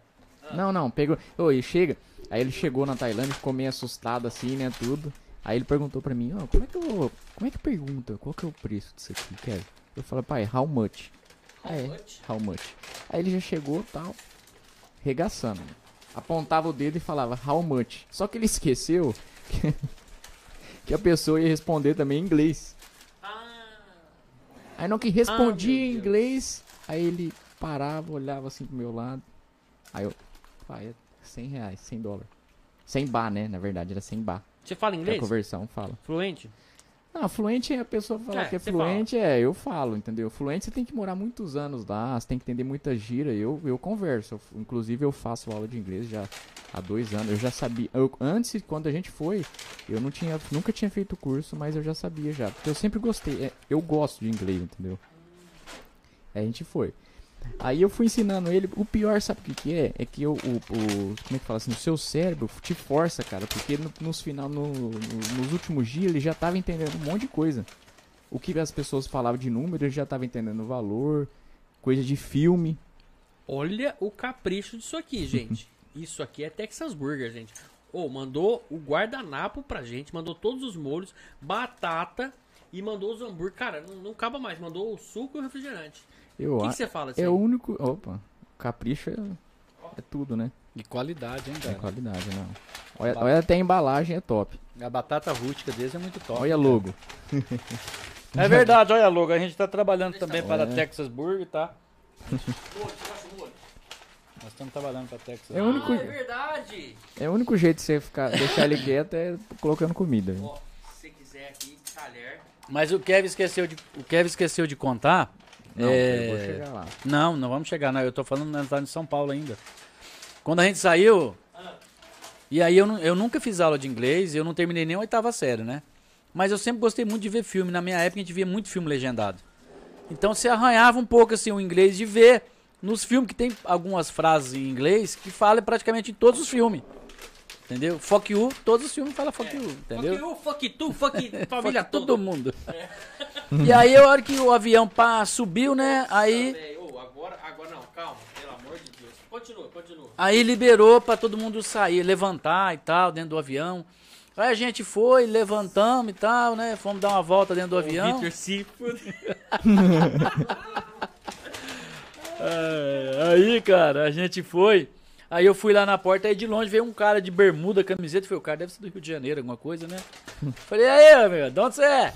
Não, não, pegou. Ô, e chega. Aí ele chegou na Tailândia, ficou meio assustado assim, né? Tudo. Aí ele perguntou pra mim, ó, como é que eu. Como é que pergunta? Qual que é o preço disso aqui, Kevin? Eu falei, pai, how much? How much? How much? Aí ele já chegou tal, regaçando. Apontava o dedo e falava, how much? Só que ele esqueceu que, [laughs] que a pessoa ia responder também em inglês. Aí não que respondia em inglês, aí ele parava, olhava assim pro meu lado. Aí eu, pai, é 100 reais, 100 dólares. 100 bar, né? Na verdade, era 100 bar. Você fala Que é a inglês? conversão, fala. Fluente? Não, fluente é a pessoa falar É, que é você fala. fluente, é, eu falo, entendeu? Fluente você tem que morar muitos anos lá, você tem que entender muita gira, eu, eu converso. Eu- inclusive eu faço aula de inglês já há dois anos, eu já sabia. eu- antes, quando a gente foi, eu não tinha, nunca tinha feito curso, mas eu já sabia já. Porque eu sempre gostei, é, eu gosto de inglês, entendeu? Aí a gente foi. Aí eu fui ensinando ele. O pior, sabe o que, que é? É que eu, o, o- Como é que fala assim? O seu cérebro te força, cara. Porque no- nos, final, no- no- nos últimos dias ele já tava entendendo um monte de coisa. O que as pessoas falavam de número, ele já tava entendendo o valor. Coisa de filme. Olha o capricho disso aqui, gente. Isso aqui é Texas Burger, gente. Ou mandou o guardanapo pra gente, mandou todos os molhos, batata e mandou os hambúrguer. Cara, não, não acaba mais, mandou o suco e o refrigerante. Eu O que a- que você fala assim? É o único. Opa, capricho é, é tudo, né? de qualidade, hein, É cara. qualidade, não. Olha, olha até a embalagem, é top. A batata rústica deles é muito top. Olha a logo. É verdade, olha, logo, a gente tá trabalhando também para a É. Texas Burger, tá? Nós estamos trabalhando para a Texas É o Burger. Ah, único, é verdade! é o único jeito de você ficar, deixar ele quieto é colocando comida. viu? Ó, se você quiser aqui, talher. Mas o Kevin esqueceu de, o Kevin esqueceu de contar. Não, é, eu vou chegar lá. Não, não vamos chegar, não. Eu tô falando, nós tá em São Paulo ainda. Quando a gente saiu. E aí eu, nu- eu nunca fiz aula de inglês, eu não terminei nem a oitava série, né? Mas eu sempre gostei muito de ver filme. Na minha época a gente via muito filme legendado. Então você arranhava um pouco assim o inglês de ver nos filmes que tem algumas frases em inglês que fala praticamente em todos os filmes. Entendeu? Fuck you, todos os filmes falam fuck you, entendeu? Fuck you, fuck tu, fuck família Família toda. todo mundo. e aí, a hora que o avião pá, subiu, né? Aí, Véi, ô, agora, agora não, calma, pelo amor de Deus. Continua, continua. aí liberou pra todo mundo sair, levantar e tal, dentro do avião. Aí a gente foi, levantamos e tal, né? Fomos dar uma volta dentro do avião. Victor se fudeu. É, aí, cara, a gente foi. Aí eu fui lá na porta, aí de longe veio um cara de [laughs] bermuda, camiseta. Falei, o cara deve ser do Rio de Janeiro, alguma coisa, né? Falei, aí, amigo, de onde você é?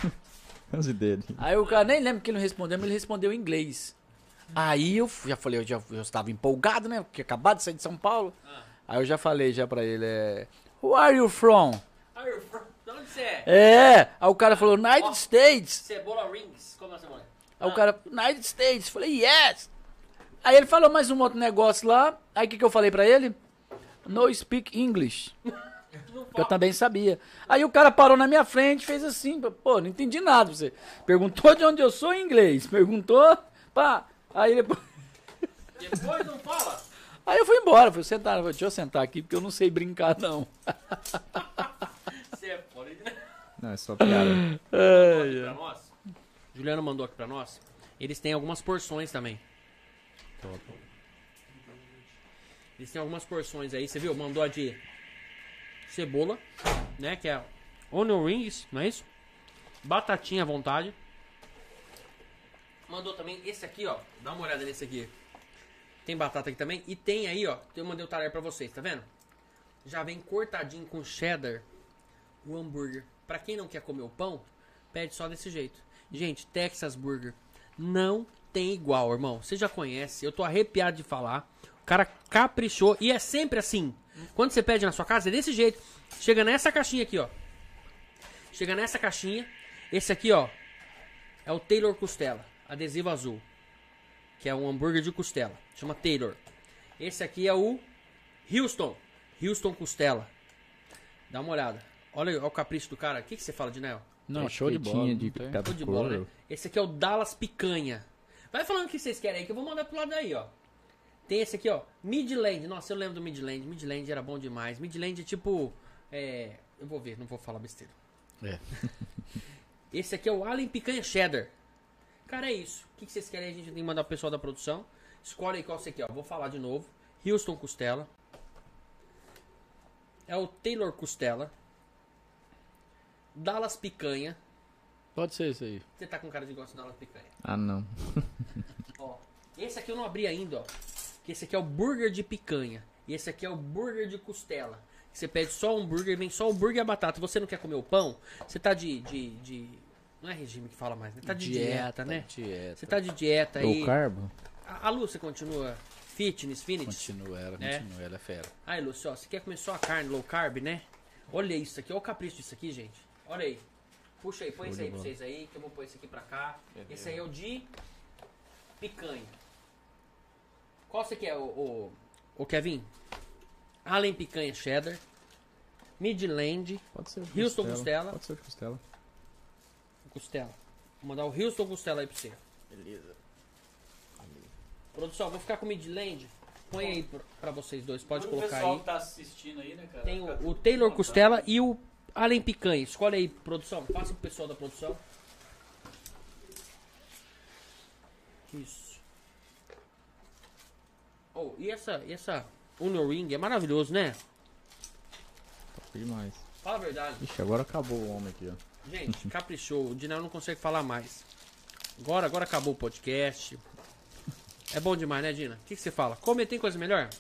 As ideias dele. Aí o cara nem lembra que ele não respondeu, mas ele respondeu em inglês. Aí eu f- já falei, eu já eu estava empolgado, né? Porque acabado de sair de São Paulo. Aí eu já falei já pra ele, é. Who are you from? De onde você é? É! Aí o cara falou, United States! Cebola Rings. Como é essa mulher? Aí o cara, United States! Eu Falei, yes! Aí ele falou mais um outro negócio lá. Aí o que, que eu falei pra ele? No speak [laughs] English. Que eu também sabia. Aí o cara parou na minha frente, fez assim, pô, não entendi nada. Você perguntou de onde eu sou em inglês, perguntou, pá. Aí depois, Depois não fala. [laughs] aí eu fui embora, fui sentar, eu falei, deixa eu sentar aqui porque eu não sei brincar não. Você é foda. Não, é só piada. aqui pra nós. Juliano mandou aqui pra nós. Eles têm algumas porções também. Eles têm algumas porções aí, você viu? Mandou a de cebola, né? Que é onion rings, não é isso? Batatinha à vontade. Mandou também esse aqui, ó. Dá uma olhada nesse aqui. Tem batata aqui também. E tem aí, ó. Eu mandei o talher pra vocês, tá vendo? Já vem cortadinho com cheddar o um hambúrguer. Pra quem não quer comer o pão, pede só desse jeito. Gente, Texas Burger não tem igual, irmão. Você já conhece, eu tô arrepiado de falar. O cara caprichou e é sempre assim. Quando você pede na sua casa, é desse jeito. Chega nessa caixinha aqui, ó. Chega nessa caixinha. Esse aqui, ó, é o Taylor Costela, adesivo azul, que é um hambúrguer de costela. Chama Taylor. Esse aqui é o Houston, Houston Costela. Dá uma olhada. Olha, aí, olha o capricho do cara. O que, que você fala de Nel? Não, Petinha de cada Show de bola, cor. né? Esse aqui é o Dallas Picanha. Vai falando o que vocês querem aí, que eu vou mandar pro lado aí, ó. Tem esse aqui, ó. Midland. Nossa, eu lembro do Midland. Midland era bom demais. Midland é tipo. É... Eu vou ver, não vou falar besteira. É. [laughs] esse aqui é o Allen Picanha Cheddar. Cara, é isso. O que que vocês querem? aí? A gente tem que mandar o pessoal da produção. Escolhe aí qual você quer, ó. Vou falar de novo. Houston Costela. É o Taylor Costela. Dallas Picanha. Pode ser isso aí. Você tá com cara de gosto da aula de picanha. Ah, não. Ó, esse aqui eu não abri ainda, ó. Que esse aqui é o burger de picanha. E esse aqui é o burger de costela. Você pede só um burger, vem só o burger e a batata. Você não quer comer o pão? Você tá de. de, de- não é regime que fala mais, né? Tá de dieta, né? Dieta. Você tá de dieta aí. Low carbo? A, a Lu, você continua fitness, fitness? Continua ela, É. continua, ela é fera. Aí, Lúcio, ó, você quer comer só a carne low carb, né? Olha isso aqui, olha o capricho disso aqui, gente. Olha aí. Puxa aí, põe isso aí pra vocês aí, que eu vou pôr esse aqui pra cá. Esse aí é o de picanha. Qual você quer, o, o, o Kevin? Allen Picanha Cheddar, Midland, Pode ser o de Houston Costela. Pode ser o de costela. Costela. Vou mandar o Houston Costela aí pra você. Beleza. Produção, vou ficar com o Midland. Põe aí pra- pra vocês dois, pode colocar aí. tá assistindo aí, né, cara? Tem o, o Taylor Costela e o Allen Picanha. Escolhe aí, produção. Passa pro pessoal da produção. Isso. Oh, e essa, e essa Uno Ring é maravilhoso, né? Top demais. Fala a verdade. Ixi, agora acabou o homem aqui, ó. Gente, caprichou. O Dinal não consegue falar mais. Agora, agora acabou o podcast. É bom demais, né, Dina? O que, que você fala? Comer tem coisa melhor?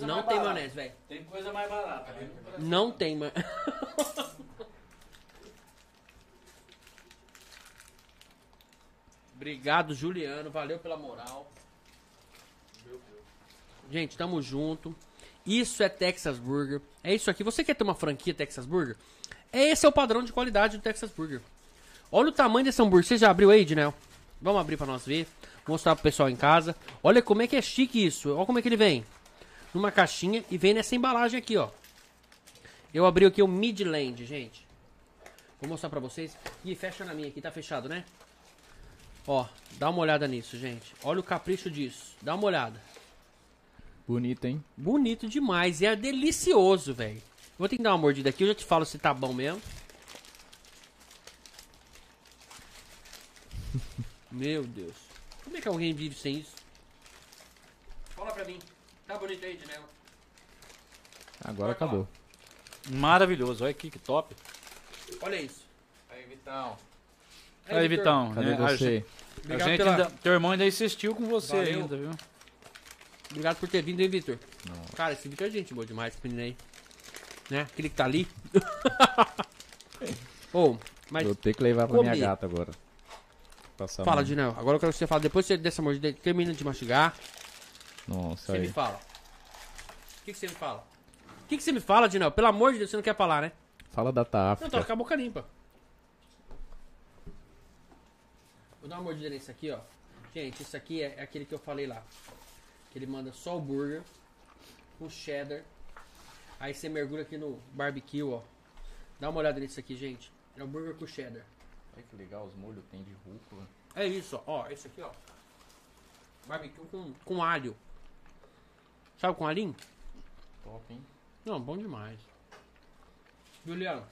Não tem maionese, velho. Tem coisa mais barata. né? Não tem, mano. [laughs] Obrigado, Juliano. Valeu pela moral. Gente, tamo junto. Isso é Texas Burger. É isso aqui. Você quer ter uma franquia Texas Burger? É Esse é o padrão de qualidade do Texas Burger. Olha o tamanho desse hambúrguer. Você já abriu aí, Dinel? Vamos abrir pra nós ver. Mostrar pro pessoal em casa. Olha como é que é chique isso. Olha como é que ele vem. Numa caixinha e vem nessa embalagem aqui, ó. Eu abri aqui o Midland, gente. Vou mostrar pra vocês. Ih, fecha na minha aqui, tá fechado, né? Ó, dá uma olhada nisso, gente. Olha o capricho disso. Dá uma olhada. Bonito, hein? Bonito demais. E é delicioso, velho. Vou ter que dar uma mordida aqui, eu já te falo se tá bom [laughs] mesmo. Meu Deus. Como é que alguém vive sem isso? Fala pra mim. Tá bonito aí, Dinelo? Agora acabou. Maravilhoso, olha aqui que top. Olha isso. Aí, Vitão. Aí, Vitor. Vitão. Cadê né? A você? gente- A Obrigado gente pela- ainda, teu irmão ainda insistiu com você Valeu. ainda, viu? Obrigado por ter vindo, hein, Vitor? Cara, esse Vitor é gente boa [laughs] demais, esse menino aí. Né? Aquele que tá ali. Ô, Mas Vou ter que levar pra comi. minha gata agora. Passar fala, uma- Dinel. Agora eu quero que você fale. Depois que você dessa mordida, termina de mastigar. Nossa, Você me aí. fala. O que, que você me fala? O que, que você me fala, Dinel? Pelo amor de Deus, você não quer falar, né? Fala da Táfrica. Não, tá com a boca limpa. Vou dar uma mordida nesse aqui, ó. Gente, isso aqui é é aquele que eu falei lá. Que ele manda só o burger, o cheddar. Aí você mergulha aqui no barbecue, ó. Dá uma olhada nisso aqui, gente. É o burger com cheddar. Olha que legal, os molhos tem de rúcula. É isso, ó. ó. Esse aqui, ó. Barbecue com, com alho. Sabe com alhinho? Top, hein? Não, bom demais. Juliano,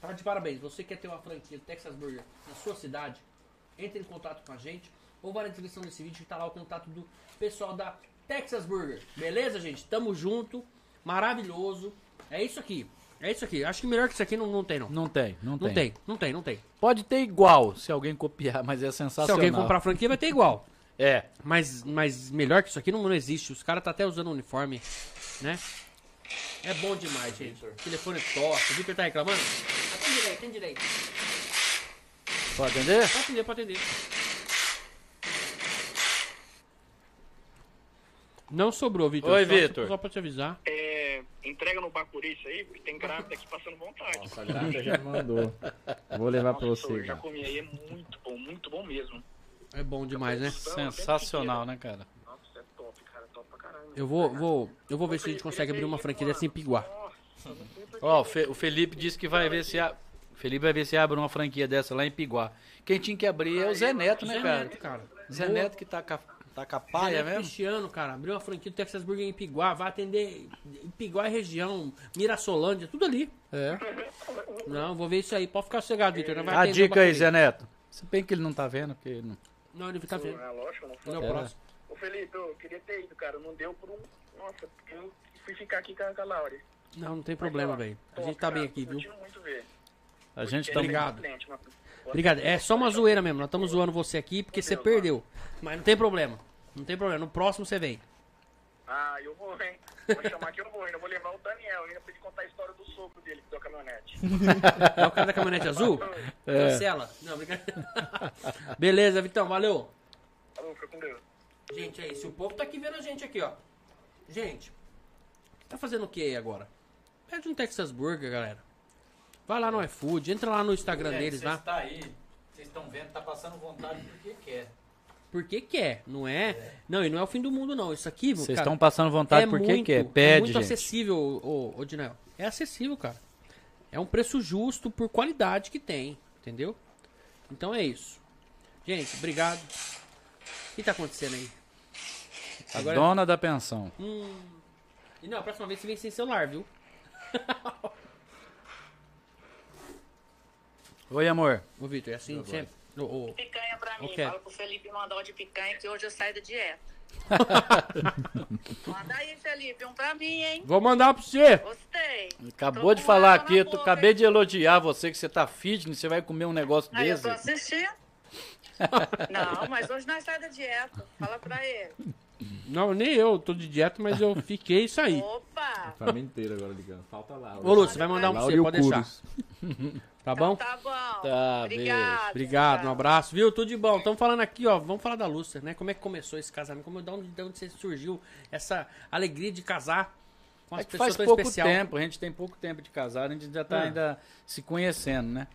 tá de parabéns. Você quer ter uma franquia Texas Burger na sua cidade? Entre em contato com a gente ou vai na descrição desse vídeo que tá lá o contato do pessoal da Texas Burger. Beleza, gente? Tamo junto. Maravilhoso. É isso aqui. É isso aqui. Acho que melhor que isso aqui não, não tem, não. Não tem, não, Não tem, não tem, não tem. Pode ter igual, se alguém copiar, mas é sensacional. Se alguém comprar a franquia, vai ter igual. É. Mas, mas melhor que isso aqui não, não existe. Os caras tá até usando uniforme, né? É bom demais, gente. Telefone toca. O Victor tá reclamando? Atende direito, atende direito. Pode entender? Pode atender, pode atender. Não sobrou, Vitor. Oi, Só- Vitor. Só pra te avisar. É, entrega no Bacuri isso aí, porque tem grávida aqui passando vontade. Nossa, a gata já mandou. Vou levar pra Nossa, você. eu já gata. comi aí, é muito bom, muito bom mesmo. É bom demais, né? Sensacional, né, cara? Nossa, é top, cara, top pra caralho. Eu vou, vou, eu vou ver se a gente consegue abrir uma franquia dessa em Piguá. Nossa, não tem pra Ó, o Fe- o Felipe disse que vai ver se a... o Felipe vai ver se abre uma franquia dessa lá em Piguá. Quem tinha que abrir é o Zé Neto, né, cara? Zé Neto que tá com a, tá com a paia Renato mesmo. é Cristiano, cara, abriu uma franquia do Texas Burger em Piguá, vai atender em Piguá e região, Mirassolândia, tudo ali. É. Não, vou ver isso aí. Pode ficar sossegado, Vitor. não vai A atender dica o aí, Bacuri. Zé Neto. Se bem que ele não tá vendo, porque ele não... Não, ele tá vendo. Ah, lógico, não Ele é o Era. próximo. Ô Felipe, eu queria ter ido, cara. Não deu por um. Nossa, porque eu fui ficar aqui com a, com a Laura. Não, não tem problema, velho. A gente tá bem aqui, viu? muito ver. é a gente tá... Queria Obrigado. ter ido na frente, mas- Obrigado. É só uma zoeira mesmo. Nós estamos zoando você aqui porque você perdeu. Mas não tem problema. Não tem problema. No próximo você vem. Ah, eu vou, hein? Vou chamar que eu vou, ainda vou levar o Daniel ainda pra ele contar a história do sogro dele que deu a caminhonete. É o cara da caminhonete azul? É. Cancela. Não, brincadeira. [laughs] Beleza, Vitão. Valeu. Falou, fica com Deus. Gente, é isso. O povo tá aqui vendo a gente aqui, ó. Gente, tá fazendo o que aí agora? Pede um Texas Burger, galera. Vai lá no iFood, entra lá no Instagram deles lá. tá aí, vocês estão vendo, tá passando vontade porque quer. Porque quer, não é? Não, e não é o fim do mundo, não. Isso aqui, Vocês cara, estão passando vontade porque quer. é Pede, muito gente. acessível, ô, ô, Dinel. É acessível, cara. É um preço justo por qualidade que tem, entendeu? Então é isso. Gente, obrigado. O que tá acontecendo aí? A Agora- dona da pensão. E não, a próxima vez você vem sem celular, viu? Oi, amor. Ô, Vitor, é assim sempre. Ô, ô. Picanha pra mim. Ok. Fala pro Felipe mandar o de picanha que hoje eu saio da [laughs] dieta. Manda aí, Felipe, um pra mim, hein? Vou mandar pra você. Gostei. Acabou Tô de com falar água na aqui, eu tô- boca, acabei hein? de elogiar você que você tá fitness, você vai comer um negócio Aí eu desse. tô [laughs] assistindo. Não, mas hoje nós saímos da dieta. Fala pra ele. Não, nem eu, tô de dieta, mas eu fiquei isso aí. Tá Opa! Família inteira agora ligando. Falta lá. Ô, Lúcio, você vai mandar um pra você, Laura pode deixar. [laughs] Tá Então bom? tá bom. Tá, beijo. Obrigado. Obrigado, um abraço, viu? Tudo de bom. Estamos falando aqui, ó. Vamos falar da Lúcia, né? Como é que começou esse casamento? Como, de, onde, de onde você surgiu essa alegria de casar com as É que pessoas faz tão pouco especial? tempo, a gente tem pouco tempo de casado, a gente já tá Ah. ainda se conhecendo, né?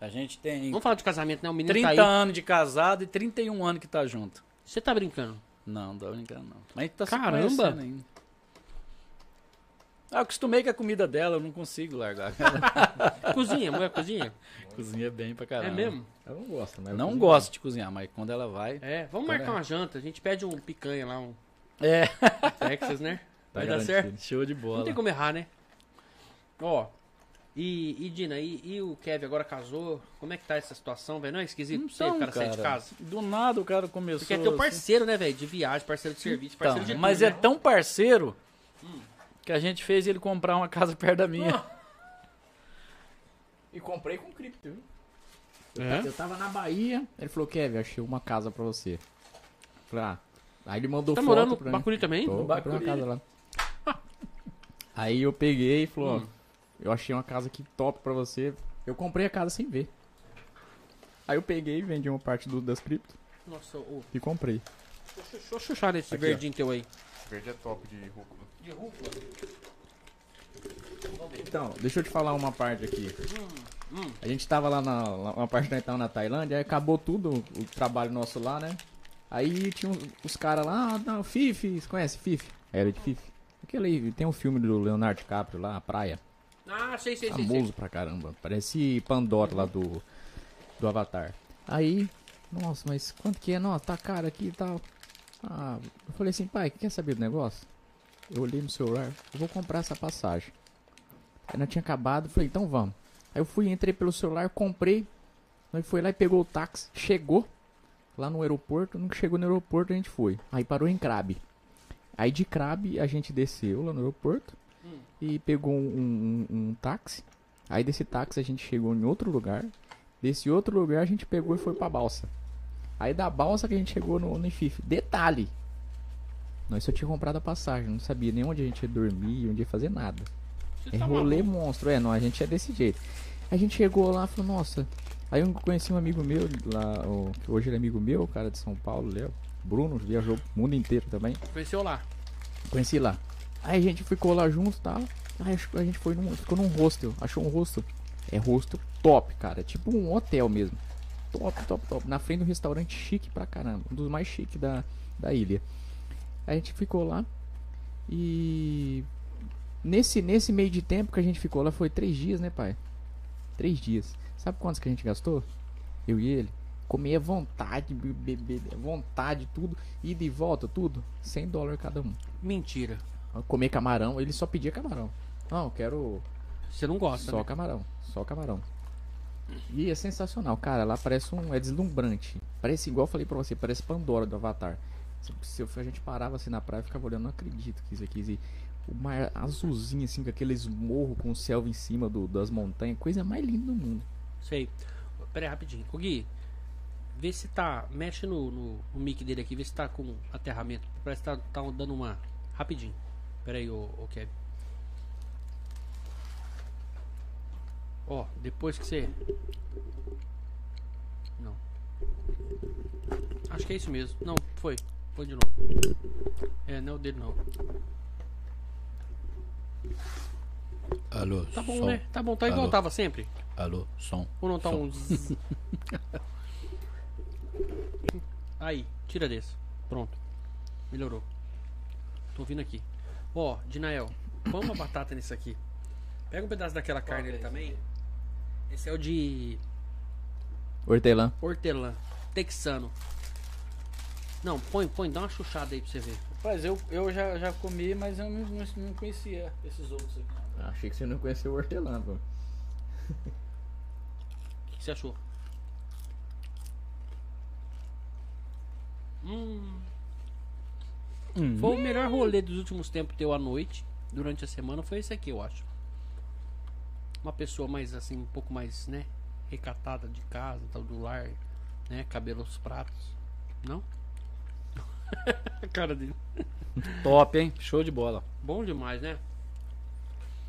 A gente tem Vamos falar de casamento, né? O menino 30 tá aí. anos de casado e 31 anos que tá junto. Você tá brincando? Não, não tô brincando não. Mas a gente tá Caramba! se conhecendo ainda. Ah, Eu acostumei com a comida dela, eu não consigo largar. [laughs] Cozinha, mulher cozinha? Cozinha bem pra É caramba. mesmo? Eu não gosto, né? Eu Não cozinho. gosto de cozinhar, mas quando ela vai. tá É, vamos marcar uma janta. A gente pede um picanha lá, um É. Texas, né? Tá Vai dar garantido. certo? Show de bola. Não tem como errar, né? Ó. E, e Dina, e, e o Kevin agora casou? Como é que tá essa situação, velho? Não é esquisito pra você, o cara, sair de casa? Do nada o cara começou. Porque é teu assim. parceiro, né, velho? De viagem, parceiro de serviço, Então, parceiro de tudo, mas é né? Hum. tão parceiro que a gente fez ele comprar uma casa perto da [laughs] minha. E comprei com cripto, viu? É? Eu tava na Bahia, ele falou, Kevin, achei uma casa pra você. Falei, ah. Aí ele mandou Tá foto morando no pra mim. Bacuri também? Tô, comprei uma Bacuri. casa lá. Hum. [laughs] Aí eu peguei e falou, ó, eu achei uma casa aqui top pra você, Eu comprei a casa sem ver. Aí eu peguei e vendi uma parte do, das cripto Nossa, ô, e comprei. deixa, deixa eu chuchar nesse Aqui, ó. verdinho teu aí. Verde é top de rúcula. Então, deixa eu te falar uma parte aqui. A gente tava lá na, lá- uma parte que nós tava na Tailândia, aí acabou tudo o o trabalho nosso lá, né? Aí tinha uns- os caras lá, ah, não, Fifi, você conhece Fifi? Era de Fifi. Aquele, tem um filme do Leonardo DiCaprio lá, a praia. Ah, sei, sei, sei. sei. Famoso pra caramba. Parece Pandora lá do, do Avatar. Aí, nossa, mas quanto que é? Nossa, tá caro aqui e tal. Ah, eu falei assim, pai, quer saber do negócio? Eu olhei no celular, eu vou comprar essa passagem. Aí não tinha acabado, falei, então vamos. Aí eu fui, entrei pelo celular, comprei. Nós foi lá e pegou o táxi, chegou lá no aeroporto. Nunca chegou no aeroporto, a gente foi. Aí parou em Crabe. Aí de Crabe a gente desceu lá no aeroporto e pegou um, um- um táxi. Aí desse táxi a gente chegou em outro lugar. Desse outro lugar a gente pegou e foi pra balsa. Aí da balsa que a gente chegou no, no Fife. Detalhe! Nós só tinha comprado a passagem, não sabia nem onde a gente ia dormir, onde ia fazer nada. É tá rolê monstro, é, não, a gente é desse jeito. A gente chegou lá e falou, nossa. Aí eu conheci um amigo meu, lá, o- que hoje ele é amigo meu, cara de São Paulo, Léo. Bruno, viajou o mundo inteiro também. Conheceu lá. Conheci lá. Aí a gente ficou lá junto e tal. Aí acho que a gente foi num, ficou num hostel. Achou um hostel. É hostel top, cara. É tipo um hotel mesmo. Top, top, top. Na frente de um restaurante chique pra caramba. Um dos mais chiques da, da ilha. Aí a gente ficou lá. E. Nesse, nesse meio de tempo que a gente ficou lá foi três dias, né, pai? Três dias. Sabe quantos que a gente gastou? Eu e ele. Comer à vontade, be- beber à vontade, tudo. Ida e volta, tudo. 100 dólares cada um Mentira. comer camarão, ele só pedia camarão. Não, eu quero Você não gosta, só né? camarão, só camarão. E é sensacional, cara, lá parece um é deslumbrante. Parece igual eu falei pra você, parece Pandora do Avatar. Se, se eu- a gente parava assim na praia, eu ficava olhando, não acredito que isso aqui existe. O mar azulzinho assim com aqueles morros com o céu em cima do- das montanhas, coisa mais linda do mundo. Sei. Pera aí, rapidinho. Ô, Gui, vê se tá... Mexe no, no, no mic dele aqui, vê se tá com aterramento. Parece que tá, tá dando uma... Rapidinho. Pera aí, ô, ô Kevin. Ó, depois que você... Não. Acho que é isso mesmo. Não, foi. Foi de novo. É, não é o dele não. Alô, Tá bom, né? Tá bom, tá igual Alô. tava sempre. Alô, som. Ou não tá um. zzz? Aí, tira desse. Pronto. Melhorou. Tô vindo aqui. Ó, Dinael, põe uma batata nisso aqui. Pega um pedaço daquela carne ali também. Esse é o de Hortelã. hortelã, texano. Não, põe, põe, dá uma chuchada aí pra você ver. Rapaz, eu, eu já, já comi, mas eu não, não, não conhecia esses outros aqui. Achei que você não conheceu o hortelã, pô. O que que você achou? Hum. Foi o melhor rolê dos últimos tempos teu à noite, durante a semana, foi esse aqui, eu acho. Uma pessoa mais assim, um pouco mais, né? Recatada de casa, tal do lar, né? Cabelo aos pratos. Não? [laughs] a cara dele. Top, hein? Show de bola. Bom demais, né?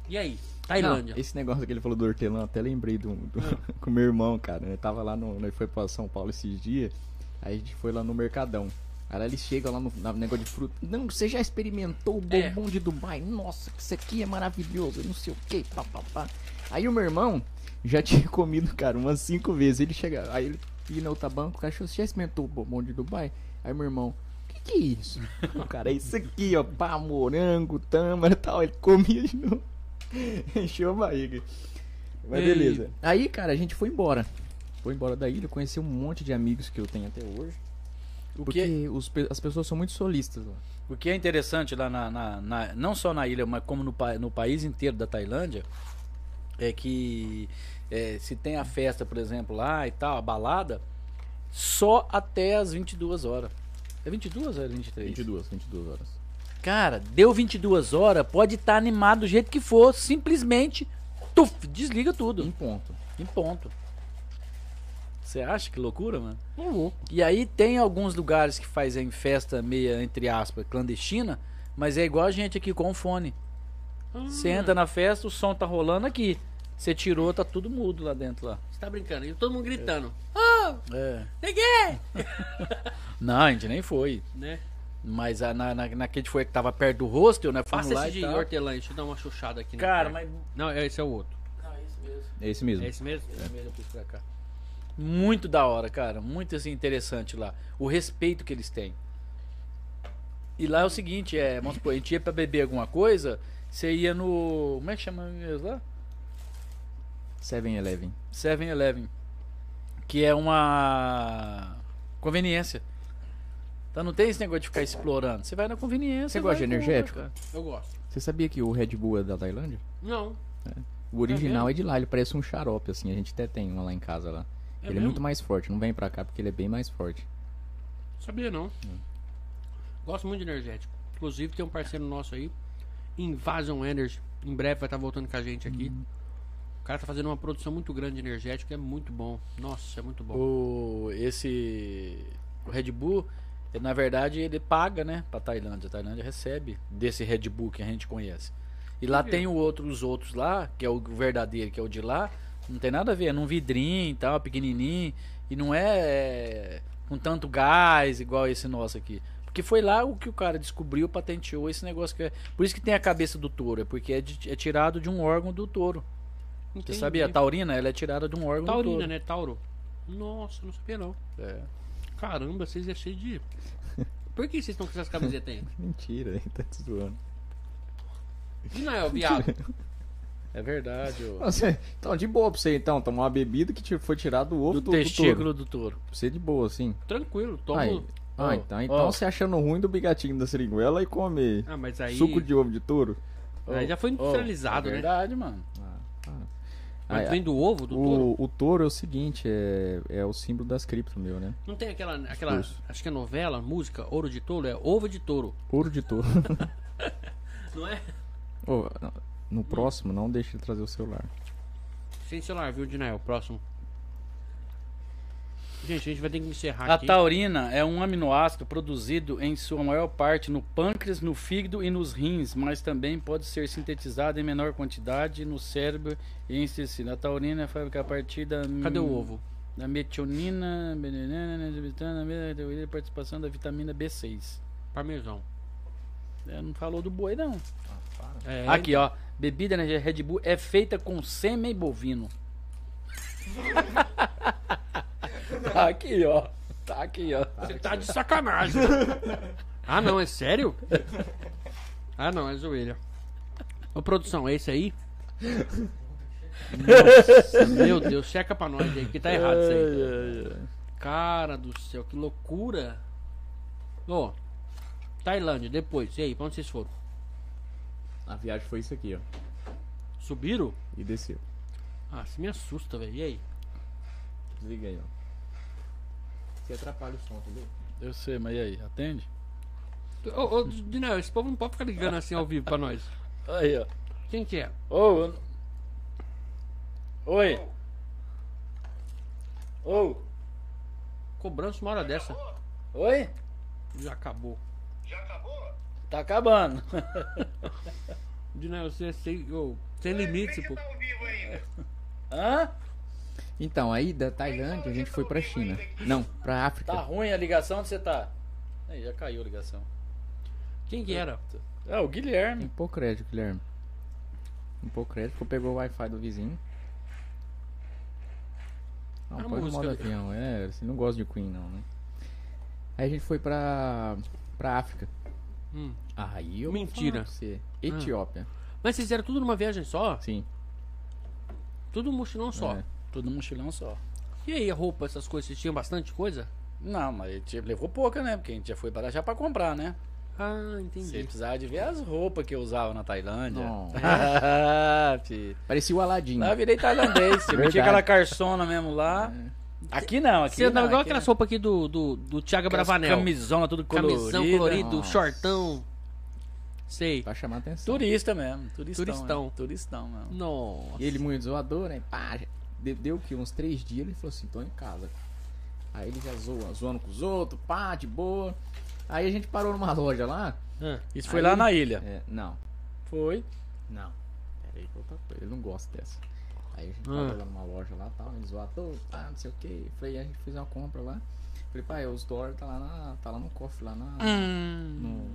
E aí? Não, Tailândia. Ah. esse negócio que ele falou do hortelã, até lembrei do, do- [laughs] com meu irmão, cara. Ele tava lá no. Ele foi pra São Paulo esses dias. Aí a gente foi lá no Mercadão. Aí eles chegam lá no, na- no negócio de fruta. Não, você já experimentou o É. bombom de Dubai? Nossa, isso aqui é maravilhoso, não sei o que, papapá. Aí o meu irmão já [laughs] tinha comido, cara, umas cinco vezes. Ele chega, aí ele ia na outra banca, o cachorro, você já experimentou o bombom de Dubai? Aí meu irmão, o que, que é isso? O cara, é isso aqui, ó, pá, morango, tâmara e tal. Ele comia de novo. [laughs] Encheu a barriga. Mas Ei. beleza. Aí, cara, a gente foi embora. Foi embora da ilha, conheci um monte de amigos que eu tenho até hoje. O porque que, os pe- as pessoas são muito solistas lá. o que é interessante lá na, na- na- não só na ilha, mas como no, pa- no país inteiro da Tailândia, é que é, se tem a festa, por exemplo, lá e tal, a balada, só até as 22 horas. É 22 ou é 23? 22, 22 horas. Cara, deu 22 horas, pode estar animado do jeito que for, simplesmente tuf, desliga Em tudo, Um ponto. em ponto. Você acha que loucura, mano? Não vou. E aí tem alguns lugares que fazem festa meia, entre aspas, clandestina, Hum. mas é igual a gente aqui com o fone. Você entra na festa, o som tá rolando aqui. Você tirou, tá tudo mudo lá dentro lá. Você tá brincando. E todo mundo gritando. É. Peguei! Não, a gente nem foi. Né? Mas a, na, na, naquele foi que tava perto do hostel, né? Fomos Passa lá esse de e tal. hortelã, deixa eu dar uma chuchada aqui. na Cara, perna. mas. Não, é- esse é o outro. Não, é isso mesmo. É esse mesmo. É esse mesmo? É mesmo, eu pus pra cá. Muito da hora, cara. Muito assim, interessante lá. O respeito que eles têm. E lá é o seguinte, é, vamos supor, a gente ia pra beber alguma coisa, você ia no. Como é que chama mesmo lá? 7-Eleven. 7-Eleven. Que é uma conveniência. Então não tem esse negócio de ficar explorando. Você vai na conveniência. Você gosta vai de e compra, energético? cara. Eu gosto. Você sabia que o Red Bull é da Tailândia? Não. O original mesmo? é, de lá, ele parece um xarope, assim. A gente até tem uma lá em casa lá. É ele é mesmo? muito mais forte, não vem pra cá porque ele é bem mais forte. Sabia não. Gosto muito de energético. Inclusive tem um parceiro nosso aí, Invasion Energy. Em breve vai estar voltando com a gente aqui. Uhum. O cara tá fazendo uma produção muito grande de energético, é muito bom. Nossa, é muito bom. O, esse o Red Bull, ele, na verdade, ele paga, né, pra Tailândia. A Tailândia recebe desse Red Bull que a gente conhece. E lá tem o outro, os outros lá, que é o verdadeiro, que é o de lá. Não tem nada a ver, é num vidrinho e tal, pequenininho. E não é, é, com tanto gás igual esse nosso aqui. Porque foi lá o que o cara descobriu, patenteou esse negócio. que é- Por isso que tem a cabeça do touro, é porque é, de- é tirado de um órgão do touro. Você Entendi. sabia? A taurina, ela é tirada de um órgão do Taurina, touro. né? Tauro. Nossa, não sabia não. É. Caramba, vocês é [laughs] cheio de. Por que vocês estão com essas camisetas aí? Mentira, [laughs] ele tá te zoando. E [laughs] não é, viado? É verdade, ô. Nossa, então, de boa pra você, então. Tomar uma bebida que te- foi tirada do do, ovo do, do touro. testículo do touro. Pra você de boa, assim. Tranquilo, toma. um- Aí. Ah, Ó, então, então ó. você achando ruim do bigatinho da seringuela e come Ah, mas aí. suco de ovo de touro? Aí já foi industrializado, é né? verdade, mano. Mas Ah, vem do ovo, do touro? O, o touro é o seguinte, é, é o símbolo das criptos meu, né? Não tem aquela. aquela Discurso. acho que é novela, música, ouro de touro? É ovo de touro, Ouro de touro. [laughs] não é? Ô, no próximo, não deixe de trazer o celular. Sem celular, viu, Dinael? Próximo. Gente, a gente vai ter que encerrar A aqui. taurina é um aminoácido produzido em sua maior parte no pâncreas, no fígado e nos rins, mas também pode ser sintetizado em menor quantidade no cérebro e em intestino. A taurina é fábrica a partir da Cadê o ovo? da metionina, benenina, nebitana, metabolina, participação da vitamina B6. Parmesão. É, não falou do boi não. É, Aqui, ó. Bebida energia Red Bull é feita com sêmen bovino. tá aqui, ó. Tá aqui, ó. Você tá de sacanagem. [laughs] ah, não, é sério? Ah, não, é zoeira. Ô, produção, é esse aí? Nossa, meu Deus, checa pra nós aí, que tá errado isso aí. Cara do céu, que loucura. Ô, Tailândia, depois, e aí, pra onde vocês foram? A viagem foi isso aqui, ó. Subiram? E desceu. Ah, você me assusta, velho. E aí? Desliga aí, ó. Você atrapalha o som, entendeu? Eu sei, mas e aí? Atende? Ô, ô, Dinel, esse povo não pode ficar ligando assim ao vivo pra nós. Aí, ó. Quem que é? Ô, eu... Oi. Ô. Cobrança uma hora dessa. Oi? Já acabou. Já acabou? Tá acabando. Dinel, você é sem, ô, sem limite, pô. Tá ao vivo ainda. Hã? Então, aí da Tailândia a gente foi pra China. Não, pra África. Tá ruim a ligação onde você tá? Aí, já caiu a ligação. Quem que era? É, o Guilherme. Não pôr crédito, Guilherme. Não pôr crédito, porque pegou o Wi-Fi do vizinho. Não, A põe no modo música- avião, é. Você não gosta de Queen, não, né? Aí a gente foi pra, pra África. Hum. Aí eu. Mentira. Ah. Vou falar pra você. Etiópia. Mas vocês fizeram tudo numa viagem só? Sim. Tudo um mochilão só. É. Tudo num mochilão só. E aí, a roupa, essas coisas, vocês tinham bastante coisa? Não, mas ele te- levou pouca, né? Porque a gente já foi para já pra comprar, né? Ah, entendi. Você precisava de ver as roupas que eu usava na Tailândia. [laughs] Não. Ah, fi. Parecia o né? Aladim. lá eu virei [laughs] tailandês. Eu meti Verdade. aquela carçona mesmo lá. Aqui não, aqui Você não. andava igual aqui aquela não. sopa aqui do, do, do Thiago Aquelas Bravanel. Camisona, tudo colorida. Camisão colorido, Nossa. Então. shortão. Sei. Pra chamar atenção. Turista mesmo. Turistão. Turistão. né? Turistão mesmo. Nossa. E ele muito zoador, né? Pá, de- deu que uns três dias, ele falou assim, tô em casa. Aí ele já zoa, zoando com os outros, pá, de boa. Aí a gente parou numa loja lá. Ah, Isso foi Aí- lá na ilha. É, não, Foi. não. Pera aí, outra coisa, ele não gosta dessa. Aí a gente Ah. tava lá numa loja lá tal, eles lá, "Tô, tá, não sei o que. Falei, a gente fez uma compra lá. Falei, pai, os dólares tá lá, na, tá lá no cofre, lá na, Hum.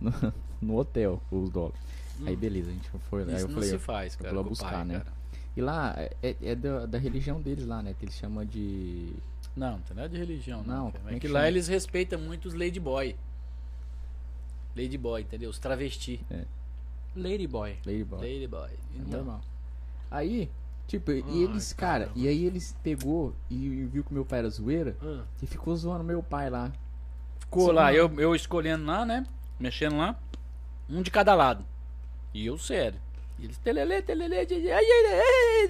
no, no, [laughs] no hotel, os dólares. Aí beleza, a gente foi lá. Aí Isso eu não falei, se faz, cara. vou lá com o buscar, pai, né? cara. E lá é, é da, da religião deles lá, né? Que eles chamam de. Não, não tem nada de religião, não. Não, cara. como É é que que lá chama? eles respeitam muito os ladyboy. Ladyboy, entendeu? Os travesti. Ladyboy. Playboy. Ladyboy. É Então, normal. Aí, tipo, e eles, cara, e aí eles pegou e viu que meu pai era zoeira Ah. e ficou zoando meu pai lá. Ficou Sim, lá, mano. eu, eu escolhendo lá, né? Mexendo lá. Um de cada lado. E eu sério. E eles telelê, telelê, telelê, ai, ai, ai, ai,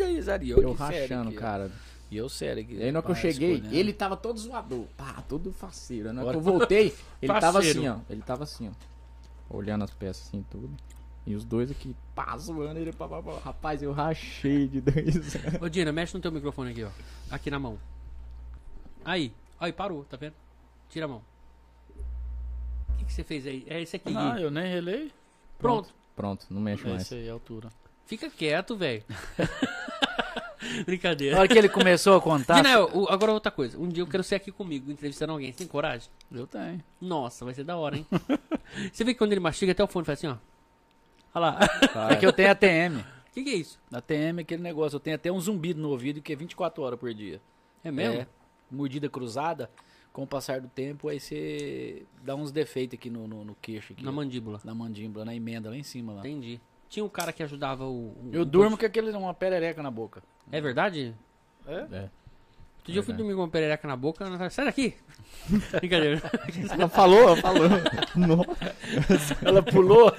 ai, ai, e eu, Eu, de sério rachando, aqui, ó. cara. E eu sério aqui. E aí na hora que eu pá, cheguei, escolhendo. ele tava todo zoador, pá, todo faceiro. Na hora que Bora. eu voltei, ele tava assim, Faceiro. ó. Ele tava assim, ó. Olhando as peças assim tudo. E os dois aqui, pá, zoando ele, pá, pá, pá. Rapaz, eu rachei de dois. [laughs] Ô, Dina, mexe no teu microfone aqui, ó. Aqui na mão. Aí. Aí, parou, tá vendo? Tira a mão. O que, que você fez aí? É esse aqui. Não, Ah, Gui. eu nem relei. Pronto. Pronto, não mexe É mais. isso aí, a altura. Fica [laughs] quieto, velho. Brincadeira. Na hora que ele começou a contar. [laughs] Dina, Tá. o- agora outra coisa. Um dia eu quero ser aqui comigo, entrevistando alguém. Você tem coragem? Eu tenho. Nossa, vai ser da hora, [laughs] hein? você vê que quando ele mastiga, até o fone faz assim, ó. Olha lá. É que eu tenho ATM. O que, que é isso? ATM é aquele negócio. Eu tenho até um zumbido no ouvido que é 24 horas por dia. É mesmo? É, mordida cruzada, com o passar do tempo, aí você dá uns defeitos aqui no, no, no queixo. Aqui, Na ó. mandíbula. na mandíbula, na emenda lá em cima. Lá. Entendi. Tinha um cara que ajudava o. o- Eu o durmo com aquele, uma perereca na boca. É verdade? É? É. Outro dia eu fui dormir com uma perereca na boca, a Natália, [laughs] sai daqui! Brincadeira. Ela falou, ela falou. Nossa. Ela pulou.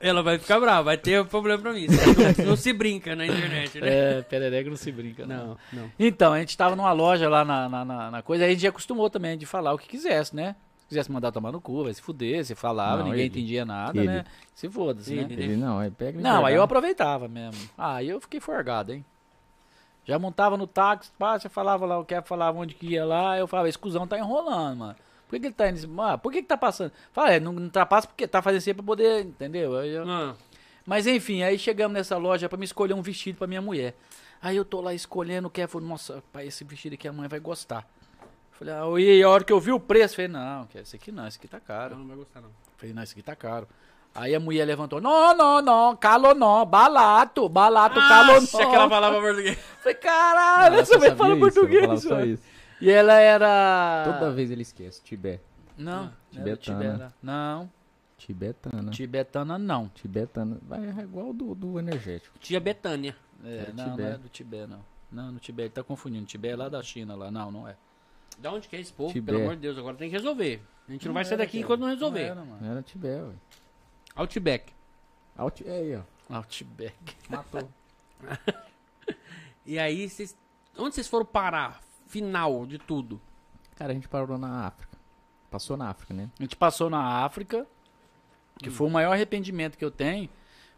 Ela vai ficar brava, vai ter problema pra mim. Não, não se brinca na internet, né? [laughs] é, [laughs] perereca não se brinca, não. Não, não. Então, a gente tava numa loja lá na, na, na- na coisa, aí a gente acostumou também de falar o que quisesse, né? Se quisesse mandar tomar no cu, vai se fuder, você falava, Não, ninguém ele. entendia nada, Ele. né? Se foda-se, né? Ele. Ele não, aí pega e Não, aí eu entrega. aproveitava mesmo. Ah, Aí eu fiquei forgado, hein? Já montava no táxi, pá, você falava lá o que, falava onde que ia lá, eu falava, esse cuzão tá enrolando, mano. Por que, que ele tá indo? esse- Ah, por que, que tá passando? Fala, é, não, não ultrapassa porque tá fazendo sempre pra poder, entendeu? Aí eu- Ah, Mas enfim, aí chegamos nessa loja pra me escolher um vestido pra minha mulher. Aí eu tô lá escolhendo o que é, falei, nossa, pai, esse vestido aqui a mãe vai gostar. Falei, ah, e a hora que eu vi o preço, falei, não, que esse aqui não, esse aqui tá caro. ela não vai gostar, não. Falei, não, isso aqui tá caro. Aí a mulher levantou, não, não, não, calo não, balato, balato, calo não. Nossa, aquela palavra português. Falei, caralho, Ela essa só mulher fala sabia isso, ela português, falava né? Ah. só mano. isso. E ela era... Toda vez ele esquece. Tibé. Não, não era Tibetana. tibetana. Não, Tibetana. tibetana não. Tibetana. Vai errar igual do, do energético. Tia Betânia. É, Era não, não Tibé. é do Tibete, não. Não, no Tibete, tá confundindo. Tibete é lá da China, lá. Não, não é. Da onde que é esse povo? Tibé. Pelo amor de Deus, agora tem que resolver. A gente não, vai sair daqui enquanto não resolver. é, Não era, mano. Não era Tibé, ué. Outback. Alt... É aí, ó. Ah, o Tibete. Matou. E aí, vocês... onde vocês foram parar? Final de tudo. Cara, a gente parou na África. Passou na África, né? A gente passou na África, que foi o maior arrependimento que eu tenho.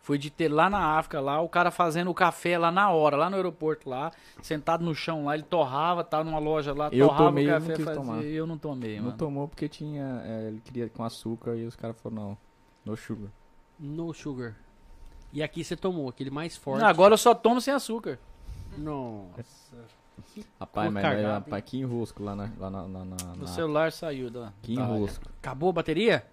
Foi de ter lá na África, lá, o cara fazendo o café lá na hora, lá no aeroporto, lá, sentado no chão lá, ele torrava, tava numa loja lá, Eu torrava tomei, o eu não café, quis fazia- tomar. eu não tomei, não mano. tomou porque tinha. é, ele queria com açúcar e os caras falaram, não. No sugar. No sugar. E aqui você tomou, aquele mais forte. Não, agora eu só tomo sem açúcar. Nossa. Rapaz, Cor mas cagada, era rapaz, que enrosco lá na. Lá na, na, na- Ah. O na- celular saiu da. [laughs] Que da área. enrosco. Acabou a bateria?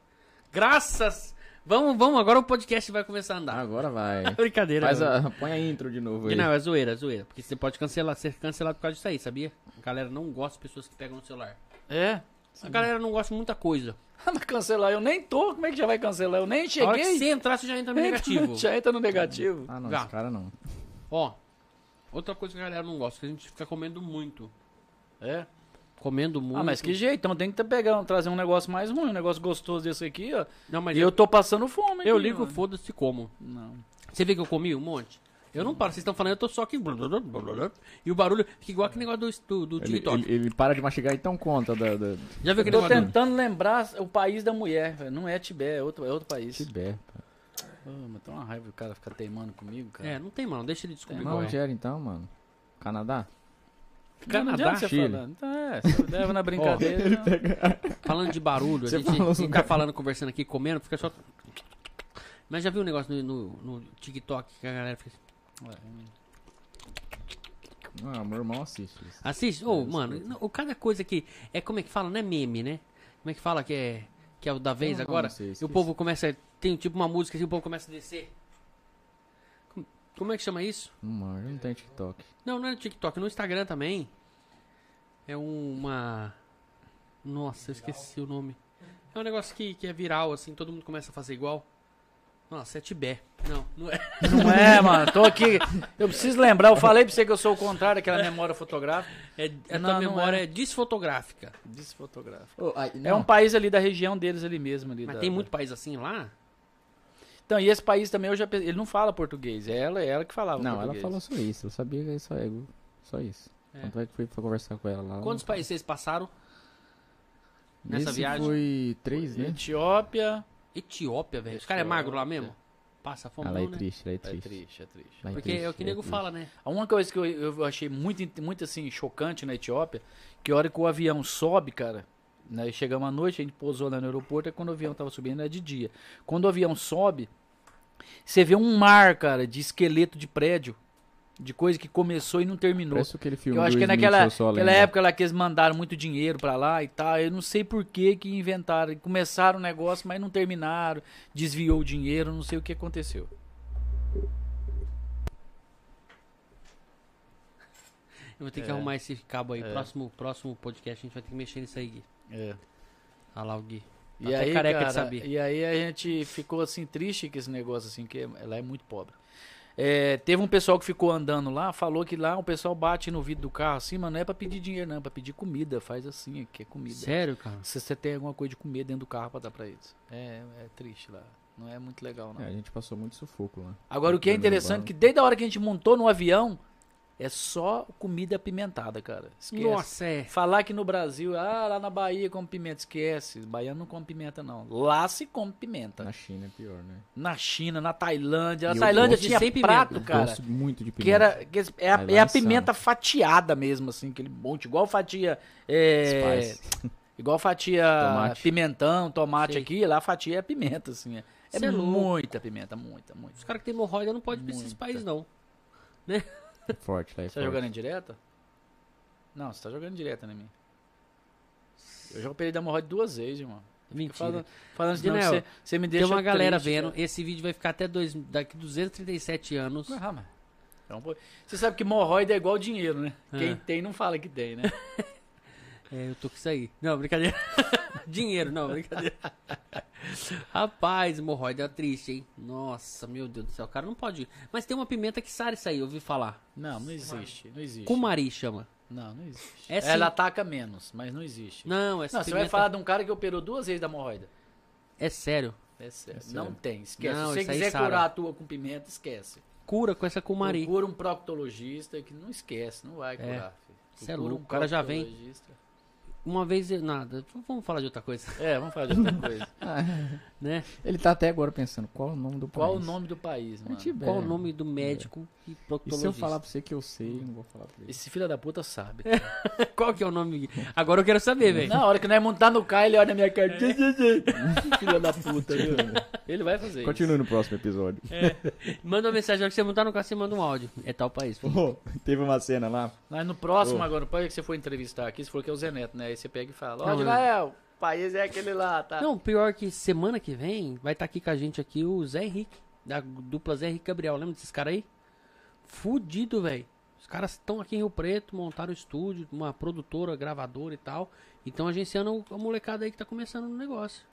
Graças! Vamos, vamos, agora o podcast vai começar a andar. Tá, Agora vai. Brincadeira. Ah. Faz mano. a, põe a intro de novo aí. Não, é zoeira, é zoeira. Porque você pode cancelar, ser cancelado por causa disso aí, sabia? A galera não gosta de pessoas que pegam no celular. É? A galera não gosta de muita coisa. Mas cancelar, eu nem tô, como é que já vai cancelar? Eu nem A hora que cheguei. [laughs] você entrar, você já entra no negativo. Tá Já entra no negativo. Ah, não, Já. esse cara não. Ó, outra coisa que a galera não gosta, que a gente fica comendo muito. É? Comendo muito. Ah, mas que jeito, então tem que tá pegando, trazer um negócio mais ruim, um negócio gostoso desse aqui, ó. Não, mas e eu, tô passando fome. eu aqui, ligo, mano. foda-se como. Não. Você vê que eu comi um monte? Eu não paro, vocês estão falando, eu tô só aqui. E o barulho fica igual aquele negócio do, do, do Ele, TikTok. ele- ele para de mastigar então conta da. da... Já viu aquele Tô negócio? do- tentando lembrar o país da mulher. velho. Não é Tibete, é outro, é outro país. Tibé. Ah, mas tá uma raiva o cara ficar teimando comigo, cara. É, não tem, mano. Deixa ele descobrir Não, qual é. onde era então, mano? Canadá? Não, não Canadá, adianta você Chile. falar. Então é, você leva [laughs] na brincadeira. não. tá Falando de barulho, a Você gente falou fica lugar. falando, conversando aqui, comendo, fica só. Mas já viu um negócio no, no- no TikTok que a galera fica assim. Ué, Ah, meu irmão assiste isso. Assiste? Ô, mano, não, o cada coisa que. É como é que fala? Não é meme, né? Como é que fala que é, que é o da vez não, agora? não sei, e o esqueci. povo começa. Tem tipo uma música assim, o povo começa a descer. Com- Como é que chama isso? Não, mano, eu não tenho TikTok. Não, não é no TikTok, no Instagram também. É uma. Nossa, eu esqueci o nome. É um negócio que, que é viral, assim, todo mundo começa a fazer igual. Nossa, é Tibé. Não, não é. Não é, mano. Tô aqui. Eu preciso lembrar. Eu falei pra você que eu sou o contrário daquela memória fotográfica. é a Não, tua não memória é. é desfotográfica. Desfotográfica. Ô, ai, É um não, país ali da região deles ali mesmo. Ali Mas da- tem da- muito país assim lá? Então, e esse país também, eu já pe- ele não fala português. É ela, é ela que falava Não, ela português. falou só isso. Eu sabia que só, é- só isso. É. Tanto é que fui pra conversar com ela lá. Quantos países vocês passaram? nessa Esse viagem? foi três, né? Etiópia. Etiópia, velho. Os caras é magro lá mesmo? Passa fome, Ah, lá é não, né? triste, lá é É triste. triste, é triste. Lá Porque triste, é o que o lá nego triste. fala, né? A única coisa que eu, eu achei muito, in- muito assim, chocante na Etiópia, que a hora que o avião sobe, cara, nós chegamos à noite, a gente pousou lá no aeroporto, é quando o avião tava subindo, era de dia. Quando o avião sobe, você vê um mar, cara, de esqueleto de prédio, de coisa que começou e não terminou. Parece aquele filme Eu acho do que é Will Smith, naquela Eu Sou a aquela Lenda. época lá que eles mandaram muito dinheiro pra lá e tal. Eu não sei por que que inventaram. Começaram o negócio, mas não terminaram. Desviou o dinheiro, não sei o que aconteceu. Eu vou ter que É. arrumar esse cabo aí. É. Próximo, próximo podcast a gente vai ter que mexer nisso aí, Gui. É. Olha lá o Gui. Tá E até aí, careca de cara, saber. e aí a gente ficou assim triste com esse negócio assim que ela é muito pobre. É, teve um pessoal que ficou andando lá, falou que lá o pessoal bate no vidro do carro assim, mas não é pra pedir dinheiro não, é pra pedir comida, faz assim, aqui é comida. Sério, cara? Se você tem alguma coisa de comer dentro do carro pra dar pra eles. É, é triste lá. Não é muito legal não. É, a gente passou muito sufoco lá. Agora o que é Comendo no interessante bar. que desde a hora que a gente montou no avião é só comida apimentada, cara. Esquece. Nossa, é. Falar que no Brasil, ah, lá na Bahia come pimenta, esquece. Baiano não come pimenta, não. Lá se come pimenta. Na China é pior, né? Na China, na Tailândia. E é Na eu Tailândia gosto tinha sem pimenta. prato, Eu cara. Gosto muito de pimenta. Que era. que é a, Aí lá é a em São. pimenta fatiada mesmo, assim, aquele monte. Igual fatia. é, Spice. igual fatia Tomate. pimentão, tomate Sei. aqui, lá a fatia é pimenta, assim. É, é Cê é louco. muita pimenta, muita, muita. Os caras que tem hemorroida não podem ir pra esses Muita. países, não. É [laughs] forte lá, é Você [laughs] tá forte. jogando em direta? Não, você tá jogando direta na minha. Eu já operei da hemorroide duas vezes, irmão. Mentira. Falando, falando isso, não, Daniel, você, você me tem deixa. uma galera triste, vendo. cara. Esse vídeo vai ficar até dois, daqui 237 anos. Ah, mas. Então, pô, você sabe que hemorroide é igual dinheiro, né? Ah. Quem tem não fala que tem, né? É, eu tô com isso aí. Não, brincadeira. [laughs] Dinheiro, não, brincadeira. [laughs] Rapaz, hemorroida é triste, hein? Nossa, meu Deus do céu, o cara não pode ir. Mas tem uma pimenta que sara isso aí, eu ouvi falar. Não, não existe. Não existe. Cumari chama. Não, não existe. É sim. Ela ataca menos, mas não existe. Não, Não, essa você pimenta... vai falar de um cara que operou duas vezes da hemorroide. É sério. É sério. Não tem, esquece. Não, Se você isso aí quiser sara. curar a tua com pimenta, esquece. Cura com essa cumari. Procura um proctologista que não esquece, não vai É. curar. filho. Cê é Procura um louco, o cara já vem. proctologista. Uma vez... eu- Nada, v- vamos falar de outra coisa, [laughs] É, vamos falar de outra coisa. [laughs] né? Ele tá até agora pensando, qual é o nome do Qual o país? nome do país, mano? Tibete. Qual o nome do médico e É. E proctologista? se eu falar pra você que eu sei, eu não vou falar pra ele. Esse filho da puta sabe. [laughs] Qual que é o nome? Agora eu quero saber, velho. Na hora que nós montar no carro, ele olha na minha cara. "Tchê, tchê, tchê". Filha da puta, [laughs] viu? Ele vai fazer É. Continua no próximo episódio. Manda uma mensagem, na hora que você montar no carro, você manda um áudio. É tal país. [laughs] Ô, teve uma cena lá. isso. Mas no próximo, Ô. agora, pode que você for entrevistar aqui, se for que é o Zé Neto, né? Aí você pega e fala, Não, ó, de lá é, o país é aquele lá, tá? Não, pior que semana que vem vai estar aqui com a gente aqui o Zé Henrique, da dupla Zé Henrique e Gabriel. Lembra desses caras aí? Fudido, velho. Os caras estão aqui em Rio Preto, montaram o estúdio, uma produtora, gravadora e tal. Então agenciando a molecada aí que tá começando no negócio.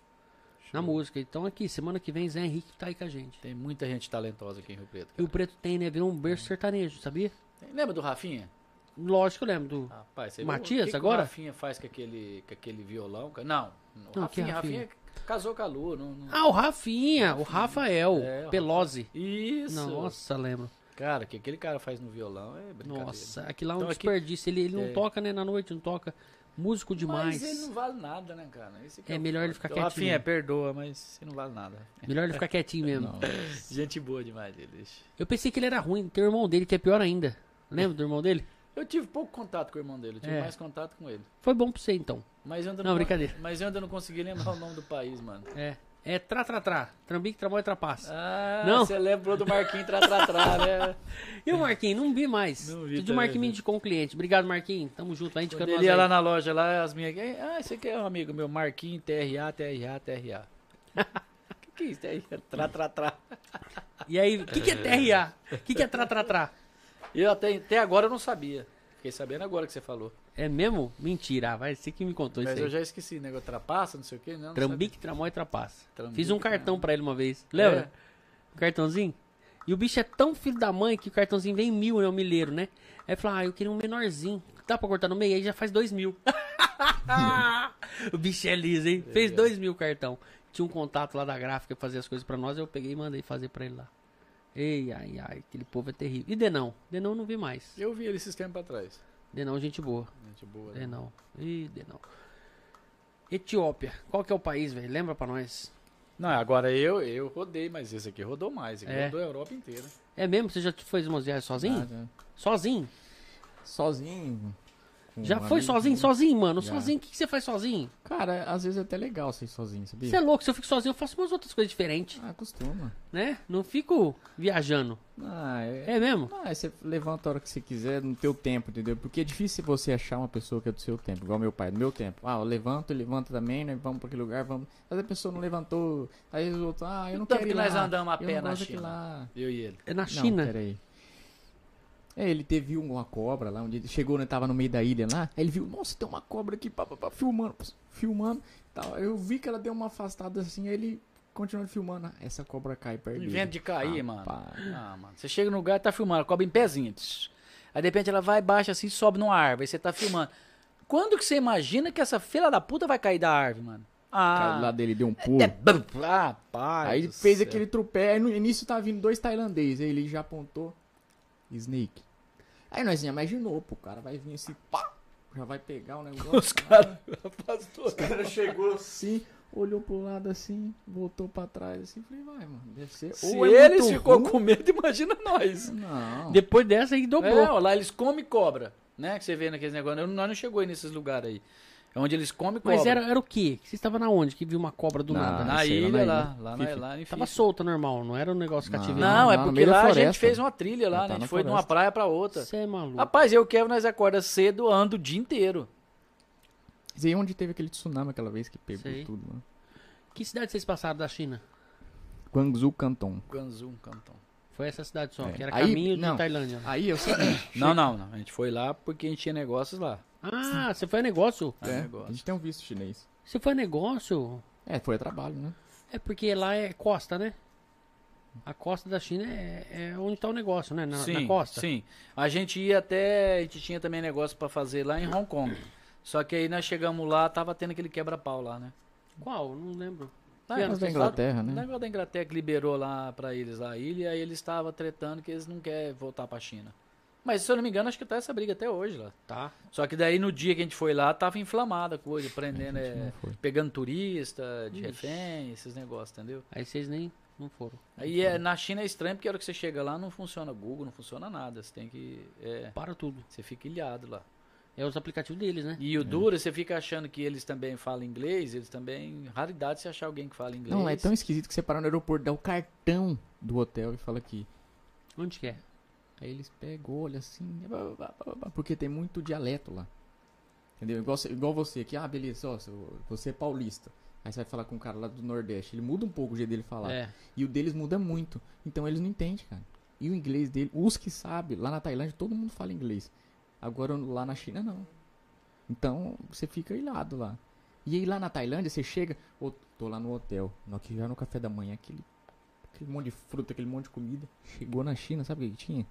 Na música. Então aqui, semana que vem, Zé Henrique tá aí com a gente. Tem muita gente talentosa aqui em Rio Preto. Rio Preto tem, né? Virou um berço sertanejo, sabia? cara. Lembra do Rafinha? Lógico, eu lembro do. Rapaz, você Matias, viu, o que que agora? o Rafinha faz com aquele, com aquele violão? cara? Não, não Não, que Rafinha, Rafinha? Rafinha? casou com a Lu. Não, não- Ah, o Rafinha, o Rafael É, o Pelosi. Isso! Nossa, lembro. Cara, o que aquele cara faz no violão é brincadeira. Nossa, aquilo lá é um Então, aqui- desperdício. Ele, ele não É. toca, né? Na noite não toca. Músico demais. Mas ele não vale nada, né, cara? Esse que É o melhor ele foda. ficar Então, quietinho. Rafinha, perdoa, mas você não vale nada. [laughs] Melhor ele ficar quietinho mesmo. Gente boa demais eles. Eu pensei que ele era ruim. Tem o irmão dele que é pior ainda. Lembra do irmão dele? Eu tive pouco contato com o irmão dele, eu tive É. mais contato com ele. Foi bom pra você então. Mas eu ainda Não, brincadeira. Mas eu ainda não consegui lembrar o nome do país, mano. É. É tra tra tra. Trambique, tramói, trapaça. Ah, Não. você lembrou do Marquinhos Tratratrá, [laughs] né? E o Marquinhos, não vi mais. Não vi Outro dia também, o Marquinhos me não. indicou um cliente. Obrigado, Marquinhos. Tamo junto lá, Quando indicando ele ia nós lá aí. na loja, lá, as minhas. Ah, esse aqui é um amigo meu, Marquinhos, TRA, TRA, TRA. [laughs] que que é isso, TRA? Trá, trá, trá. E aí, o que, que é TRA? O que, que é tra tra tra? Eu até, até agora eu não sabia. Fiquei sabendo agora que você falou. É mesmo? Mentira, ah, vai, você que me contou Mas isso eu aí. já esqueci, negócio trapaça, não sei o quê, né? Eu não Trambique, tramói, trapaça. Trambique, Fiz um cartão pra ele uma vez. Lembra? Um cartãozinho. E o bicho é tão filho da mãe que o cartãozinho vem mil, é um milheiro, né? Aí ele fala, ah, eu queria um menorzinho. Dá pra cortar no meio? Aí já faz dois mil. [laughs] o bicho é liso, hein? Fez dois mil o cartão. Tinha um contato lá da gráfica que fazia as coisas pra nós, eu peguei e mandei fazer pra ele lá. Ei, ai, ai, aquele povo é terrível. E Denão? Denão eu não vi mais. sabia. Eu vi ele esses tempos atrás. Denão, gente boa. Gente boa. né? Denão. Ih, Denão. Etiópia. Qual que é o país, velho? Lembra pra nós? Não, agora eu, eu rodei, mas esse aqui rodou mais. Ele É. rodou a Europa inteira. É mesmo? Você já fez umas viagens sozinho? Nada. Sozinho? Sozinho. com já um foi amigo. sozinho? Sozinho, mano? Já. Sozinho? O que que você faz sozinho? Cara, às vezes é até legal ser sozinho, sabia? Você é louco. Se eu fico sozinho, eu faço umas outras coisas diferentes, Ah, costuma. né? Não fico viajando. Ah, é... É mesmo? Ah, você levanta a hora que você quiser no teu tempo, entendeu? Porque é difícil você achar uma pessoa que é do seu tempo, igual meu pai, do meu tempo. Ah, eu levanto, ele levanta também, né? Vamos pra aquele lugar, vamos. Mas a pessoa não levantou, aí os outros, ah, eu não Então quero que ir nós lá. andamos a eu pé não na gosto de ir China. lá. Eu e ele. É na Não, China. peraí. É, ele teve uma cobra lá, onde ele chegou, né, tava no meio da ilha lá, aí ele viu, nossa, tem uma cobra aqui, pá, pá, pá, filmando, pss, filmando, tal. Eu vi que ela deu uma afastada assim, aí ele continuou filmando, Ah, essa cobra cai perto dele. Inventa Um de cair, mano. pá. Ah, mano. Você chega no lugar e tá filmando, a cobra em pezinho. Tss. Aí de repente ela vai, baixa assim, sobe numa árvore. Aí você tá filmando. Quando que você imagina que essa filha da puta vai cair da árvore, mano? Cara, lá Ah, dele deu um pulo. ah pai. Aí ele do fez céu. aquele trupé, aí no início tava vindo dois tailandês, aí ele já apontou Snake. Aí nós já imaginou, pô, o cara vai vir assim, pá, já vai pegar o negócio. né? Os caras. Pastor. O cara chegou assim, olhou pro lado assim, voltou pra trás assim, falei, vai, mano, deve ser. Se ou é eles muito ficou ruim- com medo, [laughs] imagina nós. Não. Depois dessa aí dobrou. É, ó, lá eles comem cobra, né? Que você vê naqueles negócios. Eu- Nós não chegou aí nesses lugares aí. É onde eles comem cobra. Mas era, era o quê? Você estava na onde que viu uma cobra do Na- nada? na Ah, sei, lá né? na ilha ilha. lá, lá na Fifi. lá em Tava Fifi. solta, normal. Não era um negócio Não. cativeiro. Não, é no porque meio da lá a gente floresta. fez uma trilha lá, Ela né? tá A gente na foi de uma floresta. praia pra outra. Você é maluco. Ah. Rapaz, eu quero nós acorda cedo, ando o dia inteiro. Mas aí onde teve aquele tsunami aquela vez que pegou Sei. tudo, né? mano. Que cidade vocês passaram da China? Guangzhou Canton. Ganzum, cantão. Foi essa cidade só, É. que era Aí- caminho de não. Tailândia. Aí eu sei. Não, não, não. A gente foi lá porque a gente tinha negócios lá. Ah, você foi a negócio? Ah, É, a negócio. gente tem um visto chinês. Você foi a negócio? É, foi a trabalho, né? É porque lá é costa, né? A costa da China é, é onde tá o negócio, né? Na, na sim, costa. sim. A gente ia até, a gente tinha também negócio pra fazer lá em Hong Kong. Só que aí nós chegamos lá, tava tendo aquele quebra-pau lá, né? Qual? Não lembro. Lá É, era mas da que Inglaterra, O né? negócio da Inglaterra que liberou lá pra eles lá a ilha, e aí eles estavam tretando que eles não querem voltar pra China. Mas se eu não me engano, acho que tá essa briga até hoje lá. Tá. Só que daí no dia que a gente foi lá, tava inflamada a coisa, prendendo, gente é, não foi. pegando turista, de Ixi. refém, esses negócios, entendeu? Aí vocês nem não foram. Aí Então. é, na China é estranho, porque a hora que você chega lá não funciona Google, não funciona nada. Você tem que. é, Para tudo. você fica ilhado lá. É os aplicativos deles, né? E o duro, você fica achando que eles também falam inglês, eles também. Raridade você achar alguém que fala inglês. Não, lá é tão esquisito que você para no aeroporto, dá o cartão do hotel e fala aqui. Onde que é? Aí eles pegam, olham assim, blá, blá, blá, blá, blá, porque tem muito dialeto lá. Entendeu? Igual, você- igual você aqui, ah, beleza, ó, seu- você é paulista. Aí você vai falar com um cara lá do Nordeste. Ele muda um pouco o jeito dele Tá falar. É. E o deles muda muito. Então eles não entendem, cara. E o inglês dele, os que sabem, lá na Tailândia todo mundo fala inglês. Agora lá na China não. Então você fica ilhado lá. E aí lá na Tailândia você chega, ô, tô lá no hotel, no aqui já no café da manhã, aquele, aquele monte de fruta, aquele monte de comida. Chegou na China, sabe o que que tinha?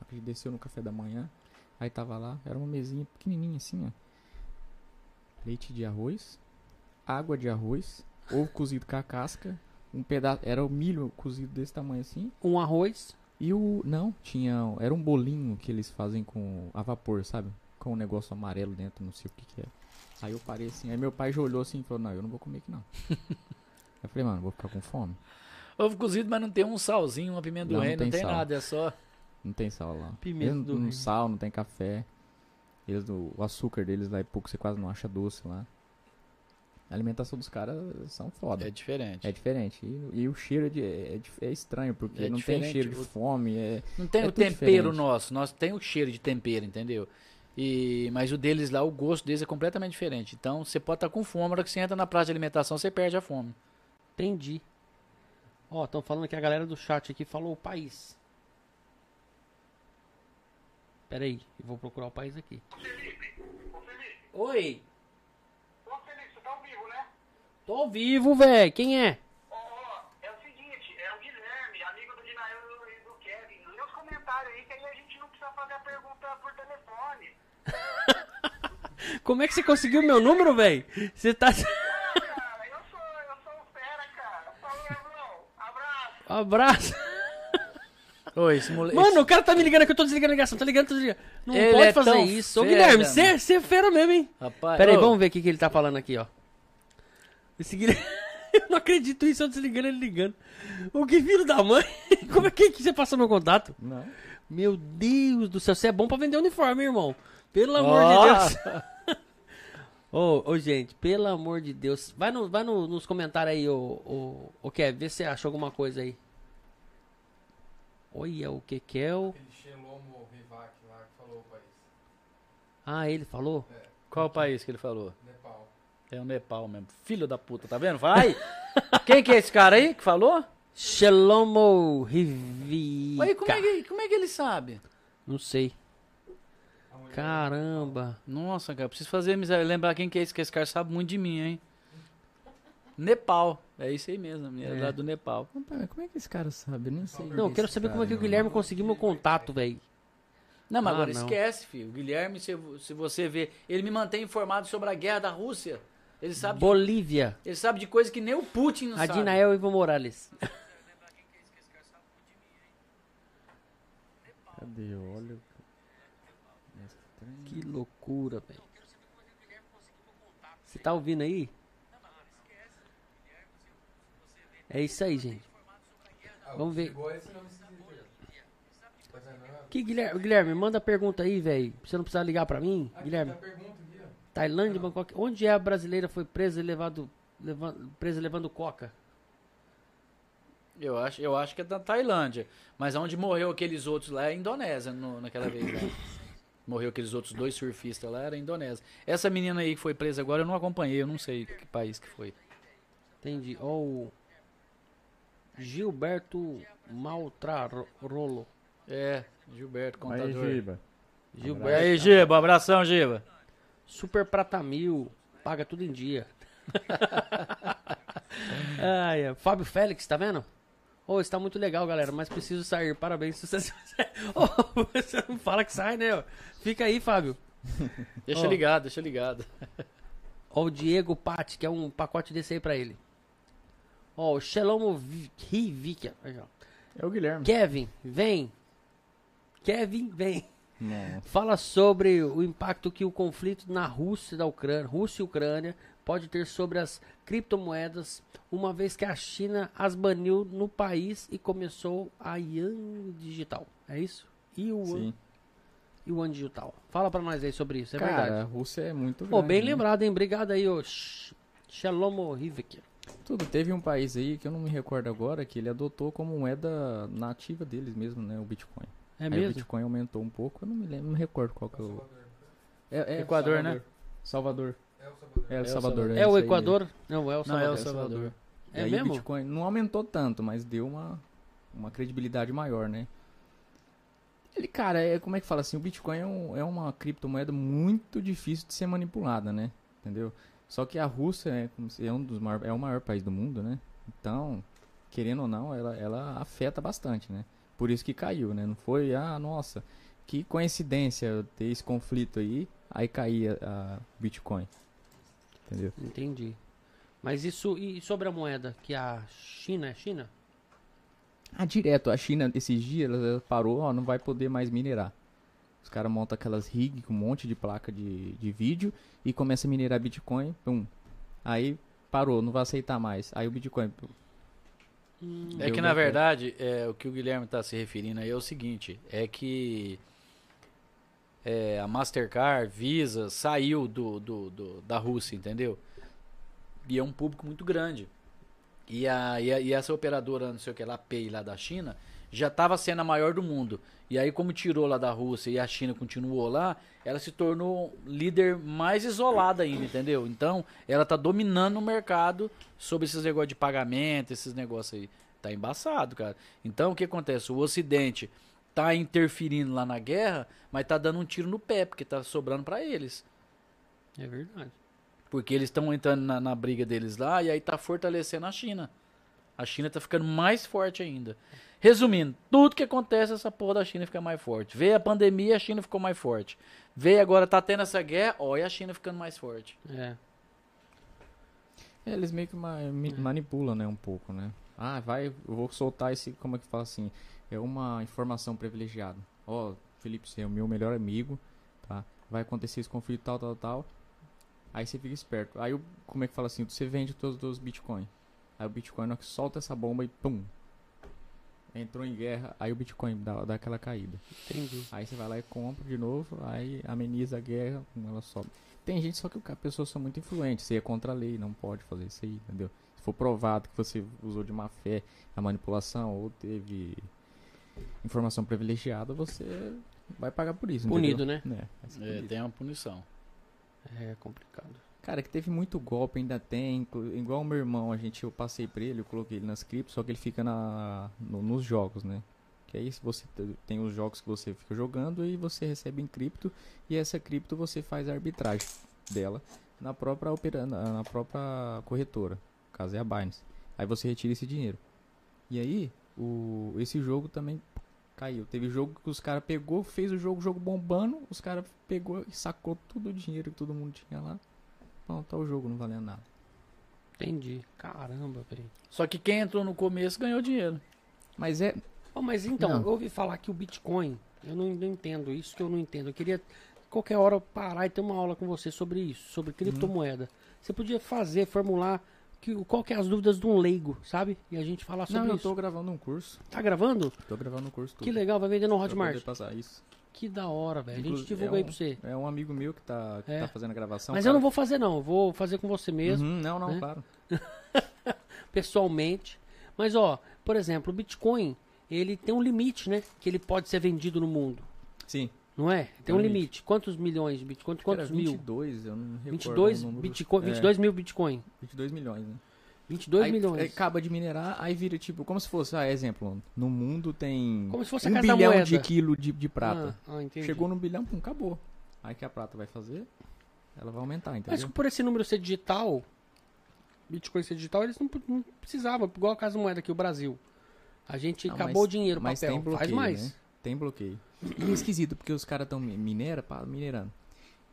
A gente desceu no café da manhã, aí tava lá, era uma mesinha pequenininha assim, ó. Leite de arroz, água de arroz, ovo cozido com a casca, um pedaço, era o milho cozido desse tamanho assim, Um arroz. e o. Não, tinha. Era um bolinho que eles fazem com. a vapor, sabe? Com um negócio amarelo dentro, não sei o que que é. Aí eu parei assim. Aí meu pai já olhou assim e falou: Não, eu não vou comer [laughs] aqui não. eu falei: Mano, eu vou ficar com fome. Ovo cozido, mas não tem um salzinho, uma pimenta do Lá não reino, não tem tem sal. nada, é só. Não tem sal lá. Pimenta Eles não- do não reino. sal, não tem café. Eles, o o açúcar deles lá é pouco, você quase não acha doce lá. A alimentação dos caras são foda. É diferente. É diferente. E, e o cheiro é, de- é, de- é estranho, porque É não tem diferente, cheiro de o- fome. É... Não tem É o tudo tempero diferente. nosso, nós tem o cheiro de tempero, entendeu? E, mas o deles lá, o gosto deles é completamente diferente. Então você pode estar com fome, na hora que você entra na praça de alimentação, você perde a fome. Entendi. Ó, estão falando que a galera do chat aqui falou o país. Pera aí, eu vou procurar o país aqui. Ô Felipe, Oi, ô Felipe, você tá ao vivo, né? tô ao vivo, velho. Quem é? Ó, ó, é o seguinte, é o Guilherme, amigo do Dinael e do Kevin. Lê os comentários aí que aí a gente não precisa fazer a pergunta por telefone. Como é que você conseguiu meu número, velho? Você tá. [laughs] Ah, cara, eu sou, eu sou um fera, cara. Falou, irmão. Abraço. Abraço. Oi, esse moleque. Mano, o cara tá me ligando aqui, eu tô desligando a ligação, tá ligando, tô desligando. Não Ele pode é fazer tão isso. Ô, fera, Guilherme, mano. você é fera mesmo, hein? Rapaz, Pera aí, Ah, ô, vamos ver o que, que ele tá falando aqui, ó. Esse Guilherme... [laughs] Eu não acredito isso, eu desligando ele ligando. O que filho da mãe? [laughs] Como é que, que você passou meu contato? Não. Meu Deus do céu, você é bom pra vender uniforme, hein, irmão. Pelo amor Ó. de Deus. [laughs] Ô, ô, gente, pelo amor de Deus. Vai, no, vai no- nos comentários aí, ô, ô, ô Kev, vê se você achou alguma coisa aí. Olha o Kekel. Ele Shelomo Vivac lá que falou o país. Ah, ele falou? Qual o país que ele falou? Nepal. É o Nepal mesmo. Filho da puta, tá vendo? [laughs] Vai! Quem que é esse cara aí que falou? Shelomo Rivica. Aí, como, é que, como é que ele sabe? Não sei. Caramba. Nossa, cara, preciso fazer amizade. Lembrar quem que é esse, que esse cara sabe muito de mim, hein? Nepal. É isso aí mesmo, a menina É. lá do Nepal. Rapaz, Como é que esse cara sabe? Eu nem sei. Não, eu quero saber como é que o Guilherme conseguiu meu contato, velho. Não, mas Ah, agora não. esquece, filho. O Guilherme, se, se você vê, ele me mantém informado sobre a guerra da Rússia. Ele sabe, de, Bolívia. ele sabe de coisa que nem o Putin não sabe. Adinael Ivo Morales. Cadê? Olha. Que loucura, velho. Você tá ouvindo aí? É isso aí, gente. Vamos ver. Igual esse nome se entendeu. Tá vendo? Que Guilherme, Guilherme, manda pergunta aí, velho. Pra Você não precisar ligar pra mim, Guilherme. Tá pergunta aqui, ó. Tailândia, Bangkok. Onde é a brasileira foi presa e levado, levando, presa levando coca? Eu acho, eu acho que é da Tailândia. Mas onde morreu aqueles outros lá é Indonésia, no- naquela vez [coughs] lá. Morreu aqueles outros dois surfistas lá, era Indonésia. Essa menina aí que foi presa agora, eu não acompanhei, eu não sei que país que foi. Entendi. Ó, o Gilberto Maltrarolo. É, Gilberto, Aí, contador. Giba. E Gilberto. aí, Giba, abração, Giba. Super Prata Mil, paga tudo em dia. [laughs] Ai, é. Fábio Félix, tá vendo? Ô, está muito legal, galera, mas preciso sair. Parabéns, [laughs] sucesso. Ô, você não fala que sai, né? Fica aí, Fábio. Deixa Ó. ligado, deixa ligado. Ó, o Diego Patti, que é um pacote desse aí pra ele. Ó, o Shelomo Rivica. É o Guilherme. Kevin, vem. Kevin, vem. Não. Fala sobre o impacto que o conflito na Rússia, da Ucrânia, Rússia e Ucrânia pode ter sobre as criptomoedas, uma vez que a China as baniu no país e começou a Yuan Digital. É isso? Yuan, Sim. Yuan Digital. Fala pra nós aí sobre isso, é Cara, a verdade. Rússia é muito grande. Pô, bem né? lembrado, hein? Obrigado aí, ô Sh- Shalomo Rivik. Tudo. Teve um país aí que eu não me recordo agora que ele adotou como moeda nativa deles mesmo, né? O Bitcoin. É Aí o mesmo? Bitcoin aumentou um pouco. Eu não me lembro, não me recordo qual que é o. É, é Equador, né? Salvador. É o Salvador. É o o Salvador. É isso o aí Equador? Não, é o um Não, é o Salvador. Salvador. E É aí mesmo? o Bitcoin não aumentou tanto, mas deu uma, uma credibilidade maior, né? Ele, cara, é como é que fala assim, o Bitcoin é, um- é uma criptomoeda muito difícil de ser manipulada, né? Entendeu? Só que a Rússia é, como se- é um dos maior, é o maior país do mundo, né? Então, querendo ou não, ela, ela afeta bastante, né? Por isso que caiu, né? Não foi, ah, nossa, que coincidência eu ter esse conflito aí, aí caía a Bitcoin. Entendeu? Entendi. Mas isso, e sobre a moeda, que a China, é China? Ah, direto. A China, esses dias, ela- ela parou, ó, não vai poder mais minerar. Os caras montam aquelas rig com um monte de placa de, de vídeo e começa a minerar Bitcoin, pum. Aí parou, não vai aceitar mais. Aí o Bitcoin. pum. É Deu que, na bloqueio. verdade, é, o que o Guilherme está se referindo aí é o seguinte, é que é, a Mastercard, Visa, saiu do, do- do- da Rússia, entendeu? E é um público muito grande. E, a, e, a- e essa operadora, não sei o que lá, PEI lá da China, já estava sendo a maior do mundo. E aí, como tirou lá da Rússia e a China continuou lá, ela se tornou líder mais isolada ainda, entendeu? Então, ela tá dominando o mercado sobre esses negócios de pagamento, esses negócios aí. Tá embaçado, cara. Então, o que acontece? O Ocidente tá interferindo lá na guerra, mas tá dando um tiro no pé, porque tá sobrando para eles. É verdade. Porque eles estão entrando na, na briga deles lá e aí tá fortalecendo a China. A China tá ficando mais forte ainda. Resumindo, tudo que acontece, essa porra da China fica mais forte. Veio a pandemia, a China ficou mais forte. Veio agora, tá tendo essa guerra, olha a China ficando mais forte. É. É, eles meio que ma- mi- manipulam, né, um pouco, né? Ah, vai, eu vou soltar esse, como é que fala assim, é uma informação privilegiada. Ó, Felipe, você é o meu melhor amigo, tá? Vai acontecer esse conflito tal, tal, tal. Aí você fica esperto. Aí, o- como é que fala assim, você vende todos os Bitcoin. Aí o Bitcoin na hora que solta essa bomba e pum. Entrou em guerra, aí o Bitcoin dá, dá aquela caída. Entendi. Aí você vai lá e compra de novo, aí ameniza a guerra, como ela sobe. Tem gente só que o ca- pessoas são muito influentes, você é contra a lei, não pode fazer isso aí, entendeu? Se for provado que você usou de má fé a manipulação ou teve informação privilegiada, você vai pagar por isso, Punido, entendeu? né? vai ser punido. é, tem uma punição. É complicado. Cara, que teve muito golpe, ainda tem. inclu- Igual o meu irmão, a gente, eu passei pra ele, eu coloquei ele nas criptos, só que ele fica na, no- nos jogos, né? Que aí se você te- tem os jogos que você fica jogando e você recebe em cripto e essa cripto você faz a arbitragem dela na própria, opera, na, na própria corretora, no caso é a Binance. Aí você retira esse dinheiro. E aí, o, esse jogo também caiu. Teve jogo que os caras pegou, fez o jogo, jogo bombando, os caras pegou e sacou tudo o dinheiro que todo mundo tinha lá. Bom, tá o jogo não valendo nada. Entendi. Caramba, velho. Só que quem entrou no começo ganhou dinheiro. Mas é. Ô, mas então, Não. eu ouvi falar que o Bitcoin, eu não, não entendo isso que eu não entendo. Eu queria qualquer hora eu parar e ter uma aula com você sobre isso, Uhum. sobre criptomoeda. Você podia fazer, formular que, qual que é as dúvidas de um leigo, sabe? E a gente falar sobre Não, eu isso. tô gravando um curso. Tá gravando? Tô gravando um curso tudo. Que legal, vai vender no Pra poder Hotmart. passar isso. Que da hora, velho. A gente Inclusive, divulga é aí um- pra você. É um amigo meu que tá, que É. tá fazendo a gravação. Mas cara. eu não vou fazer, não. Eu vou fazer com você mesmo, Uhum, não, não, né? claro. Uhum. pessoalmente. Mas, ó, por exemplo, o Bitcoin, ele tem um limite, né? Que ele pode ser vendido no mundo. Sim. Não é? Tem um Um limite. limite. Quantos milhões de Bitcoin? Quantos Era mil? 22, eu não recordo. 22, o número. Bitcoin, É, 22 mil Bitcoin. 22 milhões, né? 22 Aí, milhões. aí acaba de minerar, aí vira tipo, como se fosse, ah, exemplo, no mundo tem Como se fosse a um Casa da bilhão Moeda. de quilo de, de prata. Ah, ah, entendi. Chegou no bilhão, pum, acabou. Aí que a prata vai fazer, ela vai aumentar, Mas entendeu? por esse número ser digital, Bitcoin ser digital, eles não, não precisavam. Igual a Casa Moeda aqui, o Brasil. A gente Não, acabou mas- o dinheiro, mas papel. tem bloqueio, Faz mais. né? Tem bloqueio. E é esquisito, porque os caras estão minera, pá, minerando.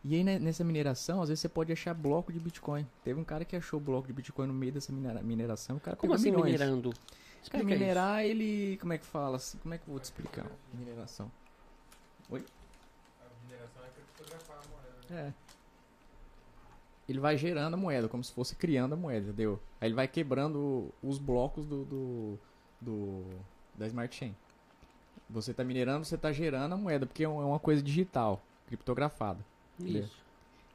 E aí né, nessa mineração, às vezes você pode achar bloco de Bitcoin. Teve um cara que achou bloco de Bitcoin no meio dessa minera- mineração, o cara Como pegou assim milhões. minerando? É Cara, Explica isso. minerar, ele... Como é que fala assim? Como é que eu vou te explicar? Mineração. Oi? É. Ele vai gerando a moeda, como se fosse criando a moeda, entendeu? Aí ele vai quebrando os blocos do, do, do- da Smart Chain. Você tá minerando, você tá gerando a moeda, porque é um- é uma coisa digital, criptografada. Isso.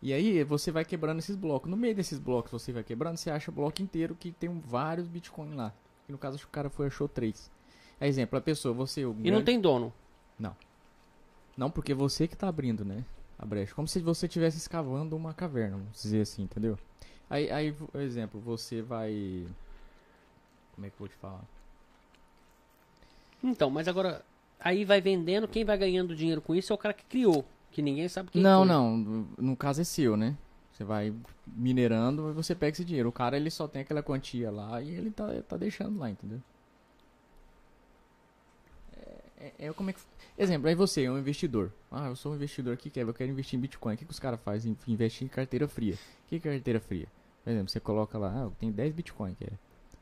E aí você vai quebrando esses blocos. No meio desses blocos você vai quebrando, você acha bloco inteiro que tem vários Bitcoin lá. E no caso acho que o cara foi achou três. É exemplo, a pessoa, você... um E não grande- tem dono. não, porque você que tá abrindo, né? A brecha. Como se você estivesse escavando uma caverna, vamos dizer assim, entendeu? Aí, aí, por exemplo, você vai. Como é que eu vou te falar? Então, mas agora, aí vai vendendo, quem vai ganhando dinheiro com isso é o cara que criou. Que ninguém sabe quem não, foi. não. no- No caso é seu, né? Você vai minerando e você pega esse dinheiro. O cara ele só tem aquela quantia lá e ele tá, tá deixando lá, entendeu? É, é- é como é que. Exemplo, aí você é um investidor. Ah, eu sou um investidor que quer, eu quero investir em Bitcoin. O que, que os caras fazem? Investir em carteira fria. O que, que é carteira fria? Por exemplo, você coloca lá, ah, eu tenho 10 Bitcoin, que é.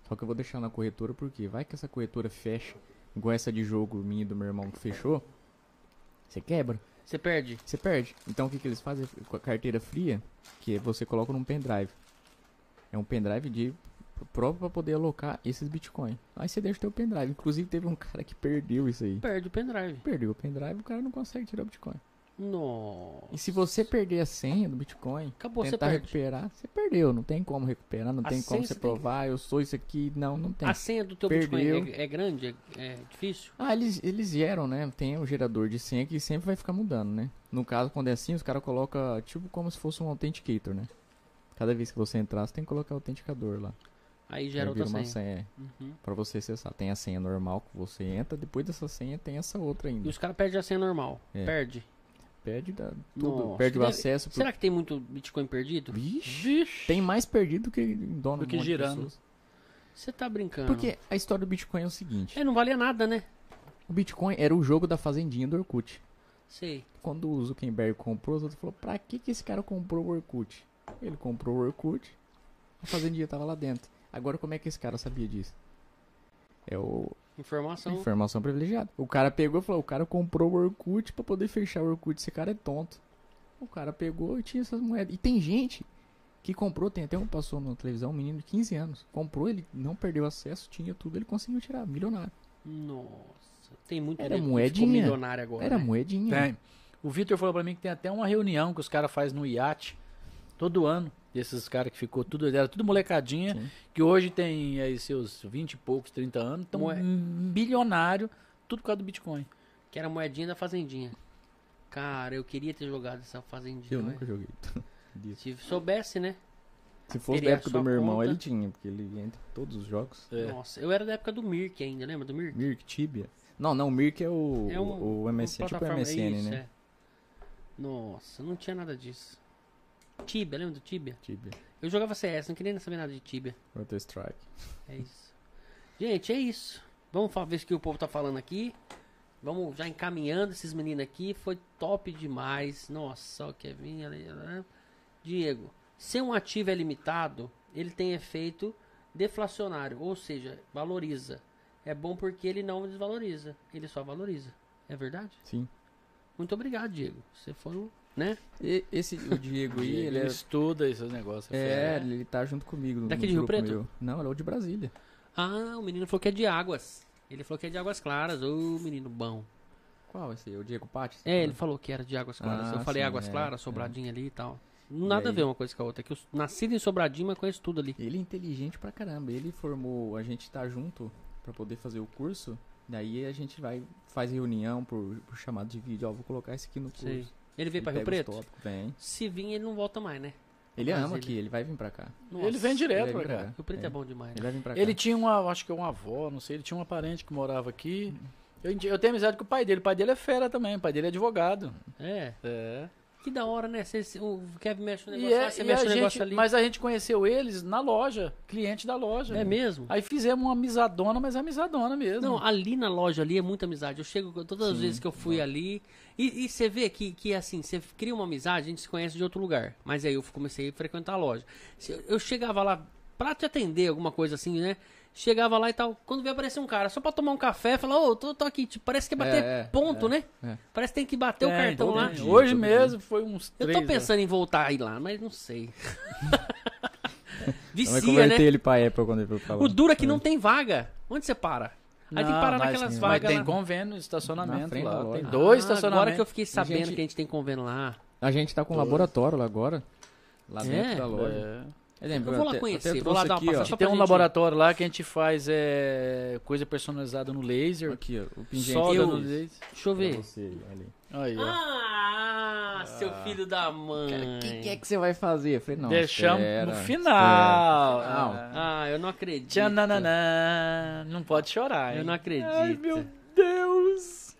Só que eu vou deixar na corretora porque vai que essa corretora fecha, igual essa de jogo minha e do meu irmão que fechou. Você quebra. Você perde. Você perde. Então o que, que eles fazem com a carteira fria? Que é você coloca num pendrive. É um pendrive de próprio para poder alocar esses bitcoins. Aí você deixa o teu pendrive. Inclusive teve um [laughs] cara que perdeu isso aí. Perde o pendrive. Perdeu o pendrive, o cara não consegue tirar o bitcoin. Nossa. E se você perder a senha do Bitcoin, Acabou, você tentar perde. recuperar, você perdeu. Não tem como recuperar, não A tem senha como você você tem que- provar, eu sou isso aqui. Não, não tem. A senha do teu Perdeu. Bitcoin é, é grande? É, é difícil? Ah, eles, eles geram, né? Tem um gerador de senha que sempre vai ficar mudando, né? No caso, quando é assim, os caras colocam tipo como se fosse um authenticator, né? Cada vez que você entrar, você tem que colocar o autenticador lá. Aí gera Aí outra vira senha. uma senha. é. Uhum. Pra você acessar. Tem a senha normal que você entra, depois dessa senha tem essa outra E ainda. os caras perdem a senha normal. É. Perde. Perde da- tudo. Nossa, perde o deve- acesso. Pro... Será que tem muito Bitcoin perdido? Vixe, Vixe. Tem mais perdido que em dono Do que de girando. pessoas. Você tá brincando. Porque a história do Bitcoin é o seguinte. É, não valia nada, né? O Bitcoin era o jogo da fazendinha do Orkut. Sei. Quando o Zuckerberg comprou, os outros falaram, pra que, que esse cara comprou o Orkut? Ele comprou o Orkut, a fazendinha tava lá dentro. Agora como é que esse cara sabia disso? É o, Informação. Informação privilegiada. O cara pegou e falou: o cara comprou o Orkut pra poder fechar o Orkut. Esse cara é tonto. O cara pegou e tinha essas moedas. E tem gente que comprou, tem até um que passou na televisão, um menino de 15 anos. Comprou, ele não perdeu acesso, tinha tudo, ele conseguiu tirar. Milionário. Nossa. Tem muito Era nego que moedinha. Ficou milionário agora. Era né? moedinha. Tem. O Vitor falou pra mim que tem até uma reunião que os caras fazem no iate todo ano. Desses caras que ficou tudo, era tudo molecadinha, Sim. que hoje tem aí seus 20 e poucos, 30 anos, estão Moe- bilionário, tudo por causa do Bitcoin. Que era moedinha da fazendinha. Cara, eu queria ter jogado essa fazendinha. Eu né? nunca joguei. Se soubesse, né? Se fosse Teria da época sua do meu irmão, conta. ele tinha, porque ele entra em todos os jogos. É. Nossa, eu era da época do Mirk ainda, lembra do Mirk? Mirk, Tibia. Não, não, Mirk é o, É um- o MSN, uma tipo plataforma- é MSN, isso, né? é. Nossa, não tinha nada disso. Tibia, lembra do Tibia? Tibia. Eu jogava CS, não queria nem saber nada de Tibia. Counter Strike. É isso. Gente, é isso. Vamos fa- ver o que o povo tá falando aqui. Vamos já encaminhando esses meninos aqui. Foi top demais. Nossa, o Kevin. ali, né? Diego, se um ativo é limitado, ele tem efeito deflacionário, ou seja, valoriza. É bom porque ele não desvaloriza, ele só valoriza. É verdade? Sim. Muito obrigado, Diego. Você foi um, né? E esse, o Diego aí, ele é estuda esses negócios. É, fera. ele tá junto comigo. no Daqui de Rio grupo Preto? meu. Não, ele é o de Brasília. Ah, o menino falou que é de águas. Ele falou que é de águas claras. Ô, menino bom. Qual esse aí? O Diego Patti? É, ele falou que era de Águas Claras. Ah, eu falei sim, Águas é, Claras, é. Sobradinho ali e tal. Nada a aí? ver uma coisa com a outra. É que eu nascido em Sobradinho, mas conheço tudo ali. Ele é inteligente pra caramba. Ele formou... A gente tá junto pra poder fazer o curso. Daí a gente vai... Faz reunião por, por chamado de vídeo. Ó, vou colocar esse aqui no curso. Sei. Ele veio Ele pra Rio pega os Preto? tópicos, Vem. Se vir, ele não volta mais, né? Ele Mas ama ele- aqui. Ele vai vir pra cá. ele vem direto ele pra vai cá. virar. Rio Preto é, É. bom demais. Ele né? vai vir pra cá. Ele tinha uma, acho que é uma avó, não sei, ele tinha uma parente que morava aqui. Eu, eu tenho amizade com o pai dele, o pai dele é fera também, o pai dele é advogado. É. É. Que da hora, né? Cê, cê- o Kevin mexe no E negócio lá, é, você e mexe a no negócio gente, ali. mas a gente conheceu eles na loja, cliente da loja. É mesmo? Aí fizemos uma amizadona, mas é amizadona mesmo. Hum. Não, ali na loja ali é muita amizade. Eu chego todas as vezes que eu fui ali. E você vê que, que assim, você cria uma amizade, a gente se conhece de outro lugar. Mas aí eu comecei a frequentar a loja. Se eu- Eu chegava lá pra te atender, alguma coisa assim, né? Chegava lá e tal. Quando veio aparecer um cara só pra tomar um café, falar, ô, tô, tô aqui. Tipo, parece que é bater É, é, ponto, é, né? é. Parece que tem que bater o Tem, cartão todo lá. dia, Hoje Hoje todo mesmo foi uns Eu três. tô é. pensando em voltar a ir lá, mas não [laughs] sei. Então vai Vicia, converter né? ele pra Apple quando ele for falar. O dura que não tem vaga. Onde você para? Aí tem que parar naquelas vagas Ah, Tem lá. convênio, Na estacionamento frente da lá. loja. Tem dois Ah, estacionamentos. Agora que eu fiquei sabendo gente- que a gente tem convênio lá. A gente tá com um laboratório lá agora. Lá É? dentro da loja. É. Eu vou lá conhecer, vou lá dar uma passada E Só tem pra um gente- laboratório lá que a gente faz é, coisa personalizada no laser, Aqui, ó. O pingente. solda Eu- no laser. Deixa eu ver. Aí, ó. Ah, seu filho da mãe. O que, é que você vai fazer? Eu falei, não, Deixamos no espera, final. espera. No final. Ah. Ah, eu não acredito. Tchananana. Não pode chorar, hein? Eu não acredito. Ai, meu Deus.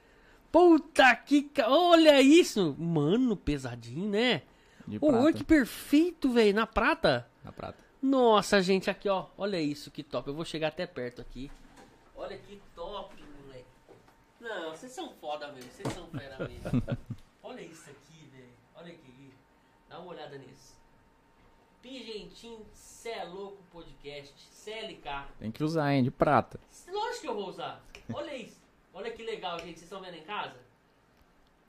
Puta que. ca- Olha isso! Mano, pesadinho, né? De Ô, olha prata. que perfeito, velho. Na prata? Na prata. Nossa, gente, aqui, ó. Olha isso, que top. Eu vou chegar até perto aqui. Olha que top, moleque. Não, vocês são foda mesmo. Vocês são fera mesmo. Olha isso aqui, velho. Olha aqui. Dá uma olhada nisso. Pingentim Cê é Louco Podcast CLK. Tem que usar, hein? De prata. Lógico que eu vou usar. Olha isso. Olha que legal, gente. Vocês estão vendo em casa?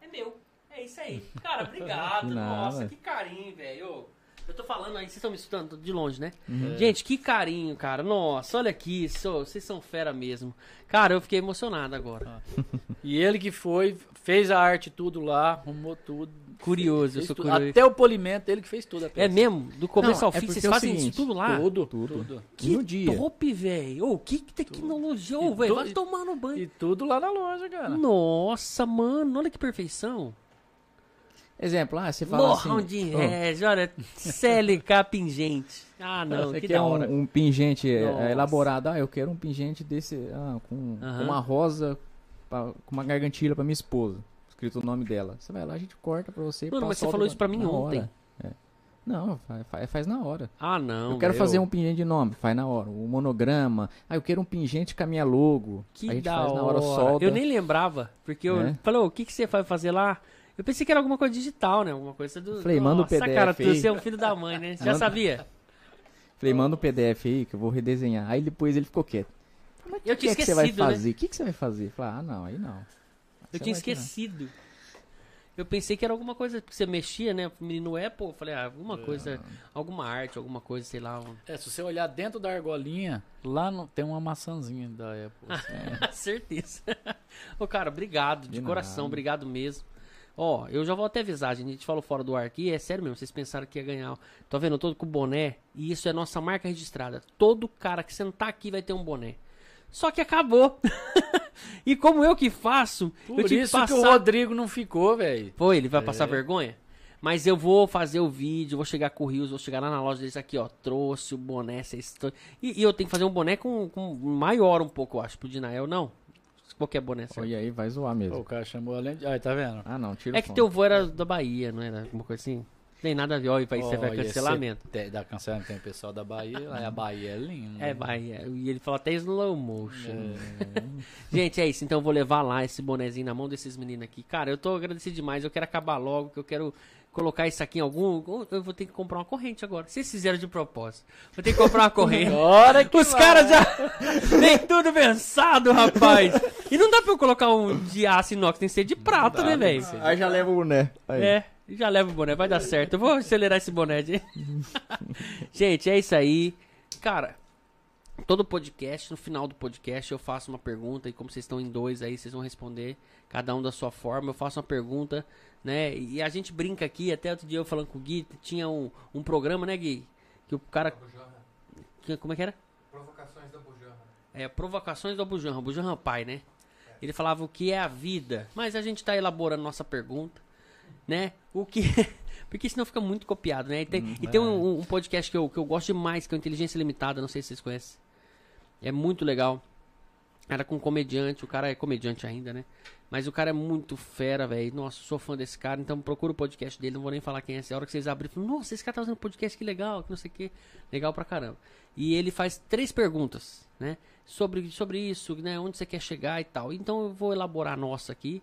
É meu. É isso aí. Cara, obrigado. De nada. [laughs] Nossa, que carinho, velho. Eu tô falando aí, vocês estão me escutando de longe, né? Uhum. Gente, que carinho, cara. Nossa, olha aqui, sou- vocês são fera mesmo. Cara, eu fiquei emocionado Ah. agora. E ele que foi, fez a arte tudo lá, arrumou tudo. Curioso, eu fez sou tudo. curioso. Até o polimento, ele que fez tudo. a É peça. mesmo? Do começo Não, ao é fim, porque vocês é o fazem seguinte, isso tudo lá? Tudo, Tudo. tudo. Que No dia. top, velho. Ô, que tecnologia. Ô, E velho, tu- vai tomar no banho. E tudo lá na loja, cara. Nossa, mano, olha que perfeição. Exemplo, ah, você fala Morrão assim... de ó, Regi, olha, [laughs] CLK pingente. Ah, não, você que quer da hora. um, um pingente é, Nossa. elaborado. Ah, eu quero um pingente desse, ah, com, com Aham. uma rosa, pra- com uma gargantilha pra minha esposa. Escrito o nome dela. Você vai lá, a gente corta pra você. e Mano, mas passa você falou outra isso pra mim na ontem. hora. É. Não, fa- fa- faz, na hora. Ah, não. eu quero meu. fazer um pingente de nome, faz na hora. Um monograma. Ah, eu quero um pingente com a minha logo. Que a gente da faz na hora, hora. solda. Eu nem lembrava, porque eu É. falei, ô, o que, que você vai fazer lá? Eu pensei que era alguma coisa digital, né? Alguma coisa do. Falei, manda o Nossa, PDF cara, aí. você é um filho da mãe, né? Já Manda. sabia? Falei, manda o PDF aí que eu vou redesenhar. Aí depois ele ficou quieto. Mas Eu o que, tinha é que você vai esquecido, né? fazer? O que, que você vai fazer? Falei, ah, não, aí não. Eu Você tinha vai tirar. esquecido. Eu pensei que era alguma coisa que você mexia, né? Menino Apple, eu falei, ah, alguma coisa, alguma arte, alguma coisa, sei lá. um- É, se você olhar dentro da argolinha, lá no- tem uma maçãzinha da Apple. [laughs] Certeza. Ô, cara, obrigado, de, De coração, nada. obrigado mesmo. Ó, eu já vou até avisar, gente. A gente falou fora do ar aqui, é sério mesmo, vocês pensaram que ia ganhar. Tá vendo? Eu tô com boné e isso é nossa marca registrada. Todo cara que sentar aqui vai ter um boné. Só que acabou. [laughs] e como eu que faço, Por eu tive isso que que o passar Rodrigo não ficou, velho. Foi, ele vai passar vergonha? Mas eu vou fazer o vídeo, vou chegar com o Rios, vou chegar lá na loja deles aqui, ó. Trouxe o boné, vocês tro- e, e eu tenho que fazer um boné com, com maior um pouco, eu acho, pro Dinael, não. Qualquer boné assim. certo. Olha aí, vai zoar mesmo. Pô, o cara chamou além de. Ai, tá vendo? Ah, não, tira É o que som. teu avô era da Bahia, não era? Alguma coisa assim? Tem nada a ver, olha, vai ser Olha, cancelamento. cê Tem, dá cancelamento, tem o pessoal da Bahia. Aí a Bahia é linda. É, Bahia. E ele fala até slow motion. [laughs] Gente, é isso. Então eu vou levar lá esse bonezinho na mão desses meninos aqui. Cara, eu tô agradecido demais. Eu quero acabar logo, que eu quero colocar isso aqui em algum. Eu vou ter que comprar uma corrente agora. Vocês fizeram de propósito. Vou ter que comprar uma corrente. Hora que Os caras já. [laughs] Tem tudo pensado, rapaz. E não dá pra eu colocar um de aço inox, tem que ser de prata, né, velho? Aí já leva o boné. Aí. É, já leva o boné, vai dar certo. Eu vou acelerar esse boné. De... Gente, é isso aí. Cara, todo podcast, no final do podcast, eu faço uma pergunta. E como vocês estão em dois aí, vocês vão responder, cada um da sua forma. Eu faço uma pergunta, né? E a gente brinca aqui. Até outro dia eu falando com o Gui, tinha um, um programa, né, Gui? Que o cara. Bujanra. que- como é que era? Provocações da Bujanra. É, provocações do Bujanra, Bujanra Pai, né? Ele falava o que é a vida, mas a gente tá elaborando nossa pergunta, né? O que [laughs] Porque senão fica muito copiado, né? E tem, e tem um, um podcast que eu, que eu gosto demais, que é o Inteligência Limitada, não sei se vocês conhecem. É muito legal. Era com um comediante, o cara é comediante ainda, né? Mas o cara é muito fera, velho. Nossa, sou fã desse cara, então procura o podcast dele, não vou nem falar quem é. A hora que vocês abrirem, falam, nossa, esse cara tá fazendo podcast, que legal, que não sei o que. Legal pra caramba. E ele faz três perguntas, né? Sobre, sobre isso, né? Onde você quer chegar e tal. Então eu vou elaborar a nossa aqui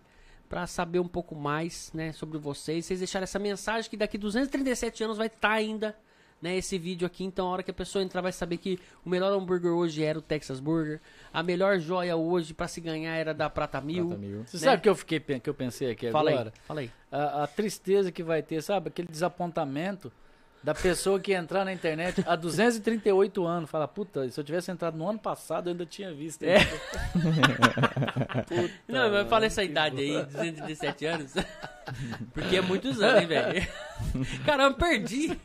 pra saber um pouco mais, né, sobre vocês. Vocês deixaram essa mensagem que daqui 237 anos vai estar ainda, né, esse vídeo aqui. Então a hora que a pessoa entrar vai saber que o melhor hambúrguer hoje era o Texas Burger. A melhor joia hoje pra se ganhar era da Prata Mil. Prata mil. Você né? sabe o que eu fiquei pen- que eu pensei aqui Fala agora? aí, fala aí. A, a tristeza que vai ter, sabe? Aquele desapontamento da pessoa que entrar na internet há 238 anos. Fala, puta, se eu tivesse entrado no ano passado, eu ainda tinha visto. É. Não, mas fala essa idade aí, 217 anos. Porque é muitos anos, hein, velho? Caramba, perdi.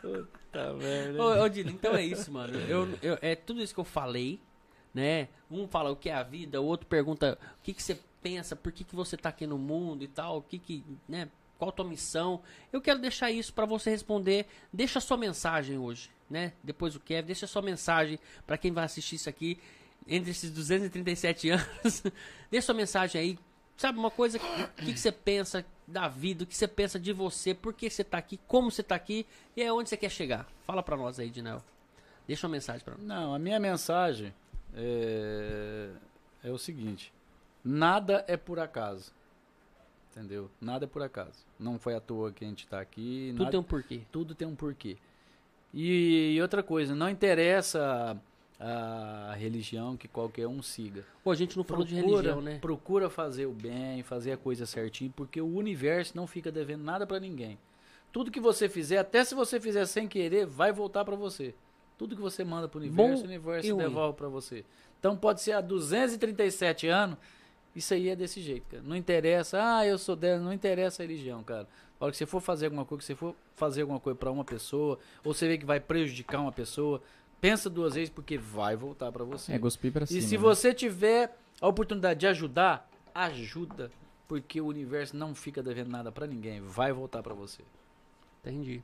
Puta merda. Ô, ô Dino, então é isso, mano. Eu, eu- é tudo isso que eu falei, né? Um fala o que é a vida, o outro pergunta o que, que você pensa, por que, que você tá aqui no mundo e tal, o que que, né? Qual a tua missão? Eu quero deixar isso pra você responder. Deixa a sua mensagem hoje, né? Depois o Kevin, deixa a sua mensagem pra quem vai assistir isso aqui entre esses 237 [laughs] anos. deixa sua mensagem aí. Sabe uma coisa? O que, que você pensa da vida? O que você pensa de você? Por que você tá aqui? Como você tá aqui? E é onde você quer chegar? Fala pra nós aí, Dinel. Deixa uma mensagem pra nós. Não, a minha mensagem é, é o seguinte: nada é por acaso. Entendeu? Nada é por acaso. Não foi à toa que a gente tá aqui. Tudo nada- tem um porquê. tudo tem um porquê. E, e outra coisa, não interessa a, a religião que qualquer um siga. Pô, a gente não falou de religião, né? procura fazer o bem, fazer a coisa certinho, porque o universo não fica devendo nada pra ninguém. Tudo que você fizer, até se você fizer sem querer, vai voltar para você. Tudo que você manda pro universo, Bom o universo e ruim. devolve para você. Então pode ser há 237 anos, isso aí é desse jeito, cara. Não interessa, ah, eu sou dela, não interessa a religião, cara. A hora que você for fazer alguma coisa, que você for fazer alguma coisa para uma pessoa, ou você vê que vai prejudicar uma pessoa, pensa duas vezes porque vai voltar para você. É, cuspir pra cima. E se né? você tiver a oportunidade de ajudar, ajuda, porque o universo não fica devendo nada pra ninguém, vai voltar pra você. Entendi.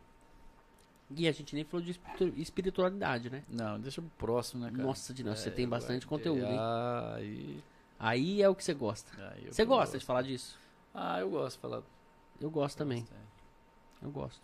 E a gente nem falou de espiritu- espiritualidade, né? Não, deixa pro próximo, né, cara? Nossa, Dino, você tem bastante conteúdo, é hein? hein? Aí é o que você gosta. Você gosta de falar disso? Ah, eu gosto de falar. Eu gosto também. Gosto, é. Eu gosto.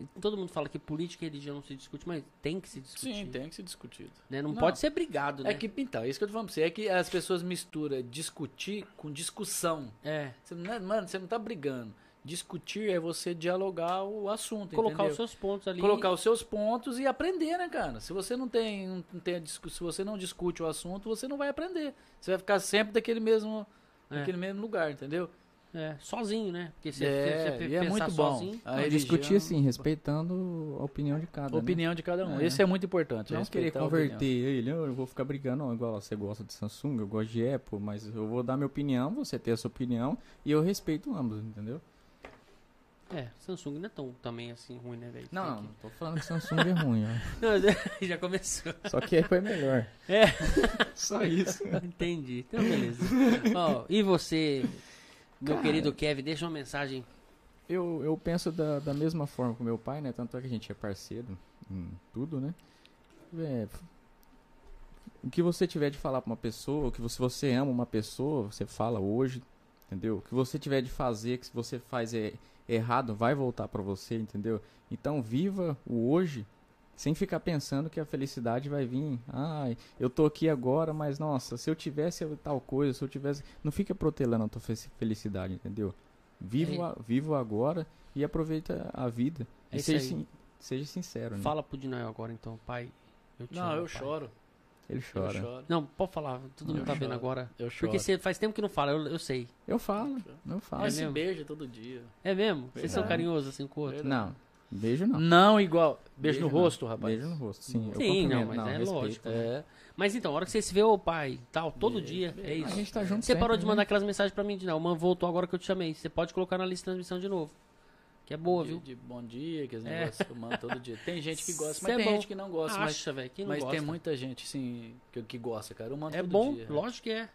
E Todo mundo fala que política e religião não se discute, mas tem que se discutir. Sim, tem que ser discutido. né? Não, Não. pode ser brigado, né? É que, então, é isso que eu tô falando pra você, é que as pessoas misturam discutir com discussão. É, Você não é- mano, você não tá brigando. Discutir é você dialogar o assunto, colocar entendeu? os seus pontos ali. colocar os seus pontos e aprender, né, cara? Se você não tem, não tem a discu- se você não discute o assunto, você não vai aprender. Você vai ficar sempre daquele mesmo, É. naquele mesmo lugar, entendeu? É, sozinho, né? Porque se É, você e é pensar muito bom. sozinho... A Não, religião- discutir assim, respeitando a opinião de cada. a opinião de cada um. É. Esse é muito importante. Né? Não querer respeitar a converter opinião. ele, "Ah, eu vou ficar brigando, não, igual ó, você gosta de Samsung, eu gosto de Apple, mas eu vou dar minha opinião, você tem a sua opinião e eu respeito ambos, entendeu? É, Samsung não é tão também assim ruim, né, velho? Não, Tem não tô falando que Samsung é ruim, ó. que- Não, [laughs] já começou. [laughs] Só que Apple é melhor. É. [laughs] Só isso. Entendi. Então, [laughs] beleza. Ó, e você, meu querido Kevin, deixa uma mensagem. Eu, eu penso da, da mesma forma com meu pai, né? Tanto é que a gente é parceiro em tudo, né? É, f- o que você tiver de falar pra uma pessoa, o que você, se você ama uma pessoa, você fala hoje, entendeu? O que você tiver de fazer, que se você faz é errado, vai voltar pra você, entendeu? Então viva o hoje sem ficar pensando que a felicidade vai vir. Ai, eu tô aqui agora, mas nossa, se eu tivesse tal coisa, se eu tivesse, não fica protelando a tua fe- felicidade, entendeu? Vivo, a, vivo agora e aproveita a vida. É e isso seja, aí. sin- seja sincero, né? Fala pro Dinoel agora, então, pai. Eu te Não, amo, eu pai. choro. Ele Eu chora. choro. Não, pode falar. Todo mundo Eu tá choro. vendo agora. Eu choro. Porque você faz tempo que não fala, eu, eu sei. Eu falo, não falo. É Mas se mesmo? beija todo dia. É mesmo? Vocês são Verdade. carinhosos assim com o outro? Não, beijo não. Não, igual. Beijo, no rosto, não. rapaz. Beijo no rosto, sim. eu Sim, não, cumprimento, mas é respeito. lógico. É. Mas então, a hora que você se vê, ô pai, tal, todo dia, é A isso. gente tá junto Você parou sempre, de né? mandar aquelas mensagens pra mim, Dinoel. Mano, voltou agora que eu te chamei. Você pode colocar na lista de transmissão de novo. Que é boa, De, viu? de bom dia, aqueles É. negócios que eu mando todo dia. Tem gente que gosta, Isso mas é tem bom. gente que não gosta. mas- Acha, velho. Quem não mas gosta? tem muita gente, sim, que, que gosta, cara. Eu mando É todo bom, dia. lógico que é.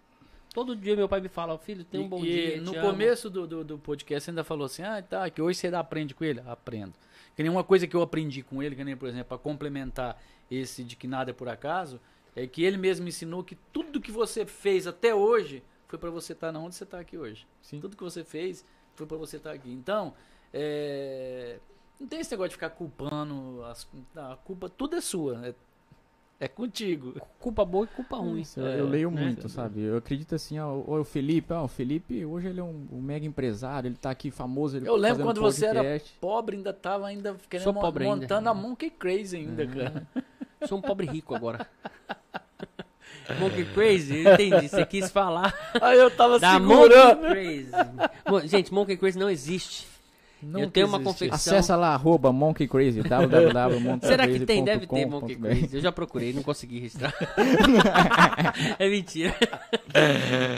Todo dia meu pai me fala, filho, tem um bom E- e dia. No te amo." começo do, do, do podcast você ainda falou assim: ah, tá, que hoje você aprende com ele? Aprendo. Que nem uma coisa que eu aprendi com ele, que nem, por exemplo, para complementar esse de que nada é por acaso, é que ele mesmo me ensinou que tudo que você fez até hoje foi para você estar na onde você está aqui hoje. Sim. Tudo que você fez foi para você estar aqui. Então, é, não tem esse negócio de ficar culpando. as- não, a culpa, tudo é sua. É, é contigo. Culpa boa e culpa ruim. Isso, eu- eu leio né? muito, sabe? Eu acredito assim, ó, ó, o Felipe, ó, o Felipe hoje ele é um, um mega empresário, ele tá aqui famoso, ele Eu lembro fazendo quando você era podcast. pobre, ainda tava ainda querendo Sou mon- pobre ainda. né? É. montando a Monkey Crazy ainda, cara. Sou um pobre rico [laughs] agora. Monkey Crazy? Eu entendi. Você quis falar Aí eu tava da segurando. Monkey Crazy. Mo- Gente, Monkey Crazy não existe. eu Nunca tenho uma existiu. confecção. Acessa lá, arroba monkeycrazy, www.monkeycrazy.com.br Então- Será que tem? Deve ter Monkey Crazy. Eu já procurei, não consegui [laughs] registrar. é mentira.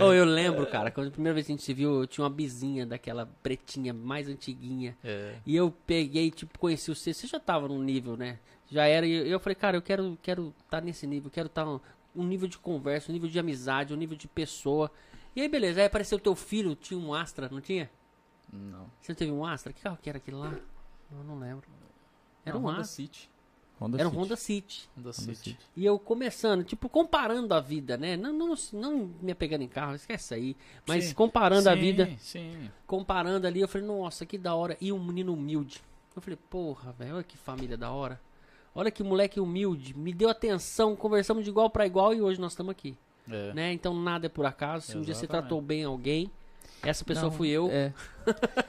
Ou eu lembro, cara, quando a primeira vez que a gente se viu, eu tinha uma bizinha daquela pretinha mais antiguinha. É. E eu peguei, tipo, conheci o C. Você já tava num nível, né? Já era. E eu- eu falei, cara, eu quero quero tá nesse nível, quero estar tá um nível de conversa, um nível de amizade, um nível de pessoa. E aí, beleza. Aí apareceu teu filho, tinha um Astra, não tinha? Não. Você não teve um Astra? Que carro que era aquele lá? Eu não lembro. Era Não, um Honda Astra. City. Honda Era um City. Honda City. Da City. E eu começando, tipo, comparando a vida, né? Não, não, não me apegando em carro, esquece aí. Mas Sim. comparando a Sim, vida, Sim. comparando ali, eu falei, nossa, que da hora. E um menino humilde. Eu falei, porra, velho, olha que família da hora. Olha que moleque humilde, me deu atenção, conversamos de igual pra igual e hoje nós estamos aqui. É. Né? Então nada é por acaso. Se um dia você Exatamente. tratou bem alguém, essa pessoa Não, fui eu. É.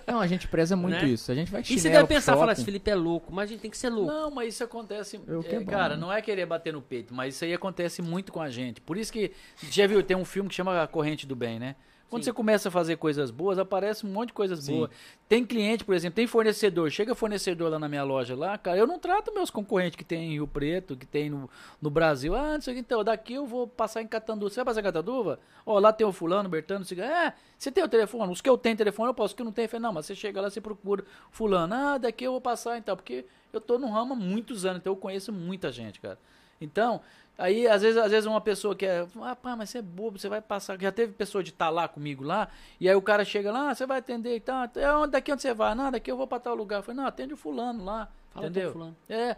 Não, a gente preza muito Né? isso. A gente vai E chinelo você deve pro pensar, falar, esse shopping. Felipe é louco, mas a gente tem que ser louco. Não, mas isso acontece. Eu que é, é bom, cara, né? não é querer bater no um peito, mas isso aí acontece muito com a gente. Por isso que. Já viu, tem um filme que chama A Corrente do Bem, né? Quando Sim. você começa a fazer coisas boas, aparece um monte de coisas boas. Tem cliente, por exemplo, tem fornecedor. Chega fornecedor lá na minha loja lá, cara, eu não trato meus concorrentes que tem em Rio Preto, que tem no, no Brasil. Ah, não sei o que, então, daqui eu vou passar em Catanduva. Você vai passar em Catanduva? Ó, lá tem o fulano, Bertano, não sei o que. É, você tem o telefone? Os que eu tenho telefone, eu posso. Os que eu não tenho, eu falei, não, mas você chega lá, você procura fulano. Ah, daqui eu vou passar então, porque eu tô no ramo há muitos anos, então eu conheço muita gente, cara. Então, aí às vezes, às vezes uma pessoa que é, ah, pá, mas você é bobo, você vai passar. Já teve pessoa de estar lá comigo lá, e aí o cara chega lá, ah, você vai atender e tal. É onde, daqui onde você vai? Não, daqui eu vou para tal lugar. Eu falei, não, atende o fulano lá. Fala com entendeu? o fulano. É.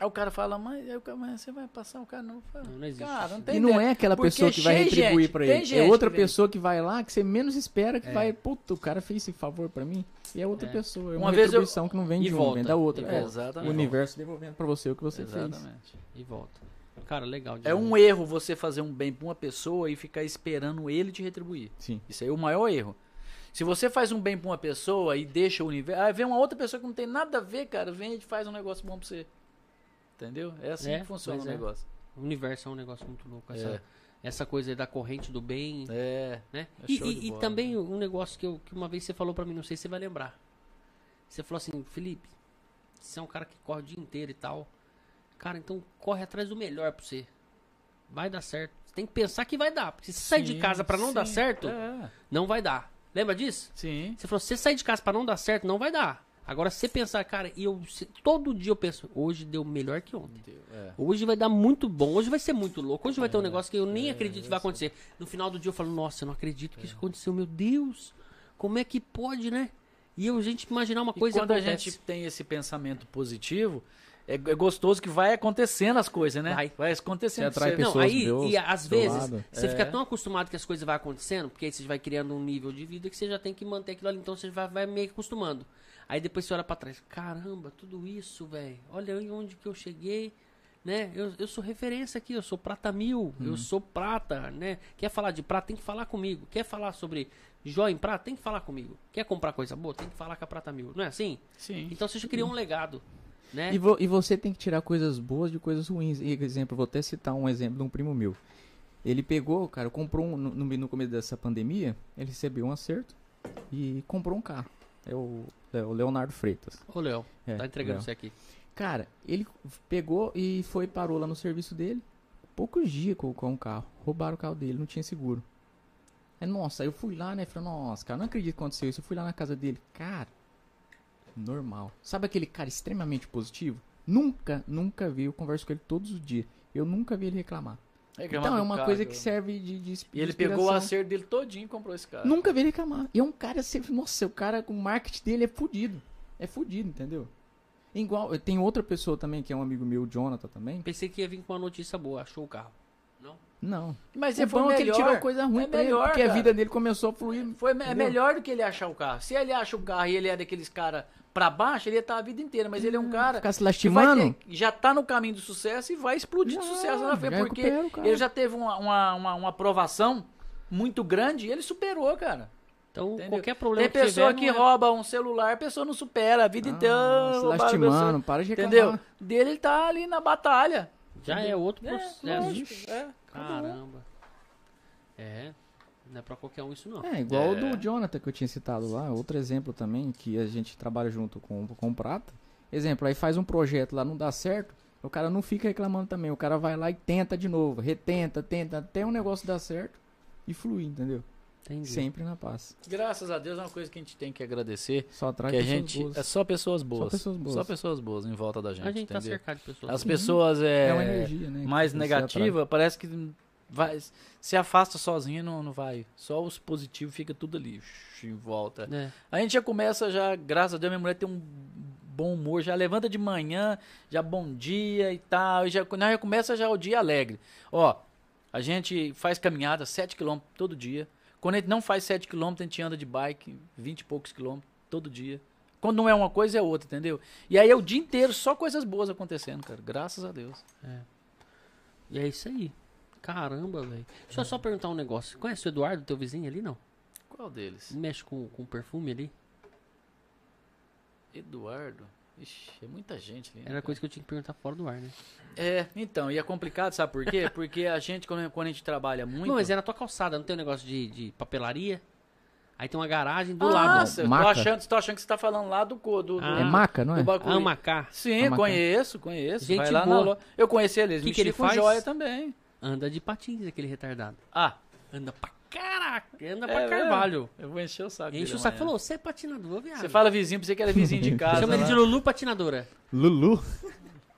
Aí o cara fala, mas, aí o cara, mas você vai passar o cara não. Eu falo, Não, não existe Cara, isso. não tem E não ideia. é aquela Porque pessoa que vai cheio de retribuir gente, pra tem ele. gente É outra que vem. pessoa que vai lá, que você menos espera, que vai, puta, o cara fez esse favor pra mim. E é outra É. pessoa. É uma, Uma vez eu- retribuição que não vem E de um, volta. vem da outra. E É, volta. o Exatamente. universo devolvendo pra você o que você fez. Exatamente. E volta. Cara, legal. É demais. um erro você fazer um bem pra uma pessoa e ficar esperando ele te retribuir. Sim. Isso aí é o maior erro. Se você faz um bem pra uma pessoa e deixa o universo. Aí vem uma outra pessoa que não tem nada a ver, cara, vem e faz um negócio bom pra você. Entendeu? É assim É, que funciona o pois é. negócio. O universo é um negócio muito louco. Essa, É. essa coisa aí da corrente do bem, É. né? É e show e- de e bola, também um negócio que, eu- que uma vez você falou pra mim, não sei se você vai lembrar. Você falou assim, Felipe, você é um cara que corre o dia inteiro e tal. Cara, então corre atrás do melhor pra você. Vai dar certo. Você tem que pensar que vai dar. Porque se você sair de Sim, casa pra não dar sim. certo, É. não vai dar. Lembra disso? Sim. Você falou, se você sair de casa pra não dar certo, não vai dar. Agora, se você pensar, cara, e eu se- todo dia eu penso, hoje deu melhor que ontem. É. Hoje vai dar muito bom, hoje vai ser muito louco, hoje vai ter um negócio que eu nem É, acredito que vai acontecer. No final do dia eu falo, nossa, eu não acredito que isso aconteceu, meu Deus, como é que pode, né? E eu, a gente imaginar uma E coisa e quando a acontece. gente tem esse pensamento positivo, é, é gostoso que vai acontecendo as coisas, né? Vai. acontecendo. Você atrai pra Não, pessoas aí, do e às seu vezes, lado. você É. fica tão acostumado que as coisas vão acontecendo, porque aí você vai criando um nível de vida que você já tem que manter aquilo ali, então você vai, vai meio que acostumando. Aí depois você olha pra trás, caramba, tudo isso, velho, olha aí onde que eu cheguei, né? Eu, eu sou referência aqui, eu sou prata mil, Uhum. eu sou prata, né? Quer falar de prata, tem que falar comigo. Quer falar sobre joia em prata, tem que falar comigo. Quer comprar coisa boa, tem que falar com a prata mil, não é assim? Sim. Então você já criou um legado, né? E, vo- e você tem que tirar coisas boas de coisas ruins. E, por exemplo, vou até citar um exemplo de um primo meu. Ele pegou, cara, comprou um, no, no- no começo dessa pandemia, ele recebeu um acerto e comprou um carro. É o, é o Leonardo Freitas. Ô, Léo, É, tá entregando Léo. você aqui. Cara, ele pegou e foi parou lá no serviço dele. Poucos dias colocou um carro. Roubaram o carro dele, não tinha seguro. É, nossa, aí eu fui lá, né? Falei, nossa, cara, não acredito que aconteceu isso. Eu fui lá na casa dele. Cara, normal. Sabe aquele cara extremamente positivo? Nunca, nunca vi. Eu converso com ele todos os dias. Eu nunca vi ele reclamar. então é uma coisa que serve de, de E ele pegou o inspiração. acerto dele todinho e comprou esse cara. Nunca vi ele reclamar. E é um cara sempre. Nossa, o cara com o marketing dele é fudido. É fudido, entendeu? Igual, tem outra pessoa também, que é um amigo meu, o Jonathan também. Pensei que ia vir com uma notícia boa, achou o carro. Não? Não. Mas o é bom melhor, é que ele tirou coisa ruim é pra ele, melhor, porque a cara. vida dele começou a fluir. Foi me- é Entendeu? melhor do que ele achar o carro. Se ele acha o carro e ele é daqueles cara pra baixo, ele ia estar a vida inteira. Mas ele é um cara Ficar se que vai lastimando. ter- já tá no caminho do sucesso e vai explodir de Já, sucesso na frente. já Porque recupera o cara. ele já teve uma, uma, uma, uma aprovação muito grande e ele superou, cara. Então, Entendeu? qualquer problema Tem pessoa tiver, que não é- rouba um celular, a pessoa não supera a vida Ah, inteira. se roubaram meu celular. lastimando, para de reclamar. Entendeu? Dele ele tá ali na batalha. Já é outro É, processo. lógico. É. Caramba. É. Não é pra qualquer um isso, não. É, igual o do Jonathan que eu tinha citado lá. Outro exemplo também, que a gente trabalha junto com, com o Prata. Exemplo, aí faz um projeto lá, não dá certo. O cara não fica reclamando também. O cara vai lá e tenta de novo. Retenta, tenta, até o negócio dar certo e fluir, entendeu? Entendi. Sempre na paz. Graças a Deus é uma coisa que a gente tem que agradecer. Só atrai que a pessoas gente boas. é só pessoas boas. pessoas boas. Só pessoas boas em volta da gente, A gente tá entendeu? cercado de pessoas. As pessoas é, É uma energia, né, que mais você negativa, parece que vai se afasta sozinha e não, não vai. Só os positivos fica tudo ali shh, em volta. É. A gente já começa já, graças a Deus, minha mulher tem um bom humor, já levanta de manhã, já bom dia e tal, e já, nós já começa já o dia alegre. Ó, a gente faz caminhada 7 km todo dia. Quando a gente não faz 7 km, a gente anda de bike 20 e poucos quilômetros todo dia. Quando não é uma coisa, é outra, entendeu? E aí é o dia inteiro só coisas boas acontecendo, cara. Graças a Deus. E é isso aí. Caramba, velho. Deixa eu só perguntar um negócio. Conhece o Eduardo, teu vizinho ali, não? Qual deles? Mexe com, com perfume ali? Eduardo? Ixi, é muita gente ali. né, Era cara? coisa que eu tinha que perguntar fora do ar, né? É, então, e é complicado, sabe por quê? Porque a gente, quando quando a gente trabalha muito. Não, mas é na tua calçada, não tem um negócio de, de papelaria? Aí tem uma garagem do Ah, lado. cê- tô Maca. achando, tô achando que você tá falando lá do co- do, do, Ah. É maca, não é? do bagulho. Amacá. Sim, Amacá. conheço, conheço. É Gente Vai lá na boa. loja. Eu conheci ele, eles Que me que ele com faz? joia também. Anda de patins, aquele retardado. Ah, Anda pra caraca, anda É pra mesmo? carvalho. eu vou encher o saco. Enche dele o saco e amanhã. falou, você é patinador, viado. Você fala vizinho pra você que era vizinho [laughs] de casa. Chama ele lá. de Lulu patinadora. Lulu. [laughs]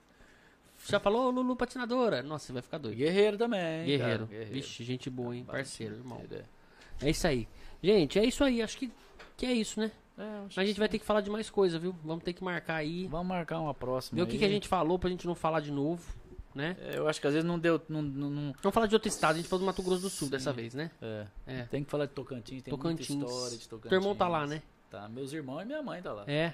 Já falou, "Ô, Lulu patinadora. Nossa, você vai ficar doido. Guerreiro também. cara, Guerreiro. guerreiro. Vixe, gente boa, hein? Parceiro, irmão. Guerreiro, É isso aí. Gente, é isso aí. Acho que, que é isso, né? Mas a gente vai ter que falar de mais coisa, viu? Vamos ter que marcar aí. Vamos marcar uma próxima. Ver o que, aí. que a gente falou pra gente não falar de novo, né? É, Eu acho que às vezes não deu. Não, não, não- Vamos falar de outro estado. A gente falou do Mato Grosso do Sul dessa vez, né? é. É. Tem que falar de Tocantins, tem Tocantins. muita história de Tocantins. Teu irmão tá lá, né? Tá, meus irmãos e minha mãe tá lá. É.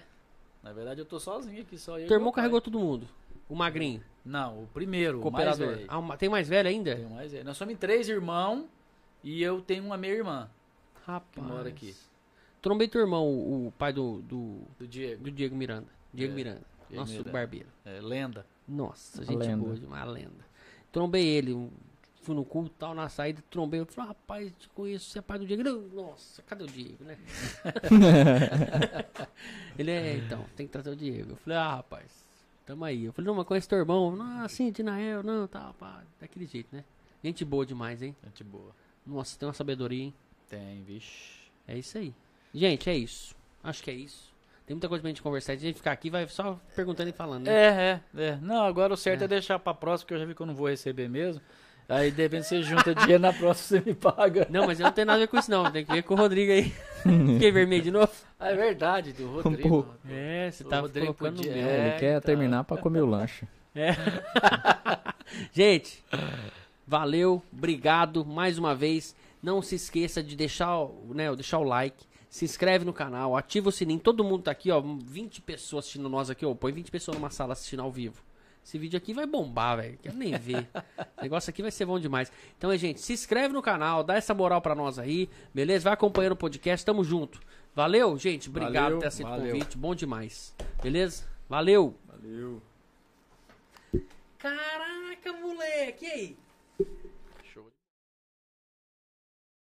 Na verdade eu tô sozinho aqui, só eu. e Teu irmão meu pai. carregou todo mundo. O magrinho, Não, o primeiro, o o cooperador. mais velho. Ah, o ma- tem mais velho ainda? Tem um o mais velho. Nós somos em três irmãos e eu tenho uma meia-irmã Rapaz. que mora aqui, Trombei teu irmão, o o pai do, do, do Diego. do Diego Miranda. Diego É, Miranda. Diego Nosso Miranda. barbeiro. É, lenda. Nossa, Uma gente lenda. boa, uma lenda. Trombei ele, um- fui no culto tal, na saída, trombei. Eu falei, rapaz, te conheço, você é pai do Diego. Não, nossa, cadê o Diego, [laughs] né? ele é, então, tem que trazer o Diego. Eu falei, ah, rapaz, tamo aí. Eu falei, não, mas conhece teu irmão? Não, assim, Dinael, não, tá, pá, daquele jeito, né? Gente boa demais, hein? Gente É boa. Nossa, tem uma sabedoria, hein? Tem, vixe. É isso aí. Gente, é isso. Acho que é isso. Tem muita coisa pra gente conversar. A gente ficar aqui, vai só perguntando e falando, né? É, é, é. Não, agora o certo é, deixar pra próxima, porque eu já vi que eu não vou receber mesmo. Aí de repente você junta [laughs] dinheiro na próxima você me paga. Não, mas eu não tenho nada a ver com isso, não. Tem que ver com o Rodrigo aí. Fiquei vermelho de novo. Ah, é verdade, do Rodrigo. pouco. É, você O tava Rodrigo colocando no podia- meu. É, Ele quer então. terminar pra comer o lanche. É. Gente, valeu, obrigado mais uma vez. Não se esqueça de deixar, o- né, deixar o like, se inscreve no canal, ativa o sininho. Todo mundo tá aqui, ó, 20 pessoas assistindo nós aqui, ó. Põe 20 pessoas numa sala assistindo ao vivo. Esse vídeo aqui vai bombar, velho. Quero nem ver. O negócio aqui vai ser bom demais. Então, é, gente, se inscreve no canal, dá essa moral pra nós aí, beleza? Vai acompanhando o podcast, tamo junto. Valeu, gente. Obrigado Valeu, por ter aceito o valeu. convite. Bom demais. Beleza? Valeu! Valeu. Caraca, moleque, e aí?